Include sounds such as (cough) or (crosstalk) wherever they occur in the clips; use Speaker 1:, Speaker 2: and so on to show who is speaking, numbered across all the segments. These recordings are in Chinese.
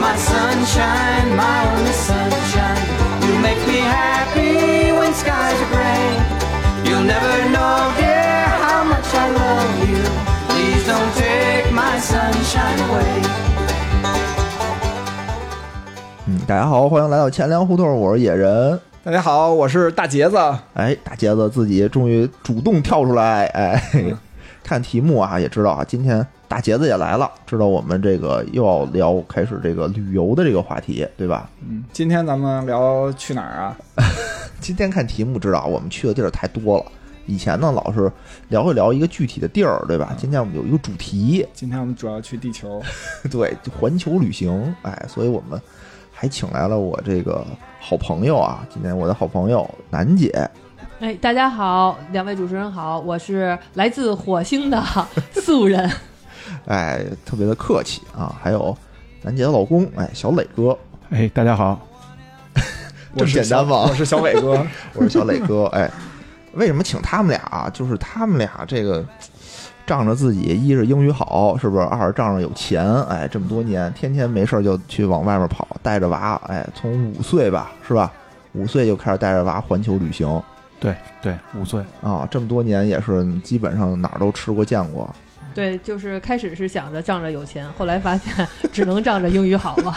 Speaker 1: my sunshine, my only sunshine. You make me happy when skies are gray. You'll never know, dear, how much I love you. Please don't take my sunshine away.
Speaker 2: 嗯，大家好，欢迎来到钱粮胡同，我是野人。
Speaker 3: 大家好，我是大杰子。
Speaker 2: 哎，大杰子自己终于主动跳出来，
Speaker 3: 嗯
Speaker 2: 哎，看题目啊，也知道啊，今天大杰子也来了，知道我们这个又要聊开始这个旅游的这个话题，对吧？
Speaker 3: 嗯，今天咱们聊去哪儿啊？
Speaker 2: 今天看题目知道我们去的地儿太多了，以前呢老是聊一聊一个具体的地儿，
Speaker 3: 嗯
Speaker 2: 对吧？今天我们有一个主题，
Speaker 3: 今天我们主要去地 (laughs) 球。
Speaker 2: 对，环球旅行，哎，所以我们还请来了我这个好朋友啊，今天我的好朋友楠姐，
Speaker 4: 哎，大家好，两位主持人好，我是来自火星的素人。
Speaker 2: 哎，特别的客气啊。还有楠姐的老公，哎，小磊哥，
Speaker 5: 哎，大家好，
Speaker 2: 这
Speaker 3: 我
Speaker 2: 么
Speaker 3: 是
Speaker 2: 简单
Speaker 3: 小
Speaker 2: 吗
Speaker 3: (laughs) 我？是小伟哥。
Speaker 2: 我是小磊哥，哎，为什么请他们俩啊？就是他们俩这个仗着自己一是英语好，是不是？二是仗着有钱，哎，这么多年天天没事儿就去往外面跑，带着娃，哎，从五岁吧，是吧？五岁就开始带着娃环球旅行
Speaker 5: 对对，五岁，
Speaker 2: 啊，这么多年也是基本上哪儿都吃过见过。
Speaker 4: 对，就是开始是想着仗着有钱，后来发现只能仗着英语好了。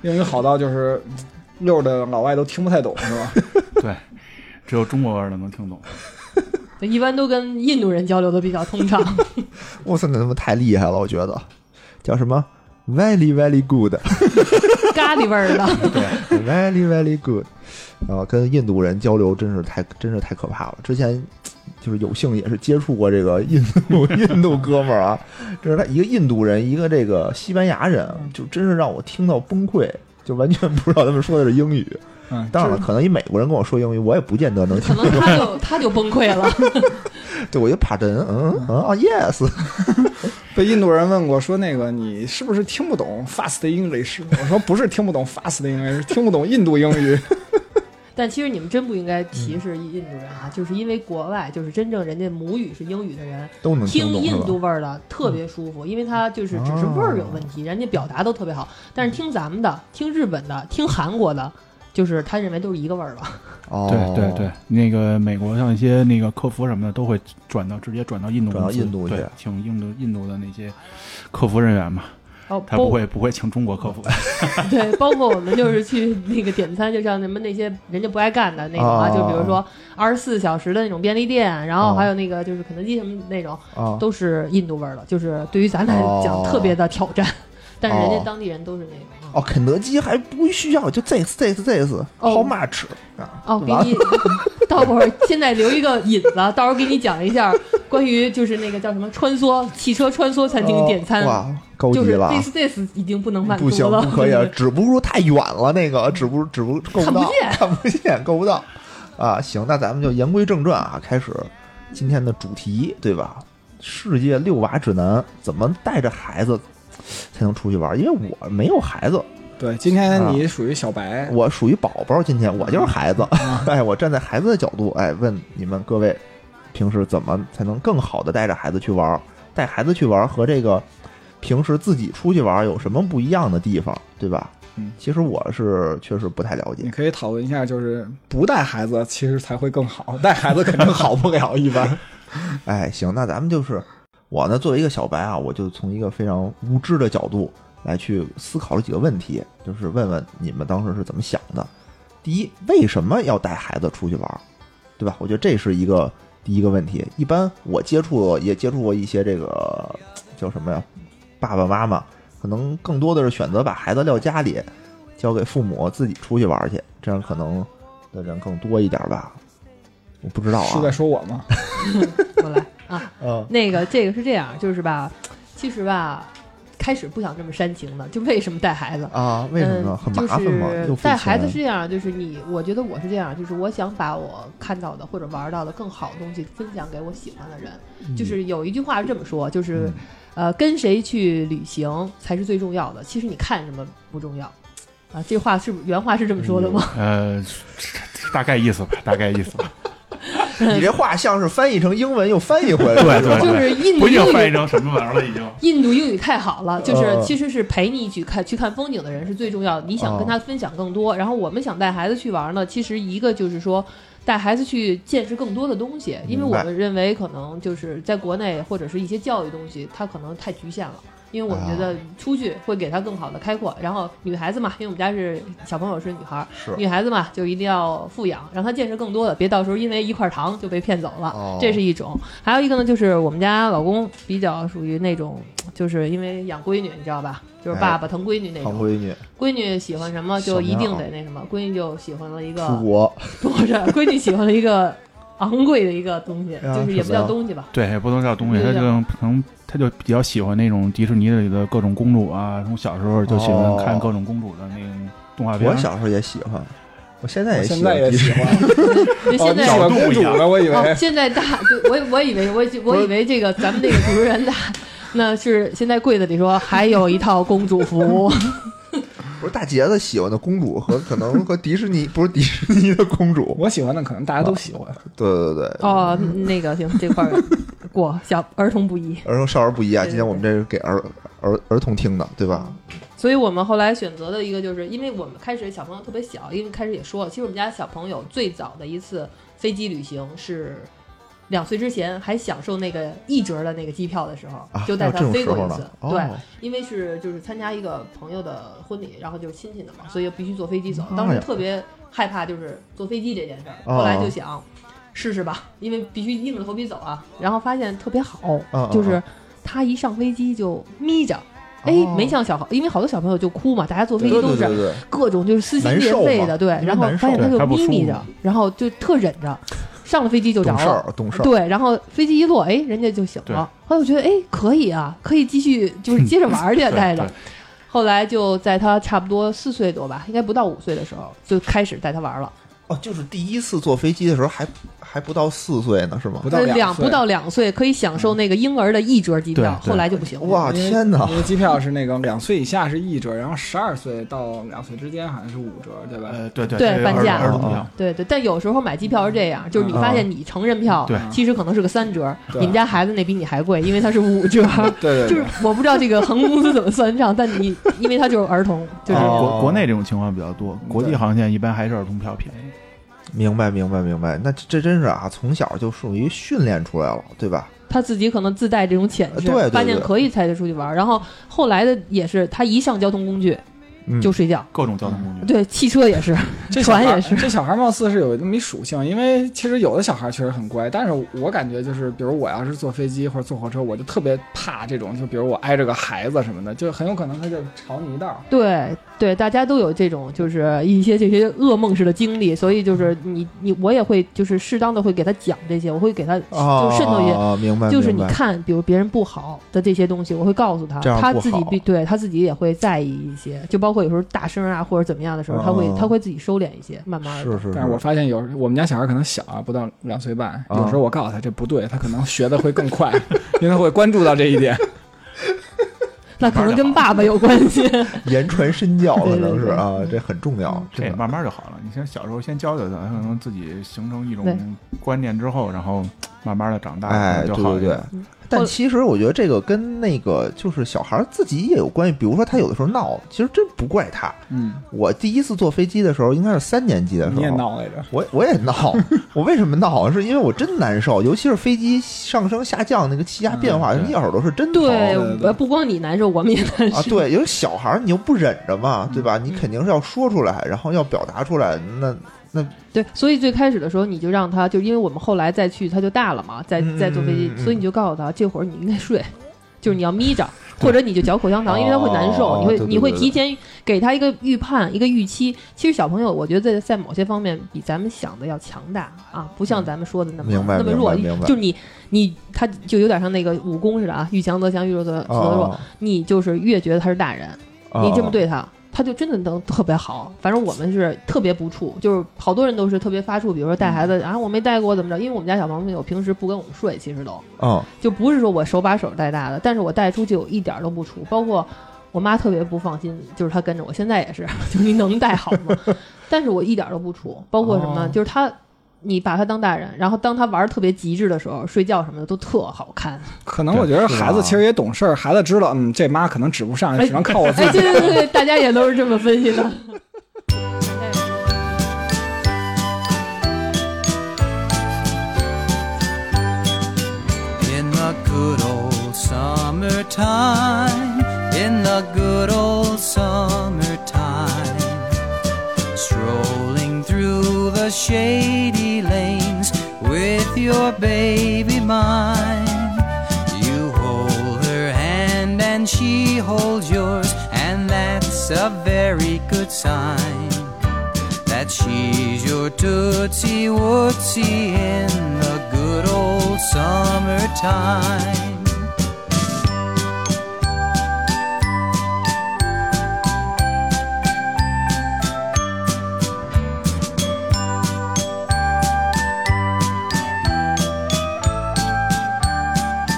Speaker 3: 英语好到就是嗯溜的老外都听不太懂，是 (laughs) 吧？
Speaker 5: 对，只有中国人能听懂。
Speaker 4: 对一般都跟印度人交流的比较通畅。
Speaker 2: 哇塞，那他妈太厉害了，我觉得叫什么 very very good。
Speaker 4: 咖喱味儿的。
Speaker 2: Very very good，啊，跟印度人交流真是太真是太可怕了。之前就是有幸也是接触过这个印度 (laughs) 印度哥们儿啊，这是他一个印度人，一个这个西班牙人，就真是让我听到崩溃，就完全不知道他们说的是英语。
Speaker 3: 嗯，
Speaker 2: 当然了，可能一美国人跟我说英语，我也不见得能
Speaker 5: (laughs)
Speaker 4: 可
Speaker 2: 听。
Speaker 4: 能他就他就崩溃了，
Speaker 2: 对，我就怕真，嗯嗯啊，yes， (laughs)
Speaker 3: 被印度人问过说那个你是不是听不懂 fast English？我说不是听不懂 fast English，听不懂印度英语。
Speaker 4: 但其实你们真不应该歧视印度人啊，就是因为国外就是真正人家母语是英语的人，
Speaker 2: 都能
Speaker 4: 听
Speaker 2: 嗯懂是
Speaker 4: 印
Speaker 2: 吧
Speaker 4: 度？味儿的特别舒服，因为它就是只是味儿有问题，
Speaker 2: 啊
Speaker 4: 人家表达都特别好。但是听咱们的、听日本的、听韩国的，就是他认为都是一个味儿了。
Speaker 2: 哦，
Speaker 5: 对对对，，那个美国像一些那个客服什么的，都会转到直接转到印度
Speaker 2: 转到
Speaker 5: 公司，
Speaker 2: 印度去
Speaker 5: 对，请印度印度的那些客服人员嘛，
Speaker 4: 哦，
Speaker 5: 他
Speaker 4: 包
Speaker 5: 不会不会请中国 (laughs) 客服。
Speaker 4: 对，包括我们就是去那个点餐，就像什么那些人家不爱干的那种啊，
Speaker 2: 哦
Speaker 4: 就比如说二十四小时的那种便利店，然
Speaker 2: 哦
Speaker 4: 后还有那个就是肯德基什么那种，
Speaker 2: 啊，
Speaker 4: 都是印度味儿的，就是对于咱们来讲
Speaker 2: 哦
Speaker 4: 特别的挑战。 (laughs) 但是人
Speaker 2: 哦
Speaker 4: 家当地人都是那种啊
Speaker 2: 哦，肯德基还不需要，就 this this 啊 this，how
Speaker 4: 哦
Speaker 2: much？
Speaker 4: 哦，给你， (laughs) 到会儿现在留一个引子，到时候给你讲一下关于就是那个叫什么穿梭汽车穿梭餐厅点餐，
Speaker 2: 哦哇，高级
Speaker 4: 就是
Speaker 2: 了啊。
Speaker 4: this this 已经不能满
Speaker 2: 不行
Speaker 4: 足，了，
Speaker 2: 不可
Speaker 4: (laughs)
Speaker 2: 以，啊指不住太远了，那个指不指不够不到，看不见，够不到啊。行，那咱们就言归正传啊，开始今天的主题，对吧？世界遛娃指南，怎么带着孩子才能出去玩？因为我没有孩子，
Speaker 3: (laughs) 对，啊今天你属于小白，
Speaker 2: 我属于宝宝，今天我就是孩子。 (laughs) 哎，我站在孩子的角度，哎，问你们各位，平时怎么才能更好的带着孩子去玩儿？带孩子去玩儿和这个平时自己出去玩儿有什么不一样的地方，对吧？
Speaker 3: 嗯
Speaker 2: 其实我是确实不太了解
Speaker 3: 你。可以讨论一下，就是不带孩子其实才会更好，带孩子肯定好不 (laughs) 了一般。
Speaker 2: (laughs) 哎，行，那咱们就是我呢，作为一个小白啊，我就从一个非常无知的角度来去思考了几个问题，就是问问你们当时是怎么想的。第一，为什么要带孩子出去玩儿，对吧？我觉得这是一个第一个问题。一般我接触也接触过一些这个叫什么呀，爸爸妈妈可能更多的是选择把孩子撂家里，交给父母自己出去玩儿去，这样可能的人更多一点儿吧。我不知道啊，
Speaker 3: 是在说我吗？
Speaker 4: 我来啊，
Speaker 2: 嗯
Speaker 4: 那个这个是这样，就是吧，其实吧，开始不想这么煽情的，就为什么带孩子？
Speaker 2: 啊，为什么呢？很
Speaker 4: 嗯、
Speaker 2: 麻烦嘛，
Speaker 4: 就
Speaker 2: 又
Speaker 4: 是
Speaker 2: 费
Speaker 4: 带孩子
Speaker 2: 钱
Speaker 4: 是这样，就是你，我觉得我是这样，就是我想把我看到的或者玩到的更好的东西分享给我喜欢的人。
Speaker 2: 嗯
Speaker 4: 就是有一句话是这么说，就是，呃，跟谁去旅行才是最重要的。其实你看什么不重要，啊，这
Speaker 2: 嗯
Speaker 4: 话是不原话是这么说的吗？
Speaker 5: (laughs) 呃，大概意思吧，大概意思吧。
Speaker 2: 你这话像是翻译成英文又翻译回来，
Speaker 4: (laughs)
Speaker 5: 对对
Speaker 4: 就是印
Speaker 5: 不
Speaker 4: 度
Speaker 5: 一定翻译
Speaker 4: 英语，
Speaker 5: 成什么玩意儿了，已
Speaker 2: 啊
Speaker 5: 经。
Speaker 4: 印度英语太好了，就是
Speaker 2: 呃
Speaker 4: 其实是陪你一起看去看风景的人是最重要的，你想跟他分享更
Speaker 2: 嗯
Speaker 4: 多。然后我们想带孩子去玩呢，其实一个就是说。带孩子去见识更多的东西，因为我
Speaker 2: 明白
Speaker 4: 们认为可能就是在国内或者是一些教育东西，它可能太局限了。因为我们觉
Speaker 2: 啊
Speaker 4: 得出去会给他更好的开阔。然后女孩子嘛，因为我们家是小朋友是女孩儿，
Speaker 2: 是
Speaker 4: 女孩子嘛，就一定要富养，让她见识更多的，别到时候因为一块糖就被骗走了。
Speaker 2: 哦
Speaker 4: 这是一种，还有一个呢，就是我们家老公比较属于那种，就是因为养闺女，你知道吧，就是爸爸疼闺女那
Speaker 2: 堂
Speaker 4: 种。
Speaker 2: 哎闺女
Speaker 4: 闺女喜欢什么
Speaker 2: 小
Speaker 4: 就
Speaker 2: 棉
Speaker 4: 一定
Speaker 2: 袄
Speaker 4: 得那什么，闺女就喜欢了一个
Speaker 2: 出国，
Speaker 4: 不是，闺女喜欢了一个 (laughs) 昂贵的一个东西，
Speaker 2: 啊
Speaker 4: 就是也
Speaker 2: 什
Speaker 4: 不
Speaker 2: 么呀
Speaker 4: 叫东西吧，
Speaker 5: 对，也不能叫东西，
Speaker 4: 对
Speaker 5: 他
Speaker 4: 对
Speaker 5: 就可能他就比较喜欢那种迪士尼里的各种公主啊，从小时候就喜欢看各种公主的那种动画片。
Speaker 2: 我小时候也喜欢，我现在
Speaker 3: 我
Speaker 2: 也
Speaker 3: 现
Speaker 2: 喜
Speaker 3: 在
Speaker 2: 欢
Speaker 3: 也
Speaker 2: 迪
Speaker 3: 喜
Speaker 2: 士尼， (laughs)
Speaker 3: 欢。
Speaker 4: 就
Speaker 3: 哦，
Speaker 4: 现
Speaker 3: 你
Speaker 4: 在
Speaker 3: 喜欢公主呢？我以
Speaker 4: 哦，
Speaker 3: 为
Speaker 4: 现在大，对我我以为我以我以为这个咱们那个主持人大， (laughs) 那是现在柜子里说还有一套公主服，
Speaker 2: 不是大杰子喜欢的公主和可能和迪士尼不是迪士尼的公主，
Speaker 3: 我喜欢的可能大家都喜欢。
Speaker 2: 对对对，
Speaker 4: 哦，那个行，这 (laughs) 块儿过小儿童不宜。
Speaker 2: 儿童少儿不宜啊，
Speaker 4: 对对
Speaker 2: 今天我们这是给儿儿儿童听的，对吧？
Speaker 4: 所以我们后来选择的一个，就是因为我们开始小朋友特别小，因为开始也说了，其实我们家小朋友最早的一次飞机旅行是两岁之前还享受那个一折的那个机票的时候，
Speaker 2: 啊
Speaker 4: 就带
Speaker 2: 还
Speaker 4: 他
Speaker 2: 有这
Speaker 4: 飞
Speaker 2: 种
Speaker 4: 过
Speaker 2: 时候呢
Speaker 4: 一次。
Speaker 2: 哦
Speaker 4: 对，因为是就是参加一个朋友的婚礼，然后就是亲戚的嘛，所以必须坐飞机走
Speaker 2: 妈。呀
Speaker 4: 当时特别害怕就是坐飞机这件事儿，
Speaker 2: 嗯哦
Speaker 4: 后来就想试试吧，因为必须硬着头皮走啊。然后发现特别好
Speaker 2: 嗯，
Speaker 4: 就是他一上飞机就眯着。哎
Speaker 2: 哦，
Speaker 4: 没像小孩，因为好多小朋友就哭嘛，大家坐飞
Speaker 2: 对
Speaker 4: 机
Speaker 2: 对
Speaker 4: 都
Speaker 2: 对对
Speaker 4: 是
Speaker 2: 对，
Speaker 4: 各种就是撕心裂肺的，对
Speaker 2: 因为，
Speaker 4: 然后
Speaker 2: 难受
Speaker 4: 发现他
Speaker 5: 对
Speaker 4: 就
Speaker 5: 他不
Speaker 4: 眯
Speaker 5: 舒
Speaker 4: 眯
Speaker 5: 服
Speaker 4: 着，然后就特忍着，上了飞机就着
Speaker 2: 懂事
Speaker 4: 了。
Speaker 2: 儿懂事儿，
Speaker 4: 对，然后飞机一落，哎，人家就醒
Speaker 5: 对
Speaker 4: 了。后来我觉得，哎，可以啊，可以继续就是接着
Speaker 2: (laughs)
Speaker 4: 玩儿去，
Speaker 5: 对
Speaker 4: 带着
Speaker 5: 对。
Speaker 4: 后来就在他差不多四岁多吧，应该不到五岁的时候，就开始带他玩了。
Speaker 2: 哦，就是第一次坐飞机的时候还还不到四岁呢，是吗
Speaker 3: 不？到
Speaker 4: 呃
Speaker 3: 两
Speaker 4: 不到两岁可以享受那个婴儿的一折机票，
Speaker 5: 对对
Speaker 4: 后来就不行了。
Speaker 2: 哇，
Speaker 3: 因为
Speaker 2: 天哪
Speaker 3: 因！为机票是那个两岁以下是一折，然后十二岁到两岁之间好像是五折，对吧？
Speaker 5: 呃，对对
Speaker 4: 对
Speaker 5: 这个
Speaker 4: 半
Speaker 5: 儿
Speaker 4: 价
Speaker 5: 儿童票
Speaker 2: 哦，
Speaker 4: 对对，但有时候买机票是这样，就是你发
Speaker 2: 嗯
Speaker 4: 现你成人票
Speaker 5: 对
Speaker 4: 其实可能是个三折，
Speaker 3: 对
Speaker 4: 你们家孩子那比你还贵，因为它是五折。
Speaker 3: 对对
Speaker 4: (laughs) 就是
Speaker 3: 对，
Speaker 4: 我不知道这个航空公司怎么算账，但你因为他就是儿童，就是
Speaker 2: 哦
Speaker 5: 国国内这种情况比较多，国际
Speaker 3: 对
Speaker 5: 航线一般还是儿童票便宜。
Speaker 2: 明白明白明白，那这这真是啊，从小就属于训练出来了，对吧？
Speaker 4: 他自己可能自带这种潜质，
Speaker 2: 呃对对对
Speaker 4: 发现可以才出去玩儿。然后后来的也是，他一上交通工具
Speaker 2: 嗯
Speaker 4: 就睡觉，
Speaker 5: 各种交通工具，
Speaker 4: 对，汽车也是， (laughs)
Speaker 3: 这小
Speaker 4: 船
Speaker 3: 孩
Speaker 4: 也是。
Speaker 3: 这小孩貌似是有那么一属性，因为其实有的小孩确实很乖，但是我感觉就是，比如我要是坐飞机或者坐火车，我就特别怕这种，就比如我挨着个孩子什么的，就很有可能他就朝你一道。
Speaker 4: 对对，大家都有这种就是一些这些噩梦式的经历，所以就是你你我也会就是适当的会给他讲这些，我会给他
Speaker 2: 啊，
Speaker 4: 就渗透一些
Speaker 2: 啊，明白，
Speaker 4: 就是你
Speaker 2: 明白
Speaker 4: 看，比如别人不好的这些东西，我会告诉他，
Speaker 2: 这样
Speaker 4: 他
Speaker 2: 不
Speaker 4: 自己
Speaker 2: 好
Speaker 4: 必对他自己也会在意一些，就包括有时候大声啊或者怎么样的时候，他会
Speaker 2: 哦
Speaker 4: 他会自己收敛一些，慢慢的。
Speaker 2: 是是
Speaker 3: 但是我
Speaker 2: 是，
Speaker 3: 发现有我们家小孩可能小啊，不到两岁半，
Speaker 2: 啊
Speaker 3: 有时候我告诉他这不对，他可能学的会更快，因为他会关注到这一点。
Speaker 4: 那可能跟爸爸有关系。
Speaker 2: 言传身教可
Speaker 4: 对对
Speaker 2: 能是
Speaker 4: 对
Speaker 2: 啊，这很重要，
Speaker 5: 这
Speaker 2: 真的
Speaker 5: 慢慢就好了。你先小时候先教教他，可能自己形成一
Speaker 4: 对
Speaker 5: 种观念之后，然后慢慢的长大
Speaker 2: 哎，
Speaker 5: 就
Speaker 2: 对
Speaker 5: 好
Speaker 2: 对
Speaker 5: 一
Speaker 2: 对
Speaker 5: 点。。
Speaker 2: 但
Speaker 4: 后
Speaker 2: 其实我觉得这个跟那个就是小孩儿自己也有关系，比如说他有的时候闹，其实真不怪他。
Speaker 3: 嗯，
Speaker 2: 我第一次坐飞机的时候应该是三年级的时候，
Speaker 3: 你也闹来着。
Speaker 2: 我我也闹，我为什么闹？啊是因为我真难受，尤其是飞机上升下降那个气压变化，
Speaker 5: 嗯对
Speaker 2: 一耳朵是真疼。
Speaker 4: 对呃
Speaker 3: 对对，
Speaker 4: 不光你难受，我们也难
Speaker 2: (laughs) 啊，
Speaker 4: 受。
Speaker 2: 对，因为小孩儿你又不忍着嘛，对
Speaker 4: 嗯
Speaker 2: 吧？你肯定是要说出来，然后要表达出来。那
Speaker 4: 对，所以最开始的时候你就让他，就因为我们后来再去，他就大了嘛，再
Speaker 2: 嗯
Speaker 4: 再坐飞机
Speaker 2: 嗯，嗯
Speaker 4: 所以你就告诉他，这会儿你应该睡，就是你要眯着，或者你就嚼口香糖，因为他会难受，
Speaker 2: 哦
Speaker 4: 你会
Speaker 2: 对对
Speaker 4: 你会
Speaker 2: 对对
Speaker 4: 提前给他一个预判，一个预期。其实小朋友，我觉得在在某些方面比咱们想的要强大啊，不像咱们说的那么
Speaker 2: 嗯明白
Speaker 4: 那么弱
Speaker 2: 明白明白，
Speaker 4: 就是你你他就有点像那个武功似的啊，遇强则强，遇弱则则弱
Speaker 2: 哦，
Speaker 4: 你就是越觉得他是大人，
Speaker 2: 哦
Speaker 4: 你这么对他，他就真的能特别好。反正我们是特别不怵，就是好多人都是特别发怵，比如说带孩子
Speaker 2: 嗯
Speaker 4: 啊，我没带过怎么着？因为我们家小朋友平时不跟我们睡，其实都
Speaker 2: 嗯，
Speaker 4: 就不是说我手把手带大的，但是我带出去我一点儿都不怵，包括。我妈特别不放心，就是她 (laughs)
Speaker 2: (laughs)
Speaker 4: 跟着我，现在也是，就是你能带好吗？但是我一点儿都不怵，包括什么，
Speaker 2: 哦
Speaker 4: 就是她你把他当大人，然后当他玩儿特别极致的时候，睡觉什么的都特
Speaker 2: (laughs)
Speaker 4: 好看。
Speaker 3: 可能我觉得
Speaker 2: 对是
Speaker 3: 孩子
Speaker 2: 啊
Speaker 3: 其实也懂事儿，孩子知道，嗯，这妈可能指不上，只能靠我自
Speaker 4: 哎，
Speaker 3: 己
Speaker 4: 对。对对对，大家也都是这么分析的。
Speaker 1: In the good old summertime, in the good old summertime, strolling through the shady lanes with your baby mine. You hold her hand and she holds yours, and that's a very good sign that she's your tootsie wootsie in the good old summertime.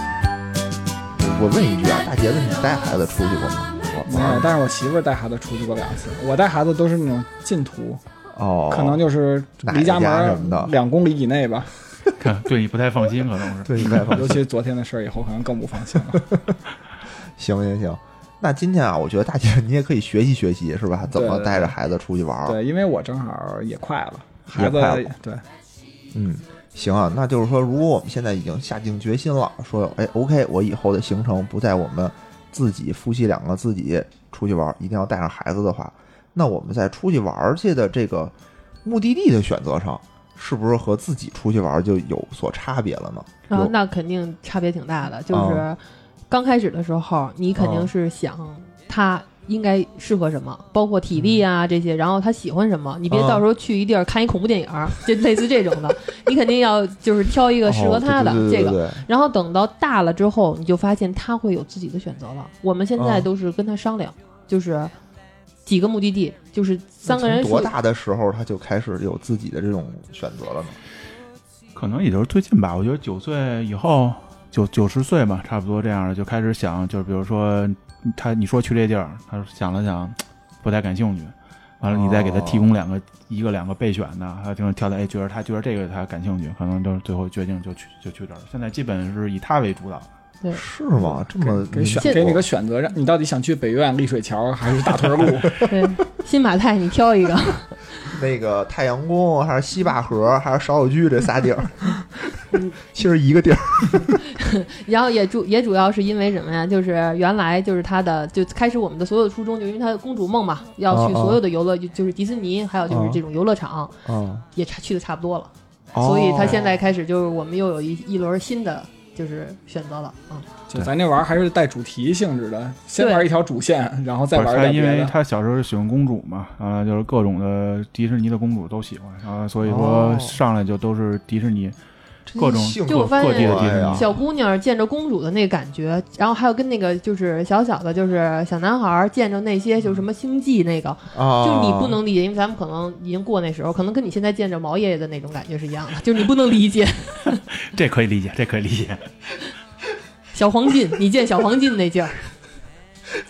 Speaker 2: 我我问一句啊，大杰子，你带孩子出去过吗？我
Speaker 3: 没有，嗯但是我媳妇儿带孩子出去过两次，我带孩子都是那种近途，
Speaker 2: 哦，
Speaker 3: 可能就是离门
Speaker 2: 奶奶家
Speaker 3: 儿
Speaker 2: 什么的
Speaker 3: 两公里以内
Speaker 2: (laughs)
Speaker 3: 吧。
Speaker 5: 看 (laughs) 对你不太放心，可能是。
Speaker 2: 对你带放
Speaker 3: 尤其是昨天的事儿以后，可能更不放心了。
Speaker 2: 行行行，那今天啊，我觉得大姐你也可以学习学习，是吧？怎么
Speaker 3: 对对
Speaker 2: 带着孩子出去玩儿？啊
Speaker 3: 对，因为我正好也快了，孩
Speaker 2: 哦也
Speaker 3: 子
Speaker 2: 快了
Speaker 3: 对，
Speaker 2: 嗯，行啊，那就是说，如果我们现在已经下定决心了，说，哎，OK，我以后的行程不在我们自己夫妻两个自己出去玩儿，一定要带上孩子的话，那我们在出去玩儿去的这个目的地的选择上，是不是和自己出去玩儿就有所差别了呢？
Speaker 4: 然后
Speaker 2: 有哦
Speaker 4: 啊那肯定差别挺大的，就是刚开始的时候，你肯定是想他应该适合什么，包括体力啊这些，然后他喜欢什么，你别
Speaker 2: 嗯
Speaker 4: 到时候去一地儿看一恐怖电影儿，就类似这种
Speaker 2: (laughs)
Speaker 4: 的，你肯定要就是挑一个适合他的
Speaker 2: 哦对对
Speaker 4: 这
Speaker 2: 对
Speaker 4: 个。
Speaker 2: 对
Speaker 4: 然后等到大了之后，你就发现他会有自己的选择了。我们现在
Speaker 2: 嗯
Speaker 4: 都是跟他商量，就是几个目的地，就是三个人
Speaker 2: 从多
Speaker 4: 是
Speaker 2: 大的时候他就开始有自己的这种选择了呢？
Speaker 5: 可能也就是最近吧，我觉得九岁以后，九九十岁吧，差不多这样的就开始想，就是比如说他你说去这地儿，他想了想，不太感兴趣。完了，你再给他提供两
Speaker 3: 哦
Speaker 5: 个、一个两个备选的，他就是挑的，哎，觉得他觉得这个他感兴趣，可能就是最后决定就去就去这儿。现在基本是以他为主导，
Speaker 4: 对
Speaker 2: 是吗？这么
Speaker 3: 给选
Speaker 4: 这
Speaker 3: 给你个选择，让你到底想去北苑丽水桥还是大屯路？
Speaker 4: 对新马泰，你挑一个。
Speaker 2: 那个太阳宫还是西坝河还是芍药居这仨地
Speaker 4: (laughs)
Speaker 2: 儿，其实一个地儿。
Speaker 4: 然后也主也主要是因为什么呀？就是原来就是他的就开始我们的所有的初衷，就因为他的公主梦嘛，要
Speaker 2: 哦
Speaker 4: 去
Speaker 2: 哦
Speaker 4: 所有的游乐，就就是迪士尼，还有就是这种游乐场，
Speaker 2: 嗯，
Speaker 4: 也差去的差不多了，
Speaker 2: 哦
Speaker 4: 所以他现在开始就是我们又有一一轮新的就是选择了，嗯，
Speaker 3: 就咱这玩意儿还是带主题性质的，先玩一条主线，然后再
Speaker 5: 不
Speaker 3: 玩
Speaker 5: 是
Speaker 3: 一
Speaker 5: 他
Speaker 3: 点
Speaker 5: 因
Speaker 3: 别
Speaker 5: 为
Speaker 3: 的。
Speaker 5: 他小时候喜欢公主嘛，啊，就是各种的迪士尼的公主都喜欢，啊，所以说
Speaker 2: 哦
Speaker 5: 上来就都是迪士尼，各种
Speaker 2: 性
Speaker 4: 就我
Speaker 2: 格
Speaker 4: 发
Speaker 5: 各地
Speaker 4: 现
Speaker 5: 的迪士
Speaker 2: 哎呀
Speaker 5: 尼。
Speaker 4: 小姑娘见着公主的那感觉，然后还有跟那个就是小小的，就是小男孩儿见着那些就是什么星际那个，
Speaker 2: 啊，
Speaker 4: 就是你不能理解，因为咱们可能已经过那时候，可能跟你现在见着毛爷爷的那种感觉是一样的，就是你不能理解。
Speaker 5: 这可以理解，这可以理解。
Speaker 4: 小黄金，你见小黄金那劲儿，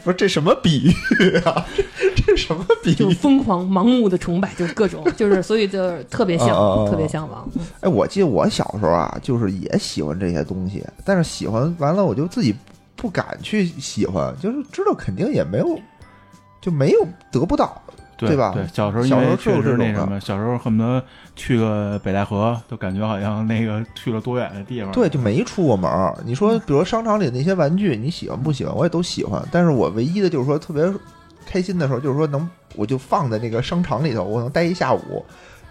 Speaker 2: 不是这什么比喻啊？ (laughs) 这什么比
Speaker 4: 就
Speaker 2: 喻？
Speaker 4: 疯狂盲目的崇拜，就各种，就是所以就是特别向
Speaker 2: 啊啊啊
Speaker 4: 往，
Speaker 2: 啊
Speaker 4: 特别向往。
Speaker 2: 哎，我记得我小时候啊，就是也喜欢这些东西，但是喜欢完了我就自己不敢去喜欢，就是知道肯定也没有，就没有得不到。
Speaker 5: 对
Speaker 2: 对吧
Speaker 5: 对，小时候因
Speaker 2: 小时
Speaker 5: 为
Speaker 2: 候是有
Speaker 5: 确
Speaker 2: 这
Speaker 5: 实
Speaker 2: 种
Speaker 5: 那
Speaker 2: 的
Speaker 5: 什么，小时候恨不得去个北戴河，都感觉好像那个去了多远的地方。
Speaker 2: 对，就没出过门儿。你说，比如商场里那些玩具，你喜欢不喜欢？我也都喜欢。但是我唯一的就是说特别开心的时候，就是说能我就放在那个商场里头，我能待一下午，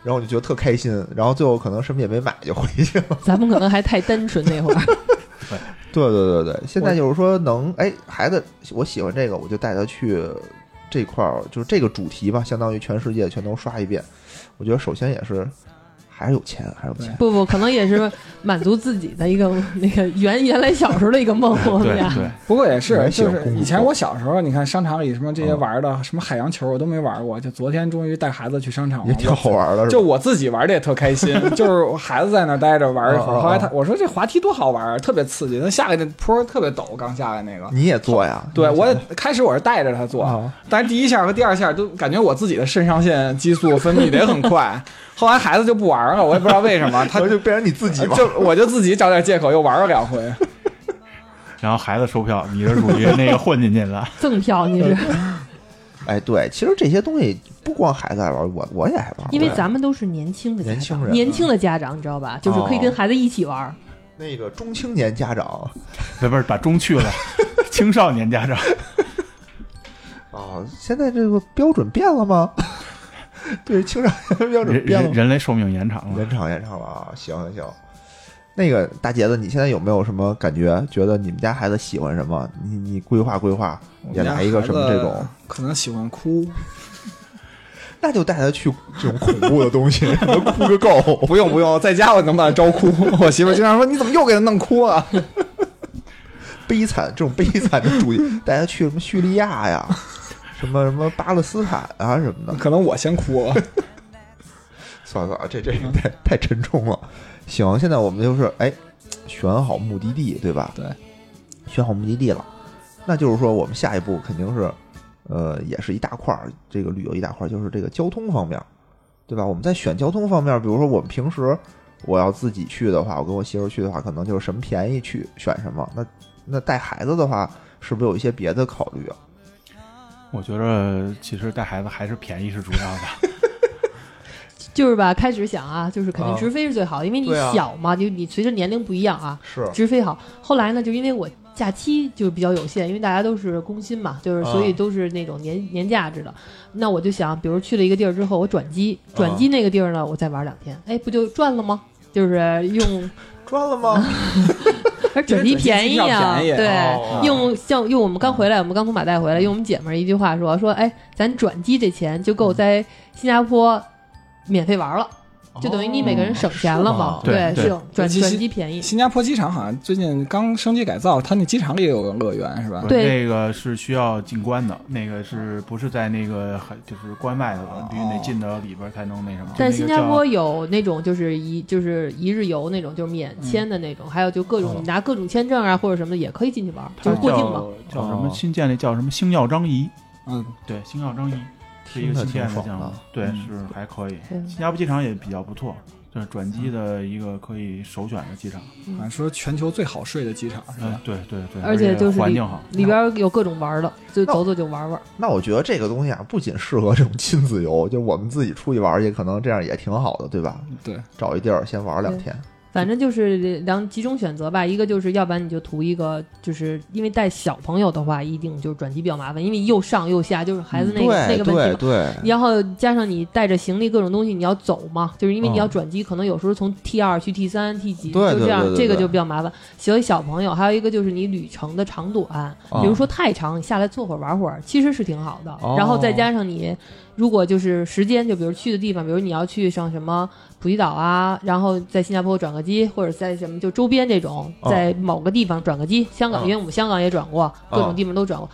Speaker 2: 然后我就觉得特开心。然后最后可能什么也没买就回去了。 (laughs)
Speaker 4: 咱们可能还太单纯那会儿，
Speaker 2: 对对对对，现在就是说能哎，孩子，我喜欢这个，我就带他去这块儿，就是这个主题吧，相当于全世界全都刷一遍。我觉得首先也是还是有钱，还是有钱。
Speaker 4: 不不，可能也是满足自己的一个那个原原来小时候的一个梦。我们
Speaker 5: 对
Speaker 4: 俩
Speaker 5: 对，
Speaker 3: 不过也是，
Speaker 2: 蛮喜
Speaker 3: 就
Speaker 2: 欢
Speaker 3: 是
Speaker 2: 公主
Speaker 3: 以前我小时候，你看商场里什么这些玩的，什么海洋球我都没玩过，就昨天终于带孩子去商场
Speaker 2: 也
Speaker 3: 玩，
Speaker 2: 挺好玩的，是吧
Speaker 3: 就我自己玩的也特开
Speaker 2: (laughs)
Speaker 3: 心，就是我孩子在那儿待着玩一会
Speaker 2: 哦哦
Speaker 3: 儿。
Speaker 2: 哦
Speaker 3: 后来他我说这滑梯多好玩，特别刺激，他下来那坡儿特别陡，刚下来那个。
Speaker 2: 你也做呀？
Speaker 3: 对
Speaker 2: 你
Speaker 3: 我也开始我是带着他做，
Speaker 2: 啊，
Speaker 3: 但
Speaker 2: (laughs)
Speaker 3: 是第一下和第二下都感觉我自己的肾上腺激素分泌的也很快，后来孩子就不玩玩了，我也不知道为什么，他
Speaker 2: 就变 (laughs) 成你自己吧。
Speaker 3: 就我就自己找点借口又玩了两回。
Speaker 5: 然后孩子收票，你是属于那个混进去的。
Speaker 4: 赠票你是，
Speaker 2: 哎，对，其实这些东西不光孩子爱玩，我我也爱玩。
Speaker 4: 因为
Speaker 2: 对
Speaker 4: 咱们都是年轻的家
Speaker 2: 年轻
Speaker 4: 长，
Speaker 2: 人哦
Speaker 4: 年轻的家长你知道吧？就是可以跟孩子一起玩儿。
Speaker 2: 那个中青年家长
Speaker 5: (laughs) 不是不是，把中去了， (laughs) 青少年家长。
Speaker 2: 啊，现在这个标准变了吗？ (laughs) 对青少年标准
Speaker 5: 人
Speaker 2: 变了
Speaker 5: 人
Speaker 2: 吗
Speaker 5: 人类寿命延长了
Speaker 2: 延，长延长了啊，行行。那个大杰子，你现在有没有什么感觉？觉得你们家孩子喜欢什么？你你规划规划，也来一个什么这种，，
Speaker 3: 可能喜欢哭，
Speaker 2: 那就带他去这种恐怖的东西， (laughs) 让他哭个够。
Speaker 3: 不用不用，在家我能把他招哭。我媳妇儿经常说：“你怎么又给他弄哭啊了
Speaker 2: 悲惨这种悲惨的主义，带他去什么叙利亚呀，什么什么巴勒斯坦啊什么的？”。
Speaker 3: 可能我先哭啊了。
Speaker 2: 算了算了，啊这这个太太沉重了。行，现在我们就是哎，选好目的地，对吧？
Speaker 3: 对，
Speaker 2: 选好目的地了，那就是说我们下一步肯定是，呃，也是一大块儿，这个旅游一大块儿就是这个交通方面儿，对吧？我们在选交通方面儿，比如说我们平时我要自己去的话，我跟我媳妇儿去的话，可能就是什么便宜去选什么。那那带孩子的话，是不是有一些别的考虑啊？
Speaker 5: 我觉着其实带孩子还是便宜是主要的。
Speaker 4: 就是吧，开始想啊，就是肯定
Speaker 2: 啊
Speaker 4: 直飞是最好的，因为你
Speaker 2: 对啊
Speaker 4: 小嘛，就你随着年龄不一样啊，
Speaker 2: 是
Speaker 4: 直飞好。后来呢，就因为我假期就比较有限，因为大家都是工薪嘛，就是
Speaker 2: 啊
Speaker 4: 所以都是那种年、年假制的。那我就想，比如去了一个地儿之后，我转机，转机那个地儿呢，我再玩两天，哎，不就赚了吗？就是用，
Speaker 2: 赚了吗？
Speaker 4: 而转机便宜啊，
Speaker 3: 因为转机机票便宜
Speaker 4: 对，
Speaker 2: 哦
Speaker 4: 用像用我们刚回来，我们刚从马代回来，用我们姐们儿一句话说说，哎，咱转机这钱就够在新加坡免费玩了。就等于你每个人省钱了嘛
Speaker 2: 哦，
Speaker 5: 是吗对
Speaker 4: 是
Speaker 5: 对
Speaker 4: 转转
Speaker 3: 其实
Speaker 4: 机便
Speaker 3: (laughs)
Speaker 4: 宜，
Speaker 3: 新加坡机场好像最近刚升级改造，它那机场里也有个乐园是吧？
Speaker 4: (laughs) 对
Speaker 5: 那个是需要进关的，那个是不是在那个海就是关外的了，必须得进到里边才能那什么。
Speaker 4: 但
Speaker 5: 那个
Speaker 4: 是新加
Speaker 5: 叫
Speaker 4: 坡有那种就是一就是一日游那种，就是免
Speaker 5: 嗯
Speaker 4: 签的那种，还有就各种、
Speaker 5: 哦
Speaker 4: 你拿各种签证啊或者什么的也可以进去玩，就
Speaker 5: 它
Speaker 4: 是过境嘛。
Speaker 5: 叫叫什
Speaker 2: 哦
Speaker 5: 么新建立叫什么星耀张仪，
Speaker 3: 嗯，
Speaker 5: 对，星耀张仪是一个
Speaker 2: 听着
Speaker 5: 新建
Speaker 2: 挺
Speaker 5: 的
Speaker 2: 爽
Speaker 5: 项目
Speaker 2: 的，
Speaker 5: 对，
Speaker 3: 嗯
Speaker 5: 是还可以。
Speaker 4: 对
Speaker 5: 新加坡机场也比较不错，就是转机的一个可以首选的机场。
Speaker 3: 嗯好像说全球最好睡的机场是
Speaker 5: 嗯
Speaker 3: 吧，？
Speaker 5: 对对对，
Speaker 4: 而且就是
Speaker 5: 环
Speaker 4: 里
Speaker 5: 境好，
Speaker 4: 里边有各种玩的，就走走就玩玩。
Speaker 2: 那我觉得这个东西啊，不仅适合这种亲子游，就我们自己出去玩儿去，可能这样也挺好的，对吧？
Speaker 5: 嗯
Speaker 3: 对，
Speaker 2: 找一地儿先玩儿两天，
Speaker 4: 反正就是两几种选择吧，一个就是要不然你就图一个，就是因为带小朋友的话，一定就是转机比较麻烦，因为又上又下，就是孩子那
Speaker 5: 嗯
Speaker 4: 个、那
Speaker 2: 对
Speaker 4: 个问题
Speaker 2: 对
Speaker 4: 嘛。
Speaker 2: 对，
Speaker 4: 然后加上你带着行李各种东西，你要走嘛，就是因为你要转机，可能有时候从 T 二去 T 三、T 几，
Speaker 2: 嗯对
Speaker 4: 就这样
Speaker 2: 对对，对
Speaker 4: 这个
Speaker 2: 对
Speaker 4: 就比较麻烦。所以小朋友，还有一个就是你旅程的长短，比如说太长，你下来坐会儿玩会儿，其实是挺好的。
Speaker 2: 哦
Speaker 4: 然后再加上你，如果就是时间，就比如去的地方，比如你要去上什么普吉岛啊，然后在新加坡转个机，或者在什么就周边这种，
Speaker 2: 哦
Speaker 4: 在某个地方转个机，香港，
Speaker 2: 哦
Speaker 4: 因为我们香港也转过，各
Speaker 2: 啊
Speaker 4: 种地方都转过。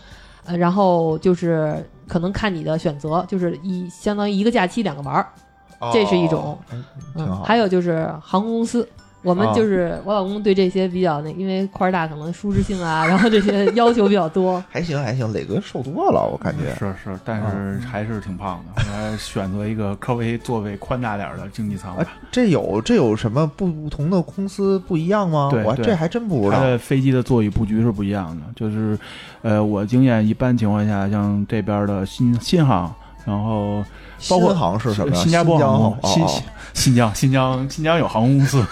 Speaker 4: 呃，然后就是可能看你的选择，就是一相当于一个假期两个玩儿，
Speaker 2: 哦
Speaker 4: 这是一种。
Speaker 2: 嗯挺
Speaker 4: 嗯，
Speaker 2: 好。
Speaker 4: 还有就是航空公司，我们
Speaker 2: 啊
Speaker 4: 就是、我老公对这些比较那，因为块儿大，可能舒适性啊，然后这些要求比较多。
Speaker 2: 还行还行，磊哥瘦多了，我感觉。
Speaker 5: 是是，但
Speaker 4: 嗯
Speaker 5: 是还是挺胖的。我还是选择一个稍微座位宽大点儿的经济舱
Speaker 4: 哎
Speaker 5: 吧。
Speaker 2: 这有这有什么不不同的公司不一样吗？
Speaker 5: 对
Speaker 2: 我还
Speaker 5: 对
Speaker 2: 这还真不知
Speaker 5: 它
Speaker 2: 道。
Speaker 5: 的飞机的座椅布局是不一样的，就是，呃，我经验一般情况下，像这边的新新航，然后包括
Speaker 2: 新航是什么呀？
Speaker 5: 新加坡
Speaker 2: 疆
Speaker 5: 航空、
Speaker 2: 哦
Speaker 5: 新
Speaker 2: 哦
Speaker 5: 新疆、新疆、新疆有航空公司吗？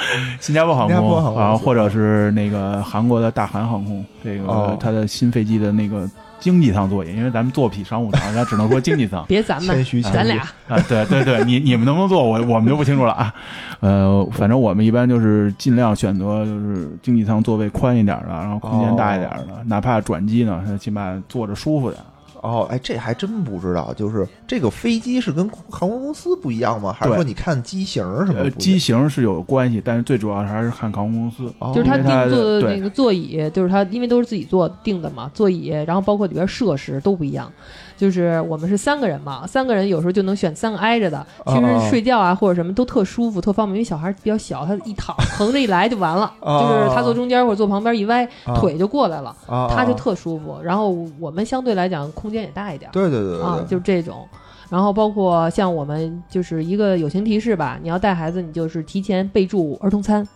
Speaker 5: (laughs) 新加坡航
Speaker 2: 新加坡航空公
Speaker 5: 空
Speaker 2: 司
Speaker 5: 啊，或者是那个韩国的大韩航空，这
Speaker 2: 哦
Speaker 5: 个它的新飞机的那个经济舱座椅，因为咱们坐不起商务舱，咱只能说经济舱。
Speaker 4: 别咱们
Speaker 2: 谦虚，谦虚
Speaker 4: 咱俩
Speaker 5: 啊，对对对，你你们能不能做，我我们就不清楚了啊。呃，反正我们一般就是尽量选择就是经济舱座位宽一点的，然后空间大一点的，哪怕转机呢，它起码坐着舒服点。
Speaker 2: 哦，哎，这还真不知道。就是这个飞机是跟航空公司不一样吗？还是
Speaker 5: 对
Speaker 2: 说你看机型儿什么不一
Speaker 5: 呃，
Speaker 2: 样？
Speaker 5: 机型是有关系，但是最主要还是看航空公司。
Speaker 2: 哦
Speaker 4: 就是他
Speaker 5: 因
Speaker 4: 定
Speaker 5: 为它
Speaker 4: 做的那
Speaker 5: 对
Speaker 4: 个座椅，就是他因为都是自己做定的嘛，座椅，然后包括里边设施都不一样。就是我们是三个人嘛，三个人有时候就能选三个挨着的，其
Speaker 2: 哦哦
Speaker 4: 实睡觉啊或者什么都特舒服、特方便，因为小孩比较小，他一躺横着一来就完了，
Speaker 2: 哦
Speaker 4: 就是他坐中间或者坐旁边一歪，
Speaker 2: 啊
Speaker 4: 腿就过来了，
Speaker 2: 啊
Speaker 4: 他就
Speaker 2: 啊
Speaker 4: 特舒服。然后我们相对来讲空间也大一点儿，
Speaker 2: 对对对对
Speaker 4: 啊，
Speaker 2: 对
Speaker 4: 就是这种。然后包括像我们就是一个友情提示吧，你要带孩子，你就是提前备注儿童餐。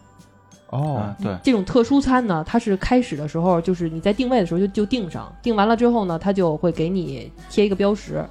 Speaker 2: 哦
Speaker 5: 啊，，对，
Speaker 4: 这种特殊餐呢，它是开始的时候就是你在定位的时候就就定上，定完了之后呢，它就会给你贴一个标识。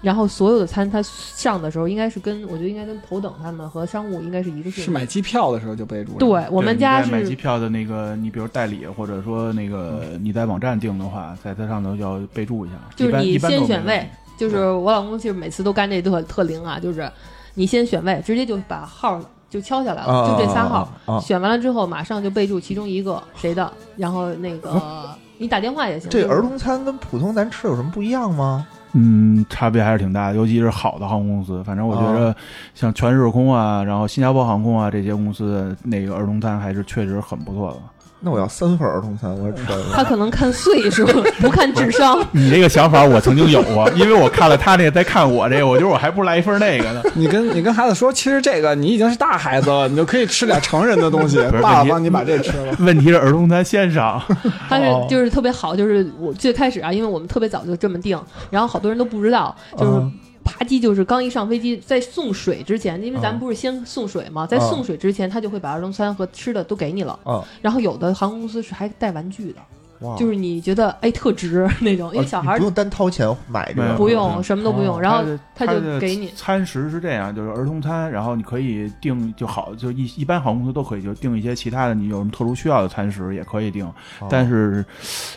Speaker 4: 然后所有的餐它上的时候，应该是跟我觉得应该跟头等他们和商务应该是一个性
Speaker 3: 是
Speaker 4: 质。
Speaker 3: 买机票的时候就备注了。
Speaker 4: 对我们
Speaker 5: 对
Speaker 4: 家
Speaker 5: 你在买机
Speaker 4: 是
Speaker 5: 票的那个，你比如代理或者说那个你在网站订的话，在它上头要备注一下。
Speaker 4: 就是
Speaker 5: 一般
Speaker 4: 你
Speaker 5: 一般都
Speaker 4: 先
Speaker 5: 没
Speaker 4: 选
Speaker 5: 问
Speaker 4: 位
Speaker 5: 题，
Speaker 4: 就是我老公就是每次都干这特特灵啊，就是你先选位，直接就把号就敲下来了，就这仨号。
Speaker 2: 啊，
Speaker 4: 选完了之后，马上就备注其中一个谁的，然后那个 (laughs) 你打电话也行。
Speaker 2: 这
Speaker 4: 就是
Speaker 2: 儿童餐跟普通咱吃有什么不一样吗？
Speaker 5: 嗯，差别还是挺大的，尤其是好的航空公司。反正我觉
Speaker 4: 哦
Speaker 5: 得，像全日空啊，然后新加坡航空啊这些公司的那个儿童餐还是确实很不错的。
Speaker 2: 那我要三份儿童餐，我也吃了。
Speaker 4: 他可能看岁数， (laughs) 不看智商。
Speaker 5: 你这个想法我曾经有过，因为我看了他那个，再看我这个，我觉得我还不如来一份那个呢。
Speaker 3: 你跟你跟孩子说，其实这个你已经是大孩子了，你就可以吃点成人的东西。
Speaker 5: 是
Speaker 3: 爸爸
Speaker 5: 问题
Speaker 3: 帮你把这吃了。
Speaker 5: (laughs) 问题是儿童餐先上，
Speaker 4: 他是就是特别好，就是我最开始啊，因为我们特别早就这么定，然后好多人都不知道，就是
Speaker 2: 嗯
Speaker 4: 啪叽，就是刚一上飞机，在送水之前，因为咱们不是先送水嘛，在
Speaker 2: 嗯
Speaker 4: 送水之前，他就会把儿童餐和吃的都给你了。
Speaker 2: 啊，
Speaker 4: 然后有的航空公司是还带玩具的，
Speaker 2: 哇，
Speaker 4: 就是你觉得哎特值那种，因为
Speaker 2: 啊
Speaker 4: 小
Speaker 2: 嗯你
Speaker 4: 孩儿
Speaker 2: 不用单掏钱买这个，
Speaker 4: 不用什么都不用，然后
Speaker 5: 哦他
Speaker 4: 就给你
Speaker 5: 餐食是这样，就是儿童餐，然后你可以定就好，就一一般航空公司都可以就定一些其他的，你有什么特殊需要的餐食也可以定。
Speaker 2: 哦
Speaker 5: 但是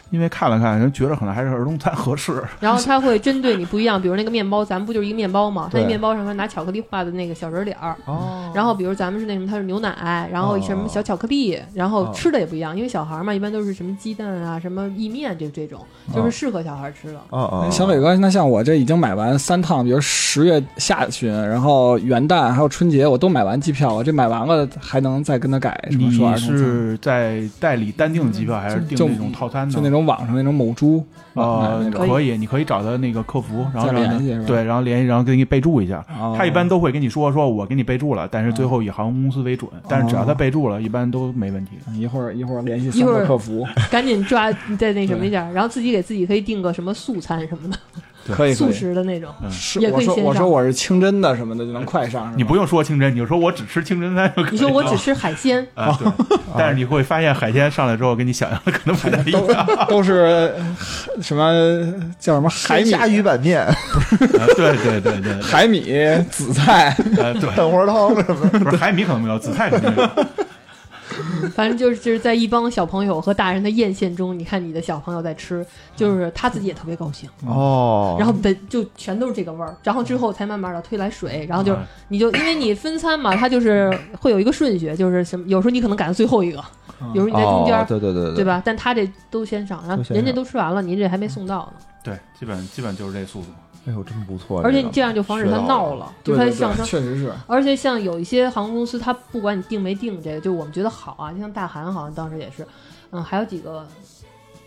Speaker 5: 因为看了看，人觉得可能还是儿童餐合适。 (laughs)
Speaker 4: 然后他会针对你不一样，比如那个面包，咱们不就是一个面包嘛？他
Speaker 2: 对
Speaker 4: 那面包上面拿巧克力画的那个小人儿脸儿，
Speaker 2: 哦，
Speaker 4: 然后比如咱们是那什么，它是牛奶，然后什
Speaker 5: 哦
Speaker 4: 么小巧克力，然后吃的也不一样，因为小孩儿嘛，一般都是什么鸡蛋啊、什么意面这这种，
Speaker 5: 哦
Speaker 4: 就是适合小孩儿吃的。
Speaker 2: 啊啊，
Speaker 3: 小伟哥，那像我这已经买完三趟，比如十月下旬，然后元旦还有春节，我都买完机票，我这买完了还能再跟他改什么
Speaker 5: 你
Speaker 3: 说儿童餐？
Speaker 5: 是在代理单订的机票，还是
Speaker 3: 就
Speaker 5: 订那种套餐呢？
Speaker 3: 就那种网上那种某猪买
Speaker 5: 呃
Speaker 3: 那，种
Speaker 5: 可以，你可以找他那个客服，然后
Speaker 3: 再
Speaker 5: 让
Speaker 3: 联
Speaker 5: 他
Speaker 3: 系是吧
Speaker 5: 对，然后联系，然后给你备注一下。
Speaker 3: 哦
Speaker 5: 他一般都会跟你说，说我给你备注了，但是最后以航空公司为准。但是只要他备注了，一般都没问题。
Speaker 3: 一会儿一会儿联系
Speaker 4: 一
Speaker 3: 三
Speaker 4: 会
Speaker 3: 个
Speaker 4: 儿
Speaker 3: 客服，
Speaker 4: 赶紧抓再那什么一下，然后自己给自己可以订个什么素餐什么的， (laughs)
Speaker 3: 可以可
Speaker 4: 素
Speaker 3: 以。
Speaker 4: 食的那种。
Speaker 3: 是
Speaker 4: 也可
Speaker 3: 我
Speaker 4: 以
Speaker 3: 说
Speaker 4: 线
Speaker 3: 我说
Speaker 4: 上
Speaker 3: 我是清真的什么的就能快上，是吧
Speaker 5: 你不用说清真，你就说我只吃清真餐就可
Speaker 4: 你
Speaker 5: 以了。哦
Speaker 4: 说我只吃海鲜，
Speaker 5: 啊，
Speaker 2: (laughs)
Speaker 5: 对。但是你会发现海鲜上来之后，跟你想象的可能不太一
Speaker 3: 都
Speaker 5: 样。
Speaker 3: 都是什么叫什么海米
Speaker 2: 虾鱼板面、
Speaker 5: 啊对对对对，
Speaker 3: 海米紫菜，
Speaker 5: 呃，对，
Speaker 2: 蛋花汤什么的，
Speaker 5: 不是海米可能没有，紫菜肯定有。
Speaker 4: 反正就是就是在一帮小朋友和大人的艳羡中，你看你的小朋友在吃，就是他自己也特别高兴。
Speaker 2: 哦，
Speaker 4: 然后的就全都是这个味儿，然后之后才慢慢的推来水，然后就
Speaker 5: 嗯
Speaker 4: 你就因为你分餐嘛，它就是会有一个顺序，就是什么，有时候你可能赶到最后一个，
Speaker 5: 嗯
Speaker 4: 有时候你在中间
Speaker 2: 哦
Speaker 4: 儿，
Speaker 2: 对对对对
Speaker 4: 对？吧？但他这都先上，然
Speaker 2: 都
Speaker 4: 后
Speaker 2: 先
Speaker 4: 人家
Speaker 2: 上
Speaker 4: 都吃完了，您这还没送到呢，
Speaker 5: 对，基本基本就是这速度。
Speaker 2: 哎呦，真不错！
Speaker 4: 而且你
Speaker 2: 个
Speaker 4: 这样就防止他闹，了，就
Speaker 3: 对
Speaker 4: 他
Speaker 3: 对
Speaker 4: 上
Speaker 3: 对，
Speaker 4: 升。
Speaker 3: 确实是。
Speaker 4: 而且像有一些航空公司，它不管你定没定这个，就我们觉得好啊，就像大韩好像当时也是，嗯，还有几个，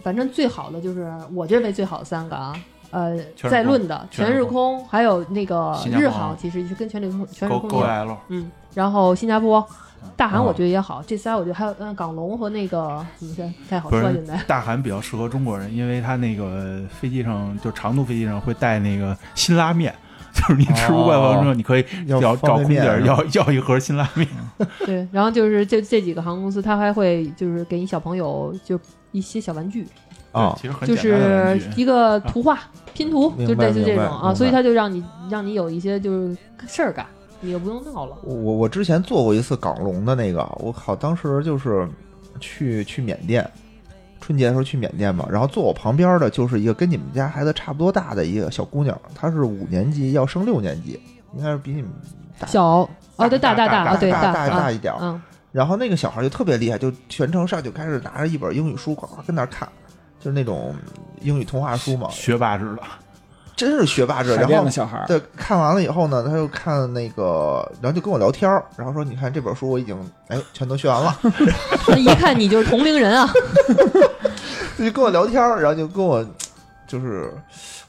Speaker 4: 反正最好的就是我这为最好的三个啊，呃，
Speaker 5: 全日空
Speaker 4: 在论的全
Speaker 5: 全日
Speaker 4: 日空，还有那个
Speaker 5: 新加坡
Speaker 4: 日航，其实是跟全日空全日
Speaker 5: 够
Speaker 4: 空
Speaker 5: 够
Speaker 4: 有
Speaker 5: L，
Speaker 4: 嗯，然后新加坡。
Speaker 5: 嗯
Speaker 4: 大韩
Speaker 2: 哦
Speaker 4: 我觉得也好，这仨我觉得还有嗯港龙和那个怎么说太好
Speaker 5: 不
Speaker 4: 说
Speaker 5: 是
Speaker 4: 了现在
Speaker 5: 大韩比较适合中国人，因为他那个飞机上就长途飞机上会带那个辛拉面， (laughs) 就是你吃不惯
Speaker 2: 哦
Speaker 5: 方之后，你可以
Speaker 2: 要
Speaker 5: 要找
Speaker 2: 方
Speaker 5: 空
Speaker 2: 便
Speaker 5: 姐
Speaker 2: 面
Speaker 5: 儿要要一盒辛拉面。
Speaker 4: 对，然后就是这这几个航空公司，它还会就是给你小朋友就一些小玩具，
Speaker 2: 啊
Speaker 5: 对，其实很
Speaker 4: 就
Speaker 5: 简单的
Speaker 4: 是
Speaker 5: 玩具啊
Speaker 4: 一个图画拼图，
Speaker 2: 明
Speaker 4: 就
Speaker 2: 白
Speaker 4: 类似这
Speaker 2: 明
Speaker 4: 种
Speaker 2: 白明
Speaker 4: 啊，
Speaker 2: 白
Speaker 4: 所以他就让你让你有一些就是事儿干，你又不用闹了。
Speaker 2: 我我我之前做过一次港龙的那个，我靠，当时就是去去缅甸，春节的时候去缅甸嘛，然后坐我旁边的就是一个跟你们家孩子差不多大的一个小姑娘，她是五年级要升六年级，应该是比你们大
Speaker 4: 小哦，对，大
Speaker 5: 大
Speaker 4: 大
Speaker 5: 大
Speaker 4: 啊，对
Speaker 2: 大
Speaker 4: 啊，
Speaker 2: 一点儿。
Speaker 4: 嗯，
Speaker 2: 然后那个小孩就特别厉害，就全程上就开始拿着一本英语书，呱呱跟那儿看，就是那种英语童话书嘛，
Speaker 5: 学霸似的。
Speaker 2: 真是学霸制。
Speaker 3: 海
Speaker 2: 然
Speaker 3: 淀
Speaker 2: 后
Speaker 3: 的小孩儿，
Speaker 2: 对，看完了以后呢，他就看那个，然后就跟我聊天儿，然后说：“你看这本书我已经哎全都学完了。
Speaker 4: 那一看你就是同龄人
Speaker 2: (laughs)
Speaker 4: 啊，”
Speaker 2: 他就跟我聊天儿，然后就跟我就是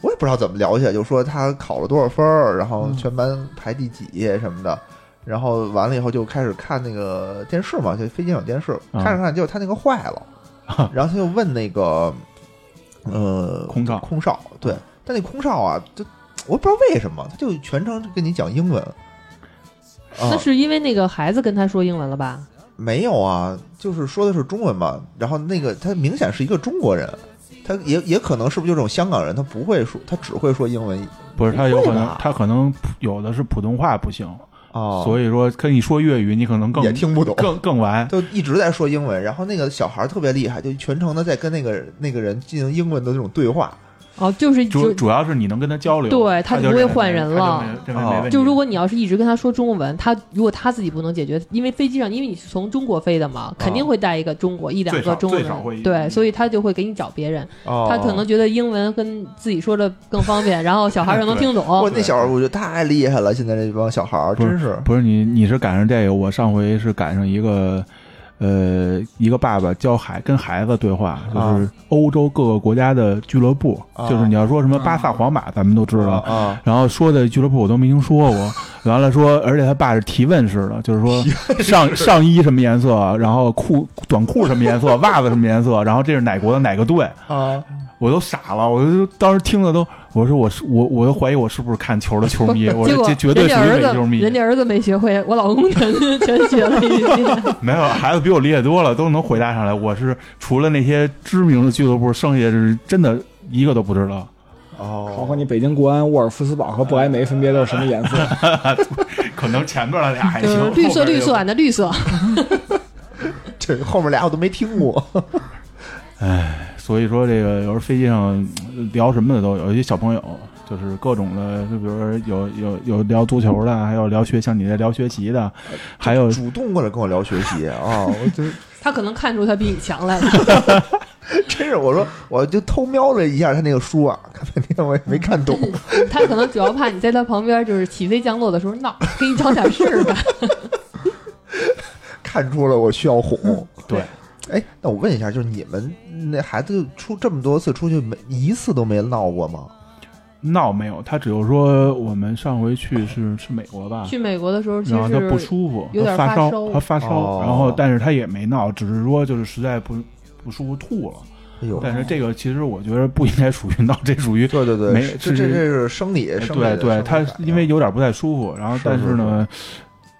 Speaker 2: 我也不知道怎么聊起来，就说他考了多少分儿，然
Speaker 5: 嗯
Speaker 2: 后全班排第几什么的。然后完了以后就开始看那个电视嘛，就飞机上有电视，
Speaker 5: 啊
Speaker 2: 看着看着结果他那个坏
Speaker 5: (laughs)
Speaker 2: 了，然后他就问那个呃呃
Speaker 5: 空少
Speaker 2: 空少，对，但那空少啊，就我不知道为什么，他就全程跟你讲英
Speaker 5: (laughs)
Speaker 2: 文。啊
Speaker 4: 那，是因为那个孩子跟他说英文了吧？
Speaker 2: 没有啊，就是说的是中文嘛。然后那个他明显是一个中国人，他也也可能是不是就这种香港人，他不会说，他只会说英文
Speaker 5: 不是他有可
Speaker 2: 不会
Speaker 5: 能
Speaker 2: 吧
Speaker 5: 他可能有的是普通话不行，
Speaker 2: 啊，
Speaker 4: 哦
Speaker 5: 所以说跟你说粤语你可能更
Speaker 2: 也听不
Speaker 4: 嗯
Speaker 2: 懂。
Speaker 4: (laughs)
Speaker 5: 更更完。
Speaker 2: 就一直在说英文，然后那个小孩儿特别厉害，就全程的在跟那个那个人进行英文的这种对话。
Speaker 4: 哦，就是
Speaker 5: 主
Speaker 4: 就
Speaker 5: 主要是你能跟他交流，
Speaker 4: 对他
Speaker 5: 他
Speaker 4: 就不会换人了
Speaker 5: 就认为他就认为没问题
Speaker 4: 就如果你要是一直跟他说中文，他如果他自己不能解决，因为飞机上因为你是从中国飞的嘛，肯定会带一个中国一两
Speaker 5: 啊最
Speaker 4: 个
Speaker 5: 少
Speaker 4: 中国
Speaker 5: 最少会一嗯
Speaker 4: 人，对，所以他就会给你找别人，
Speaker 2: 哦，
Speaker 4: 他可能觉得英文跟自己说的更方便，然后小
Speaker 5: (laughs)
Speaker 4: 孩儿又能听懂。
Speaker 2: 我哦那小孩儿，我觉得太厉害了，现在这帮小孩儿
Speaker 5: 不
Speaker 2: 真是
Speaker 5: 不是你你是赶上这个，我上回是赶上一个。呃，一个爸爸教孩跟孩子对话，就是欧洲各个国家的俱乐部，
Speaker 2: 啊
Speaker 5: 就是你要说什么巴萨、皇马，咱们都知道，
Speaker 2: 啊，
Speaker 5: 然后说的俱乐部我都没听说过。完了说，而且他爸是提问式的，就是说上上衣什么颜色，然后裤短裤什么颜色，袜子什么颜色，然后这是哪国的哪个队，
Speaker 2: 啊，
Speaker 5: 我都傻了，我就当时听了都，我说我是我我都怀疑我是不是看球的球
Speaker 4: (laughs)
Speaker 5: 迷，我
Speaker 4: 结
Speaker 5: 说
Speaker 4: 果
Speaker 5: 这绝对
Speaker 4: 人家
Speaker 5: 属于
Speaker 4: 儿
Speaker 5: 伪球
Speaker 4: 子，
Speaker 5: 迷
Speaker 4: 人，家儿子没学会，我老公
Speaker 5: (laughs)
Speaker 4: 全全学了一遍。
Speaker 5: 没有孩子比我厉害多了，都能回答上来。我是除了那些知名的俱乐部，剩下是真的一个都不知道。
Speaker 3: 包
Speaker 2: 哦
Speaker 3: 括，你北京国安、沃尔夫斯堡和不莱梅分别都是什么颜色？
Speaker 5: 可能前面那俩还
Speaker 4: 就是
Speaker 5: 哎行，
Speaker 4: 嗯绿色
Speaker 5: 后边就
Speaker 4: 绿色，俺的绿色，
Speaker 2: 这后面俩我都没听 (laughs) 过。
Speaker 5: 所以说这个有时候飞机上呃聊什么的都有，有一些小朋友就是各种的，就比如说有有有聊足球的，还有聊学像你这聊学习的，还有
Speaker 2: 主动过来跟我聊学习啊，我 (laughs) 就
Speaker 4: 他可能看出他比你强来了。
Speaker 2: 真是我说我就偷瞄了一下他那个书啊，看半天我也没看懂。
Speaker 4: 他可能主要怕你在他旁边，就是起飞降落的时候闹，给你找点事儿
Speaker 5: (laughs)
Speaker 4: 吧。
Speaker 2: 看出了我需要哄。
Speaker 5: (laughs) 对，
Speaker 2: 哎，那我问一下，就是你们那孩子出这么多次出去，没一次都没闹过吗？
Speaker 5: 闹没有，他只有说我们上回去是是美国吧，
Speaker 4: 去美国的时候，其
Speaker 5: 然后他啊不
Speaker 4: 实
Speaker 5: 舒服，
Speaker 4: 有点
Speaker 5: 他
Speaker 4: 发
Speaker 5: 烧，
Speaker 4: 烧
Speaker 5: 他发烧，
Speaker 2: 哦
Speaker 5: 然后但是他也没闹，只是说就是实在不不舒服吐了。
Speaker 2: 哎呦，
Speaker 5: 但是这个其实我觉得不应该属于闹，这属于
Speaker 2: 对对对，
Speaker 5: 没
Speaker 2: 是这
Speaker 5: 是
Speaker 2: 这这是生理，生理
Speaker 5: 对对，他因为有点不太舒服，然后
Speaker 2: 是
Speaker 5: 但是呢。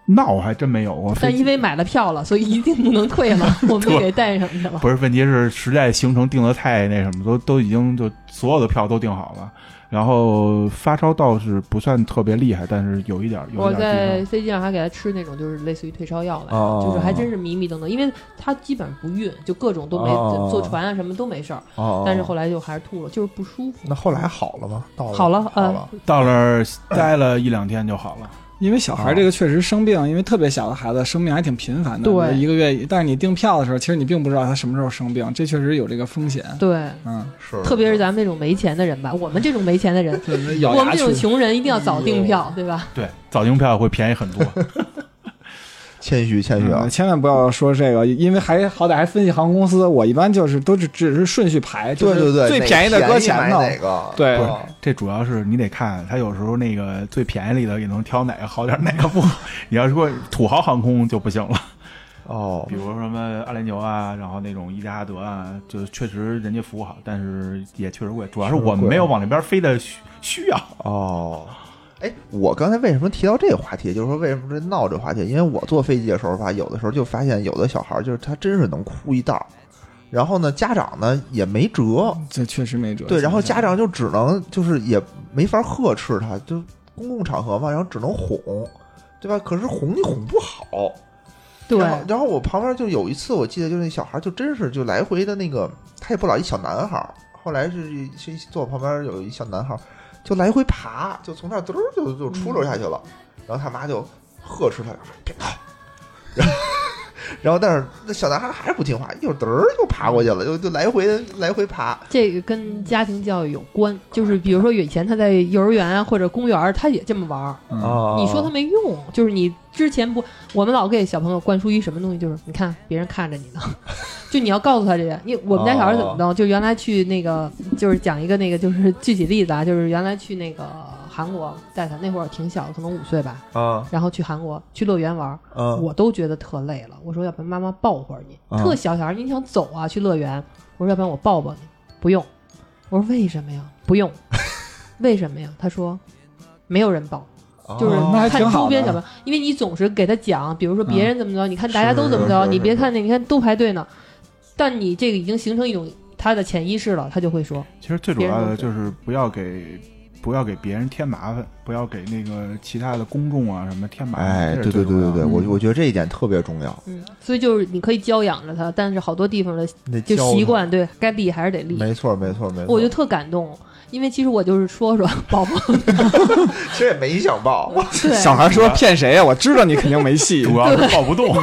Speaker 5: 闹还真没有过，
Speaker 4: 但
Speaker 5: 飞
Speaker 4: 因为买了票了，所以一定不能退
Speaker 2: (laughs)
Speaker 4: 了。我们就给带上去了。
Speaker 5: 不是，问题是实在行程定的太那什么，都都已经就所有的票都订好了。然后发烧倒是不算特别厉害，但是有一点儿有
Speaker 4: 我
Speaker 5: 一点儿低
Speaker 4: 在
Speaker 5: 烧。
Speaker 4: 飞机上还给他吃那种就是类似于退烧药来着，
Speaker 2: 哦
Speaker 4: 就是还真是迷迷瞪瞪，因为他基本上不晕，就各种都没
Speaker 2: 哦
Speaker 4: 坐船啊什么都没事儿，
Speaker 2: 哦，
Speaker 4: 但是后来就还是吐了，就是不舒服。
Speaker 2: 那后来好了吗？到
Speaker 4: 好了
Speaker 2: 了，
Speaker 4: 呃
Speaker 2: 了
Speaker 5: 到那儿待了一两天就好了。
Speaker 3: (laughs) 因为小孩这个确实生病，因为特别小的孩子生病还挺频繁的，
Speaker 4: 对
Speaker 3: 一个月。但是你订票的时候，其实你并不知道他什么时候生病，这确实有这个风 (laughs) 险。
Speaker 4: 对，
Speaker 3: 嗯，
Speaker 2: 是
Speaker 4: 特别是咱们这种没钱的人
Speaker 2: 哦
Speaker 4: 吧，我们这种没钱
Speaker 2: (laughs)
Speaker 4: 的人，
Speaker 3: 对，咬
Speaker 4: 我
Speaker 3: 牙
Speaker 4: 们这
Speaker 3: 去
Speaker 4: 种。穷人一定要早订
Speaker 2: 哎
Speaker 4: 票，对吧？
Speaker 5: 对，早订票会便宜很多。
Speaker 2: 谦虚谦虚啊
Speaker 3: 嗯，，千万不要说这个，因为还好歹还分析航空公司。我一般就是都只只是顺序排，就
Speaker 2: 对
Speaker 3: 是
Speaker 2: 对对，
Speaker 3: 最
Speaker 2: 哪
Speaker 3: 便宜的搁前
Speaker 2: 买
Speaker 3: 头。
Speaker 2: 哪个？
Speaker 3: 对
Speaker 2: 啊
Speaker 5: 这主要是你得看，他有时候那个最便宜里头也能挑哪个好点儿，哪个不好。你要说土豪航空就不行了，
Speaker 2: 哦
Speaker 5: 比，如说什么阿联酋啊，然后那种伊扎德啊，就确实人家服务好，但是也确实贵。啊主要是
Speaker 2: 确实贵
Speaker 5: 我们没有往那边飞的需需要。
Speaker 2: 哦，哎，我刚才为什么提到这个话题？就是说为什么这闹这话题？因为我坐飞机的时候吧，有的时候就发现有的小孩儿就是他真是能哭一道儿，然后呢，家长呢也没辙，
Speaker 3: 这确实没辙。
Speaker 2: 对，然后
Speaker 3: 想
Speaker 2: 家长
Speaker 3: 想
Speaker 2: 就只能就是也没法呵斥他，就公共场合嘛，然后只能哄，对吧？可是哄你哄不好，
Speaker 4: 对，
Speaker 2: 然后，然后我旁边就有一次，我记得就是那小孩就真是就来回的那个，他也不老一小男孩儿，后来是是坐我旁边有一小男孩儿，就来回爬，就从那儿嘚儿就就出溜下去了，然后他妈就呵斥他，说别闹。然后然后，但是那小男孩还是不听话，又嘚儿又爬过去了，又就来回来回爬。
Speaker 4: 这个跟家庭教育有关，就是比如说以前他在幼儿园啊或者公园儿，他也这么玩儿。
Speaker 3: 嗯
Speaker 2: 哦
Speaker 4: 你说他没用，就是你之前不，我们老给小朋友灌输一什么东西，就是你看别人看着你呢， (laughs) 就你要告诉他这个。因为我们家小孩怎么着，就原来去那个，就是讲一个那个，就是具体例子啊，就是原来去那个韩国带他，那会儿挺小，可能五岁吧，
Speaker 2: 啊
Speaker 4: 然后去韩国去乐园玩儿，
Speaker 2: 啊
Speaker 4: 我都觉得特累了。我说要不然妈妈抱会儿你，
Speaker 2: 啊
Speaker 4: 特小小孩儿，你想走啊去乐园，我说要不然我抱抱你，不用。我说为什么呀？不用。 (laughs) 为什么呀？他说没有人报，就是
Speaker 3: 哦那还
Speaker 4: 看
Speaker 3: 挺好
Speaker 4: 周边
Speaker 3: 的嗯
Speaker 4: 小朋友，因为你总是给他讲，比如说别人怎么着，你看大家都怎么
Speaker 2: 是
Speaker 4: 着，
Speaker 2: 是
Speaker 4: 你别
Speaker 2: 是
Speaker 4: 看那，你看都排队呢，但你这个已经形成一种他的潜意识了，他就会说，
Speaker 5: 其实最主要的就是不要给不要给别人添麻烦，不要给那个其他的公众啊什么添麻烦。
Speaker 2: 哎，
Speaker 5: 这
Speaker 2: 对
Speaker 5: 是
Speaker 2: 对
Speaker 5: 最
Speaker 2: 对
Speaker 5: 重要
Speaker 2: 对
Speaker 5: 的
Speaker 2: 对，我
Speaker 3: 嗯
Speaker 2: 我觉得这一点特别重要，
Speaker 4: 嗯，所以就是你可以教养着他，但是好多地方的
Speaker 2: 你得
Speaker 4: 就
Speaker 2: 教
Speaker 4: 习
Speaker 2: 他。
Speaker 4: 惯，对该立还是得立。
Speaker 2: 没错，没错，没错。
Speaker 4: 我就特感动，因为其实我就是说说宝
Speaker 3: (laughs)
Speaker 4: 宝，
Speaker 2: 这也没想报，
Speaker 4: 对，
Speaker 3: 小孩说骗谁呀、我知道你肯定
Speaker 2: (laughs)
Speaker 3: 没戏。
Speaker 5: 主要是抱不动，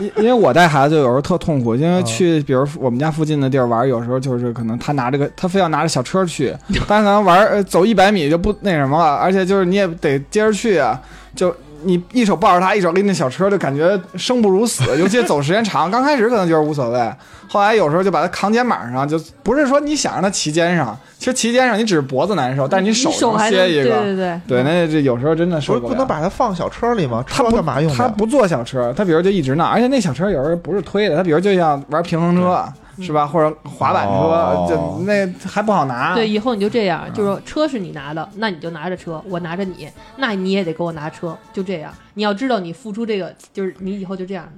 Speaker 3: 因因为我带孩子有时候特痛苦，因
Speaker 2: 嗯
Speaker 3: 为去比如我们家附近的地儿玩，有时候就是可能他拿着个他非要拿着小车
Speaker 2: (laughs)
Speaker 3: 去，但可能玩呃走一百米就不那什么了，而且就是你也得接着去啊，就。你一手抱着他，一手拎着小车，就感觉生不如死。尤其走时间长，刚开始可能觉得无所谓，后来有时候就把他扛肩膀上，就不是说你想让他骑肩上，其实骑肩上你只是脖子难受，但是
Speaker 4: 你
Speaker 3: 手能
Speaker 4: 还能
Speaker 3: 歇一
Speaker 4: 对
Speaker 3: 个。
Speaker 4: 对对
Speaker 3: 对，那这有时候真的
Speaker 2: 不
Speaker 3: 受
Speaker 2: 是
Speaker 3: 不了。
Speaker 2: 不能把它放小车里吗？车干嘛用的？
Speaker 3: 他不坐小车，他比如就一直那，而且那小车有时候不是推的，他比如就像玩平衡车是吧，或者滑板车，
Speaker 2: 哦
Speaker 3: 就那嗯还不好拿。
Speaker 4: 嗯对，以后你就这样，就是车是你拿的，那你就拿着车，我拿着你，那你也得给我拿车，就这样。你要知道，你付出这个，就是你以后就这样。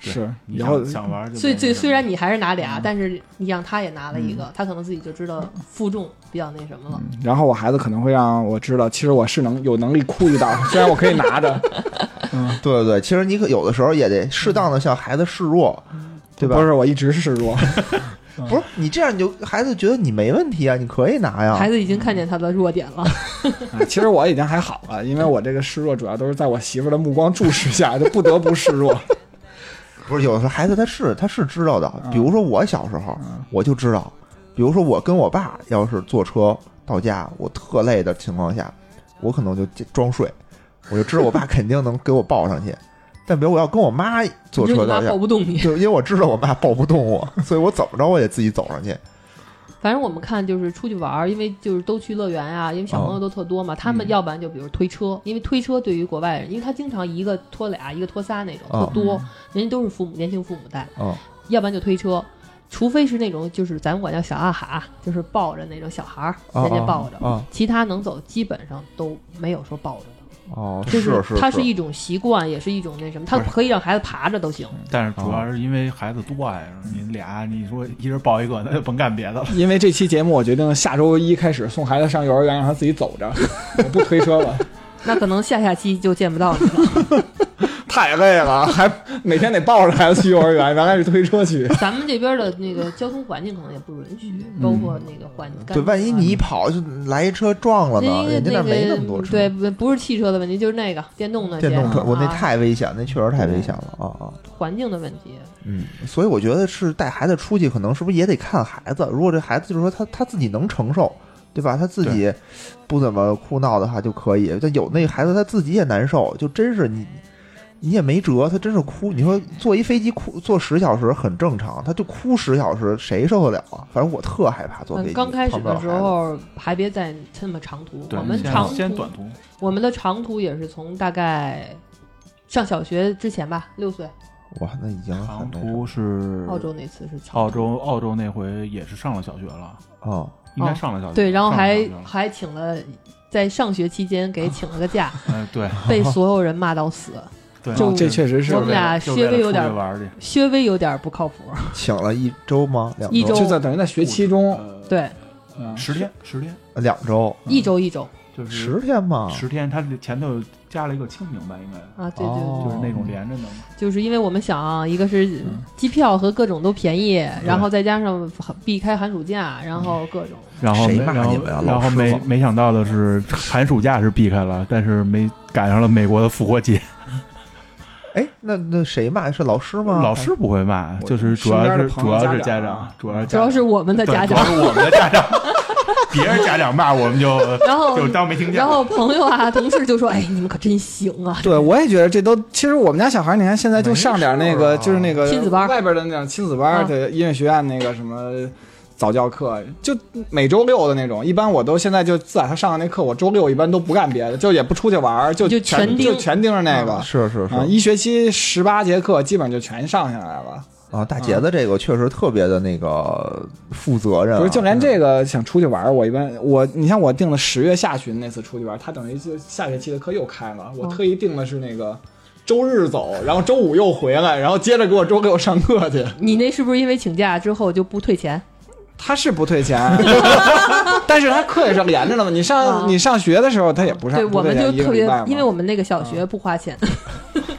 Speaker 3: 是，
Speaker 5: (laughs) 你
Speaker 3: 以后
Speaker 5: 想想玩就
Speaker 4: 所以，
Speaker 5: 没
Speaker 4: 最
Speaker 5: 人
Speaker 4: 虽然你还是拿俩，但是你让他也拿了一个，他可能自己就知道负重比较那什么了。
Speaker 3: 然后我孩子可能会让我知道，其实我是能有能力哭一道， (laughs) 虽然我可以拿 (laughs) 着，
Speaker 2: 对对对，其实你可有的时候也得适当的向孩子示弱，对吧
Speaker 3: 不？是我一直示弱，
Speaker 4: 嗯
Speaker 2: 不是你这样你就孩子觉得你没问题啊，嗯你可以拿呀。
Speaker 4: 孩子已经看见他的弱点了，
Speaker 3: 啊 (laughs) 其实我已经还好了，因为我这个示弱主要都是在我媳妇儿的目光注视下，就不得不示弱。
Speaker 2: 不是有的时候孩子他是他是知道的，
Speaker 4: 嗯
Speaker 2: 比如说我小时候
Speaker 3: 嗯
Speaker 2: 我就知道，比如说我跟我爸要是坐车到家，我特累的情况下，我可能就装睡，我就知道我爸肯定能给我抱上去。 (laughs) 但比如我要跟我妈坐
Speaker 4: 你说
Speaker 2: 车
Speaker 4: 你妈
Speaker 2: 到家
Speaker 4: 抱，不动你。
Speaker 2: 就因为我知道我妈抱不动我，所以我怎么着我也自己走上去。
Speaker 4: 反正我们看就是出去玩儿，因为就是都去乐园啊，因为小朋友都特多嘛。他们要不然就比如推车，因为推车对于国外人，因为他经常一个拖俩，一个拖仨那种，
Speaker 2: 哦
Speaker 4: 特多，人家都是父母年轻父母带，
Speaker 2: 嗯，
Speaker 4: 要不然就推车。除非是那种，就是咱们管叫小阿哈，就是抱着那种小孩儿，
Speaker 2: 哦
Speaker 4: 人家抱着，
Speaker 2: 哦
Speaker 4: 其他能走基本上都没有说抱着的，
Speaker 2: 哦，
Speaker 4: 就是它是一种习惯，也是一种那什么，它
Speaker 5: 不是
Speaker 4: 可以让孩子爬着都行。
Speaker 5: 但是主要是因为孩子多呀，你俩你说一人抱一个，那就甭干别的了。
Speaker 3: (laughs) 因为这期节目，我决定下周一开始送孩子上幼儿园，让他自己走 (laughs) 着，我不推车了。
Speaker 4: 那可能下下期就见不到你了。 (laughs)
Speaker 3: 太累了，还每天得抱着孩子去幼儿园，原来是推车去。
Speaker 4: 咱们这边的那个交通环境可能也不允许，包括那个环
Speaker 2: 嗯
Speaker 4: 干
Speaker 2: 对，万一你一跑就来一车撞了呢，
Speaker 4: 人
Speaker 2: 人
Speaker 4: 家
Speaker 2: 家那
Speaker 4: 那个
Speaker 2: 儿没那么多车，
Speaker 4: 对，不不是汽车的问题，就是那个电动的
Speaker 2: 电动车，
Speaker 4: 啊
Speaker 2: 我那太危险，那确实太危险了啊啊！
Speaker 4: 环境的问题。
Speaker 2: 嗯，所以我觉得是带孩子出去，可能是不是也得看孩子。如果这孩子就是说他他自己能承受，对吧？他自己不怎么哭闹的话就可以。但有那孩子他自己也难受，就真是你你也没辙，他真是哭。你说坐一飞机哭坐十小时很正常，他就哭十小时，谁受得了啊？反正我特害怕坐飞
Speaker 4: 嗯，
Speaker 2: 机。
Speaker 4: 刚开始
Speaker 2: 碰不了
Speaker 4: 的时
Speaker 2: 孩子，
Speaker 4: 候还别再那么长途，
Speaker 5: 对，
Speaker 4: 我们
Speaker 5: 先
Speaker 4: 长途
Speaker 5: 先短途，
Speaker 4: 我们的长途也是从大概上小学之前吧，六岁，
Speaker 2: 哇，那已经很
Speaker 5: 长
Speaker 2: 那什么
Speaker 5: 途是
Speaker 4: 澳洲那次是长
Speaker 5: 澳
Speaker 4: 途。
Speaker 5: 洲澳洲那回也是上了小学了，
Speaker 2: 啊。
Speaker 5: 应该上了
Speaker 3: 嗯
Speaker 5: 小学。
Speaker 4: 对，然后还
Speaker 5: 上了小学了
Speaker 4: 还请了，在上学期间给请了
Speaker 3: (laughs)
Speaker 4: 个假，
Speaker 5: 嗯对
Speaker 4: 被所有人骂到死，
Speaker 5: 对，
Speaker 4: 就
Speaker 3: 这确实是
Speaker 4: 我们俩稍
Speaker 5: 就
Speaker 4: 微有点
Speaker 5: 为了出去玩儿去。
Speaker 4: 稍微有点不靠谱。
Speaker 2: 请了一周吗？两
Speaker 4: 一周
Speaker 3: 就在等于在学期中，
Speaker 5: 呃，
Speaker 4: 对，
Speaker 3: 嗯
Speaker 5: 十天，十天
Speaker 2: 两周，
Speaker 4: 一周一周
Speaker 5: 嗯就是
Speaker 2: 十天吗？
Speaker 5: 十啊天，他前头加了一个清明吧，应该
Speaker 4: 啊，对对对
Speaker 2: 哦
Speaker 5: 就是那种连着的嘛。
Speaker 4: 就是因为我们想啊，一个是
Speaker 3: 嗯
Speaker 4: 机票和各种都便宜，然后再加上避开寒暑假，然后各种
Speaker 3: 嗯
Speaker 5: 然后
Speaker 2: 谁
Speaker 5: 没，
Speaker 2: 骂
Speaker 5: 然后
Speaker 2: 你们啊老
Speaker 5: 然后
Speaker 2: 师
Speaker 5: 没
Speaker 2: 傅
Speaker 5: 没想到的是，寒暑假是避开了，但是没赶上了美国的复活节。
Speaker 2: 哎，那那谁骂是老师吗？
Speaker 5: 老师不会骂，
Speaker 2: 我
Speaker 5: 就是主
Speaker 3: 身边
Speaker 5: 要
Speaker 3: 的
Speaker 5: 是
Speaker 3: 朋
Speaker 5: 主
Speaker 3: 友
Speaker 5: 要是
Speaker 3: 家
Speaker 5: 家
Speaker 3: 长
Speaker 5: 长
Speaker 3: 啊，
Speaker 5: 主要是
Speaker 4: 主
Speaker 5: 家
Speaker 4: 要
Speaker 5: 长
Speaker 4: 是我们的
Speaker 5: 对
Speaker 4: 家
Speaker 5: 主要
Speaker 4: 长，
Speaker 5: 是我们的家长， (laughs) 别人家长骂我们就
Speaker 4: (laughs) 然后
Speaker 5: 就当没听见。
Speaker 4: 然后朋友啊、同事就说：“哎，你们可真行啊！”
Speaker 3: 对我也觉得这都，其实我们家小孩，你看现在就上点那
Speaker 2: 没
Speaker 3: 个，
Speaker 2: 事儿啊
Speaker 3: 就是那个
Speaker 4: 亲子班
Speaker 3: 外边的那种亲子
Speaker 4: 啊
Speaker 3: 班，对音乐学院那个什么。早教课就每周六的那种，一般我都现在就自打他上了那课，我周六一般都不干别的，就也不出去玩儿，就
Speaker 4: 就全
Speaker 3: 全
Speaker 4: 盯
Speaker 3: 就全盯着那个
Speaker 2: 啊
Speaker 3: 啊
Speaker 2: 是是是，
Speaker 3: 啊，一学期十八节课，基本就全上下来了。
Speaker 2: 啊，大杰子这个确实特别的那个负责任啊、
Speaker 3: 不是，就连这个想出去玩儿，我一般我你像我定了十月下旬那次出去玩儿，他等于就下学期的课又开了，我
Speaker 4: 嗯
Speaker 3: 特意定的是那个周日走，然后周五又回来，然后接着给我周给我上课去。
Speaker 4: 你那是不是因为请假之后就不退钱？
Speaker 3: 他是不退 (laughs) 钱，但是他课也是连着的嘛。你上、
Speaker 4: 啊
Speaker 3: 你上学的时候，他也不上，
Speaker 4: 对，我
Speaker 3: 不退
Speaker 4: 们就
Speaker 3: 钱一个
Speaker 4: 特
Speaker 3: 礼
Speaker 4: 别
Speaker 3: 拜嘛，嗯
Speaker 4: 因为我们那个小学不花钱，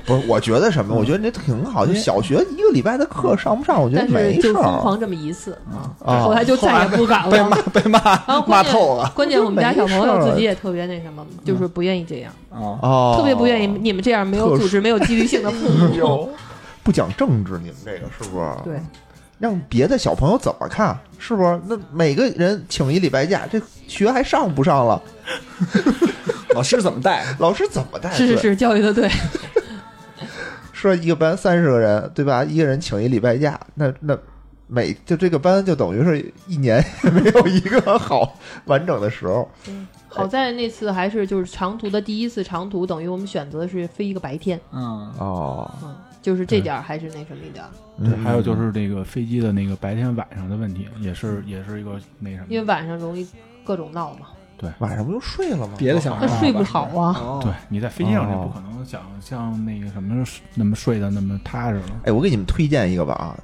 Speaker 2: 不是，我觉得什么？我觉得这挺好，就小学一个礼拜的课上不上，我觉
Speaker 4: 但
Speaker 2: 得
Speaker 4: 是
Speaker 2: 没
Speaker 4: 就
Speaker 2: 事
Speaker 4: 疯
Speaker 2: 儿。
Speaker 4: 狂这么一次啊，
Speaker 2: 啊
Speaker 4: 后来就再也不敢
Speaker 3: (laughs) 啊被
Speaker 4: 了
Speaker 3: 骂。被骂、
Speaker 4: 然后关
Speaker 3: 骂
Speaker 4: 键
Speaker 3: 透了
Speaker 4: 关键我们家小朋
Speaker 2: 没
Speaker 4: 友
Speaker 2: 事儿啊
Speaker 4: 自己也特别那什么，就是不愿意这样，
Speaker 3: 啊！
Speaker 2: 哦，
Speaker 4: 特别不愿意你们这样没有
Speaker 2: 特殊
Speaker 4: 组织、没有纪律性的
Speaker 2: (laughs)
Speaker 4: 父母。
Speaker 2: 不讲政治，你们这个是不是？
Speaker 4: 对，
Speaker 2: 让别的小朋友怎么看？是不是？那每个人请一礼拜假，这学还上不上了？
Speaker 3: 老师怎么带？
Speaker 2: 老师怎么带？
Speaker 4: 是是，是，教育
Speaker 2: (laughs)
Speaker 4: 的对，
Speaker 2: 说一个班三十个人，对吧？一个人请一礼拜假，那那每就这个班就等于是一年也没有一个好完整的时候。
Speaker 4: 好在那次还是就是长途的第一次长途，等于我们选择的是飞一个白天，
Speaker 3: (laughs) 嗯，
Speaker 2: 哦，
Speaker 4: 嗯，就是这点儿还是那什么一点儿，
Speaker 5: 对，嗯还有就是那个飞机的那个白天晚上的问题，也是也是一个那什么，
Speaker 4: 因为晚上容易各种闹嘛，
Speaker 2: 晚上不就睡了吗？
Speaker 3: 别的小孩
Speaker 4: 那
Speaker 3: 儿
Speaker 4: 睡不好啊。
Speaker 3: 哦
Speaker 5: 对，你在飞机上是
Speaker 2: 哦
Speaker 5: 不可能想像那个什么那么睡得那么踏实了。
Speaker 2: 哎，我给你们推荐一个吧啊，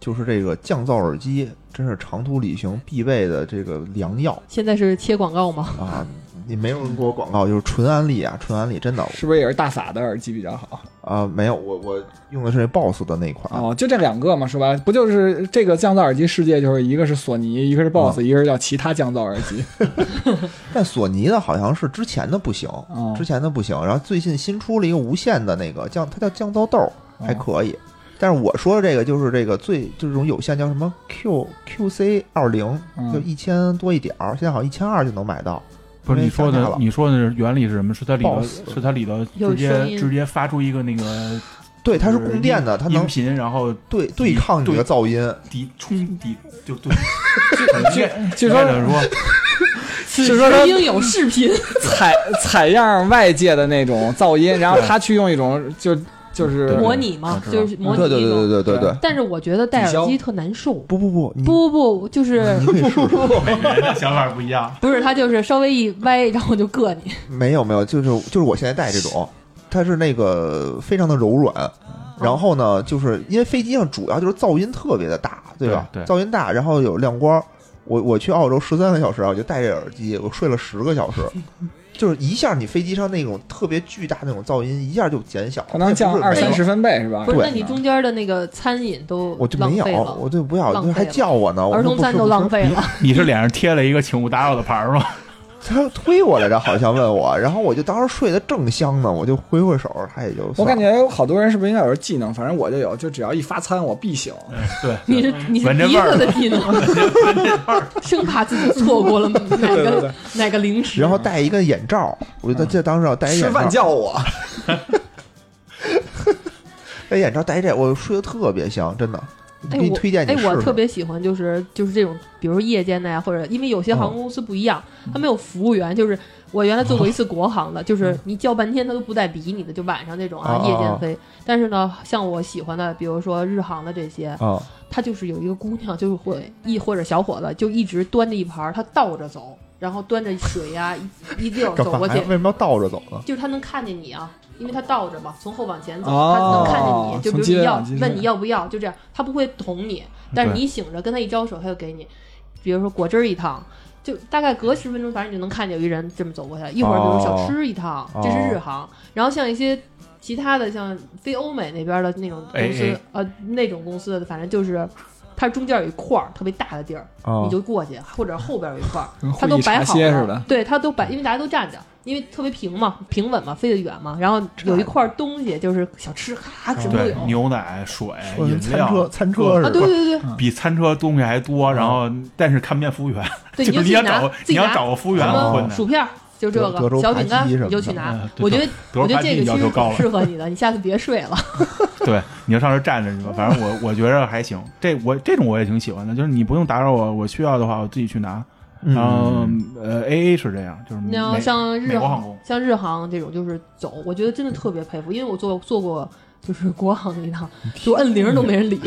Speaker 2: 就是这个降噪耳机，真是长途旅行必备的这个良药
Speaker 4: 现在是切广告
Speaker 2: (laughs)
Speaker 4: 吗？
Speaker 2: 啊！你没有人给我广告，就是纯安利啊，纯安利，真的
Speaker 3: 是不是也是大撒的耳机比较好？
Speaker 2: 啊，没有，我我用的是那 BOSS 的那款，啊
Speaker 3: 哦，就这两个嘛，是吧？不就是这个降噪耳机世界，就是一个是索尼，一个是 BOSS，、一个是叫其他降噪耳机。
Speaker 2: 但索尼的好像是之前的不行，
Speaker 3: (laughs) 哦
Speaker 2: 之前的不行，然后最近新出了一个无线的那个降，它叫降噪豆，
Speaker 3: 啊哦
Speaker 2: 还可以。但是我说的这个就是这个最就这种有线叫什么 Q QC 二零，
Speaker 3: 嗯
Speaker 2: 就一千多一点儿，现在好像一千二就能买到。
Speaker 5: 不是
Speaker 2: 因为
Speaker 5: 你说
Speaker 2: 降价
Speaker 5: 的
Speaker 2: 了，
Speaker 5: 你说的是原理是什么？是它里头
Speaker 2: Boss
Speaker 5: 是它里头
Speaker 4: 有
Speaker 5: 直
Speaker 4: 声
Speaker 5: 接
Speaker 4: 音
Speaker 5: 直接发出一个那个
Speaker 2: 对，它是
Speaker 5: 就是
Speaker 2: 供电的，它
Speaker 5: 音
Speaker 2: 能
Speaker 5: 频，然后
Speaker 2: 对对抗你的噪音。
Speaker 5: 抵冲抵 (laughs) 就对。
Speaker 3: 据据
Speaker 5: 接
Speaker 3: 说
Speaker 5: 着说，
Speaker 4: 此
Speaker 3: 是说
Speaker 4: 时应有视频， (laughs)
Speaker 3: 采 (laughs) 采样外界的那种噪音，然后他去用一种就就是
Speaker 5: 对
Speaker 4: 模拟嘛
Speaker 5: 我，知道
Speaker 4: 就是模拟
Speaker 2: 对对
Speaker 4: 一
Speaker 2: 对
Speaker 4: 种。
Speaker 2: 对对对对
Speaker 3: 对。
Speaker 4: 但是我觉得戴
Speaker 3: 抵消
Speaker 4: 耳机特难受。
Speaker 2: 不不不，你
Speaker 4: 不不不，
Speaker 2: (laughs)
Speaker 4: 就是
Speaker 2: 你可以试试。
Speaker 5: 每个人的想法不一样。
Speaker 4: 不是他就是稍微一歪，然后就硌
Speaker 2: (laughs)
Speaker 4: 你。
Speaker 2: 没有没有，就是就是我现在戴这种，它是那个非常的柔软。然后呢，就是因为飞机上主要就是噪音特别的大，吧？
Speaker 5: 对对
Speaker 2: 噪音大，然后有亮光。我我去澳洲十三个小时啊，我就戴这耳机，我睡了十个小时， (laughs) 就是一下你飞机上那种特别巨大那种噪音，一下就减小了。
Speaker 3: 它能降二三十分贝是吧？
Speaker 4: 不是，
Speaker 2: 对
Speaker 4: 那你中间的那个餐饮都
Speaker 2: 我就
Speaker 4: 浪
Speaker 2: 没有
Speaker 4: 费，了，
Speaker 2: 我就不要，
Speaker 4: 浪费了
Speaker 2: 还叫我呢，我
Speaker 4: 儿
Speaker 2: 说
Speaker 4: 童
Speaker 2: 不
Speaker 4: 餐
Speaker 2: 吃
Speaker 4: 都
Speaker 2: 不吃
Speaker 4: 浪费了。
Speaker 5: (laughs) 你是脸上贴了一个“请勿打扰”的牌儿吗？
Speaker 2: (laughs) 他推我来着，好像问我，然后我就当时睡得正香呢，我就挥挥手，他也就
Speaker 3: 我
Speaker 2: 算了
Speaker 3: 感觉有好多人是不是应该有技能？反正我就有，就只要一发餐我必醒。
Speaker 5: 对，
Speaker 4: 你
Speaker 5: (laughs)
Speaker 4: 是你是
Speaker 5: 闻着
Speaker 4: 鼻
Speaker 5: 味儿
Speaker 4: 子的技
Speaker 5: (laughs)
Speaker 4: 能，生怕自己错过
Speaker 2: (laughs)
Speaker 4: 了哪
Speaker 3: 对对
Speaker 4: 个
Speaker 3: 对
Speaker 4: 哪个零食。
Speaker 2: 然后戴一个眼罩，我觉
Speaker 4: 嗯
Speaker 2: 得这当时要戴一
Speaker 3: 吃
Speaker 2: 眼
Speaker 3: 饭
Speaker 2: 罩，
Speaker 3: 叫我，
Speaker 2: 戴眼罩戴一这，我睡得特别香，真的。
Speaker 4: 哎，
Speaker 2: 给你
Speaker 4: 我
Speaker 2: 推荐你
Speaker 4: 哎，
Speaker 2: 试试。
Speaker 4: 我特别喜欢就是就是这种，比如夜间的呀，或者因为有些航空公司不一样，
Speaker 2: 嗯
Speaker 4: 他没有服务员。就是我原来做过一次国航
Speaker 2: (laughs)
Speaker 4: 的，就是你叫半天他都不带理你的，就晚上那种
Speaker 2: 哦
Speaker 4: 啊
Speaker 2: 哦
Speaker 4: 夜间飞。但是呢，像我喜欢的，比如说日航的这些，
Speaker 2: 啊，
Speaker 4: 他就是有一个姑娘，就是会一或者小伙子就一直端着一盘儿，他倒着走，然后端着水呀、一一溜儿
Speaker 2: 干
Speaker 4: 走
Speaker 2: 嘛
Speaker 4: 过
Speaker 2: 呀？
Speaker 4: 去
Speaker 2: 为，什么要倒着走呢？
Speaker 4: 就是他能看见你啊，因为他倒着嘛，从后往前走，
Speaker 3: 哦
Speaker 4: 他能看见你，就
Speaker 3: 从
Speaker 4: 比如
Speaker 3: 街
Speaker 4: 你要
Speaker 3: 上街嗯上
Speaker 4: 问你要不要，就这样，他不会捅你，但是你醒着跟他一招手，他就给你，比如说果汁儿一趟。就大概隔十分钟，反正你就能看见有一人这么走过去。一会儿，比如小吃一趟，
Speaker 2: 哦
Speaker 4: 这是日航。然后像一些其他的，像非欧美那边的那种公司，
Speaker 5: 哎哎
Speaker 4: 呃，那种公司的，反正就是它中间有一块儿特别大的地儿，
Speaker 2: 啊
Speaker 3: 哦
Speaker 4: 你就过去，或者后边有一块儿，
Speaker 3: 跟
Speaker 4: 它
Speaker 3: 会
Speaker 4: 都
Speaker 3: 议茶
Speaker 4: 摆好
Speaker 3: 歇似的
Speaker 4: 了，。对，它都摆，因为大家都站着，因为特别平嘛，平稳嘛，飞得远嘛，然后有一块东西就是小吃，咔什么都
Speaker 5: (laughs) 嗯对
Speaker 4: 有，啊，
Speaker 5: 牛嗯奶、水、
Speaker 2: 说
Speaker 5: 饮
Speaker 2: 餐车
Speaker 5: 料、
Speaker 2: 餐车
Speaker 4: 对
Speaker 2: 似
Speaker 4: 对
Speaker 2: 的，
Speaker 4: 对
Speaker 5: 比餐车东西还多，然后但是看不见服务员，
Speaker 4: 嗯对，
Speaker 5: (laughs) 就
Speaker 4: 就是自
Speaker 5: 你
Speaker 4: 己
Speaker 5: 要
Speaker 4: 拿
Speaker 5: 找
Speaker 4: 自己
Speaker 5: 你要
Speaker 4: 拿
Speaker 5: 找个服务员
Speaker 2: 啊
Speaker 5: 很
Speaker 2: 哦
Speaker 5: 困
Speaker 4: 嗯
Speaker 5: 难。
Speaker 4: 薯片儿，就这
Speaker 2: 德德州
Speaker 4: 个小饼干
Speaker 2: 扒鸡什么的
Speaker 4: 你就去拿
Speaker 5: 嗯，对
Speaker 4: 我觉得
Speaker 5: 德州
Speaker 4: 我觉
Speaker 5: 扒
Speaker 4: 得这
Speaker 5: 鸡
Speaker 4: 个
Speaker 5: 要
Speaker 4: 其实
Speaker 5: 求高了
Speaker 4: 挺适合你的，你下次别睡了，
Speaker 5: 对，你就上这儿站着去吧，反正我我觉着还行。这我这种我也挺喜欢的，就是你不用打扰我，我需要的话我自己去拿。
Speaker 2: 嗯
Speaker 5: 然后呃，A A 是这样，就是
Speaker 4: 你要
Speaker 5: 嗯美
Speaker 4: 像
Speaker 5: 美
Speaker 4: 日
Speaker 5: 国航
Speaker 4: 航
Speaker 5: 空，
Speaker 4: 像日航这种就是走，我觉得真的特别佩服，因为我坐坐过就是逛一趟，就摁铃儿都没人理。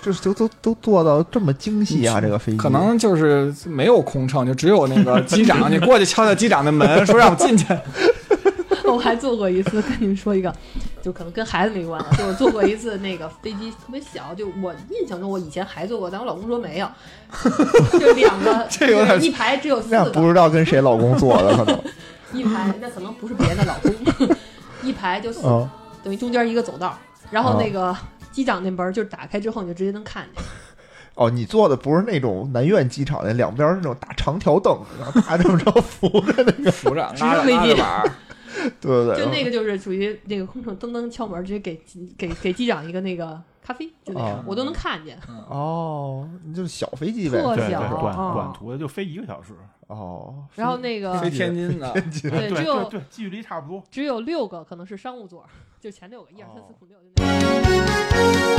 Speaker 2: 这都都都做到这么精细啊！这个飞机
Speaker 3: 可能就是没有空乘，就只有那个机 (laughs) 长，你过去敲敲机长的门，说让我进去。
Speaker 4: (laughs) 我还坐过一次，跟你们说一个，就可能跟孩子没关了，就我坐过一次那个飞机特别小，就我印象中我以前还坐过，但我老公说没有，就两个，
Speaker 3: 这有点
Speaker 4: 一排只有四
Speaker 2: 那不
Speaker 4: 个，
Speaker 2: 知道跟谁老公做的， (laughs) 可能
Speaker 4: 一排那可能不是别的老公， (laughs) 一排就四个，
Speaker 2: 嗯，
Speaker 4: 等于中间一个走道，然后那个机长那门就打开之后你就直接能看见，
Speaker 2: 哦，你做的不是那种南苑机场那两边是那种大长条凳，然后他这么着扶着那个，
Speaker 3: 扶着拉着
Speaker 4: 没
Speaker 3: 拉
Speaker 4: 劲
Speaker 3: 着板儿，
Speaker 2: 对对对，
Speaker 4: 就那个就是属于那个空乘噔噔敲门，直接给给给机长一个那个咖啡，就那样
Speaker 2: 啊，
Speaker 4: 我都能看见。
Speaker 2: 哦，你就是小飞机呗，
Speaker 4: 特
Speaker 5: 对对，
Speaker 4: 小
Speaker 5: 短
Speaker 4: 哦
Speaker 5: 短途的就飞一个小时，
Speaker 2: 哦，
Speaker 4: 然后那个
Speaker 3: 飞天津的，
Speaker 4: 对，
Speaker 5: 对
Speaker 4: 只有
Speaker 5: 对，距离差不多。
Speaker 4: 只有六个可能是商务座儿， (laughs) 就前六个，一二三四
Speaker 2: 哦
Speaker 4: 五六，就那样。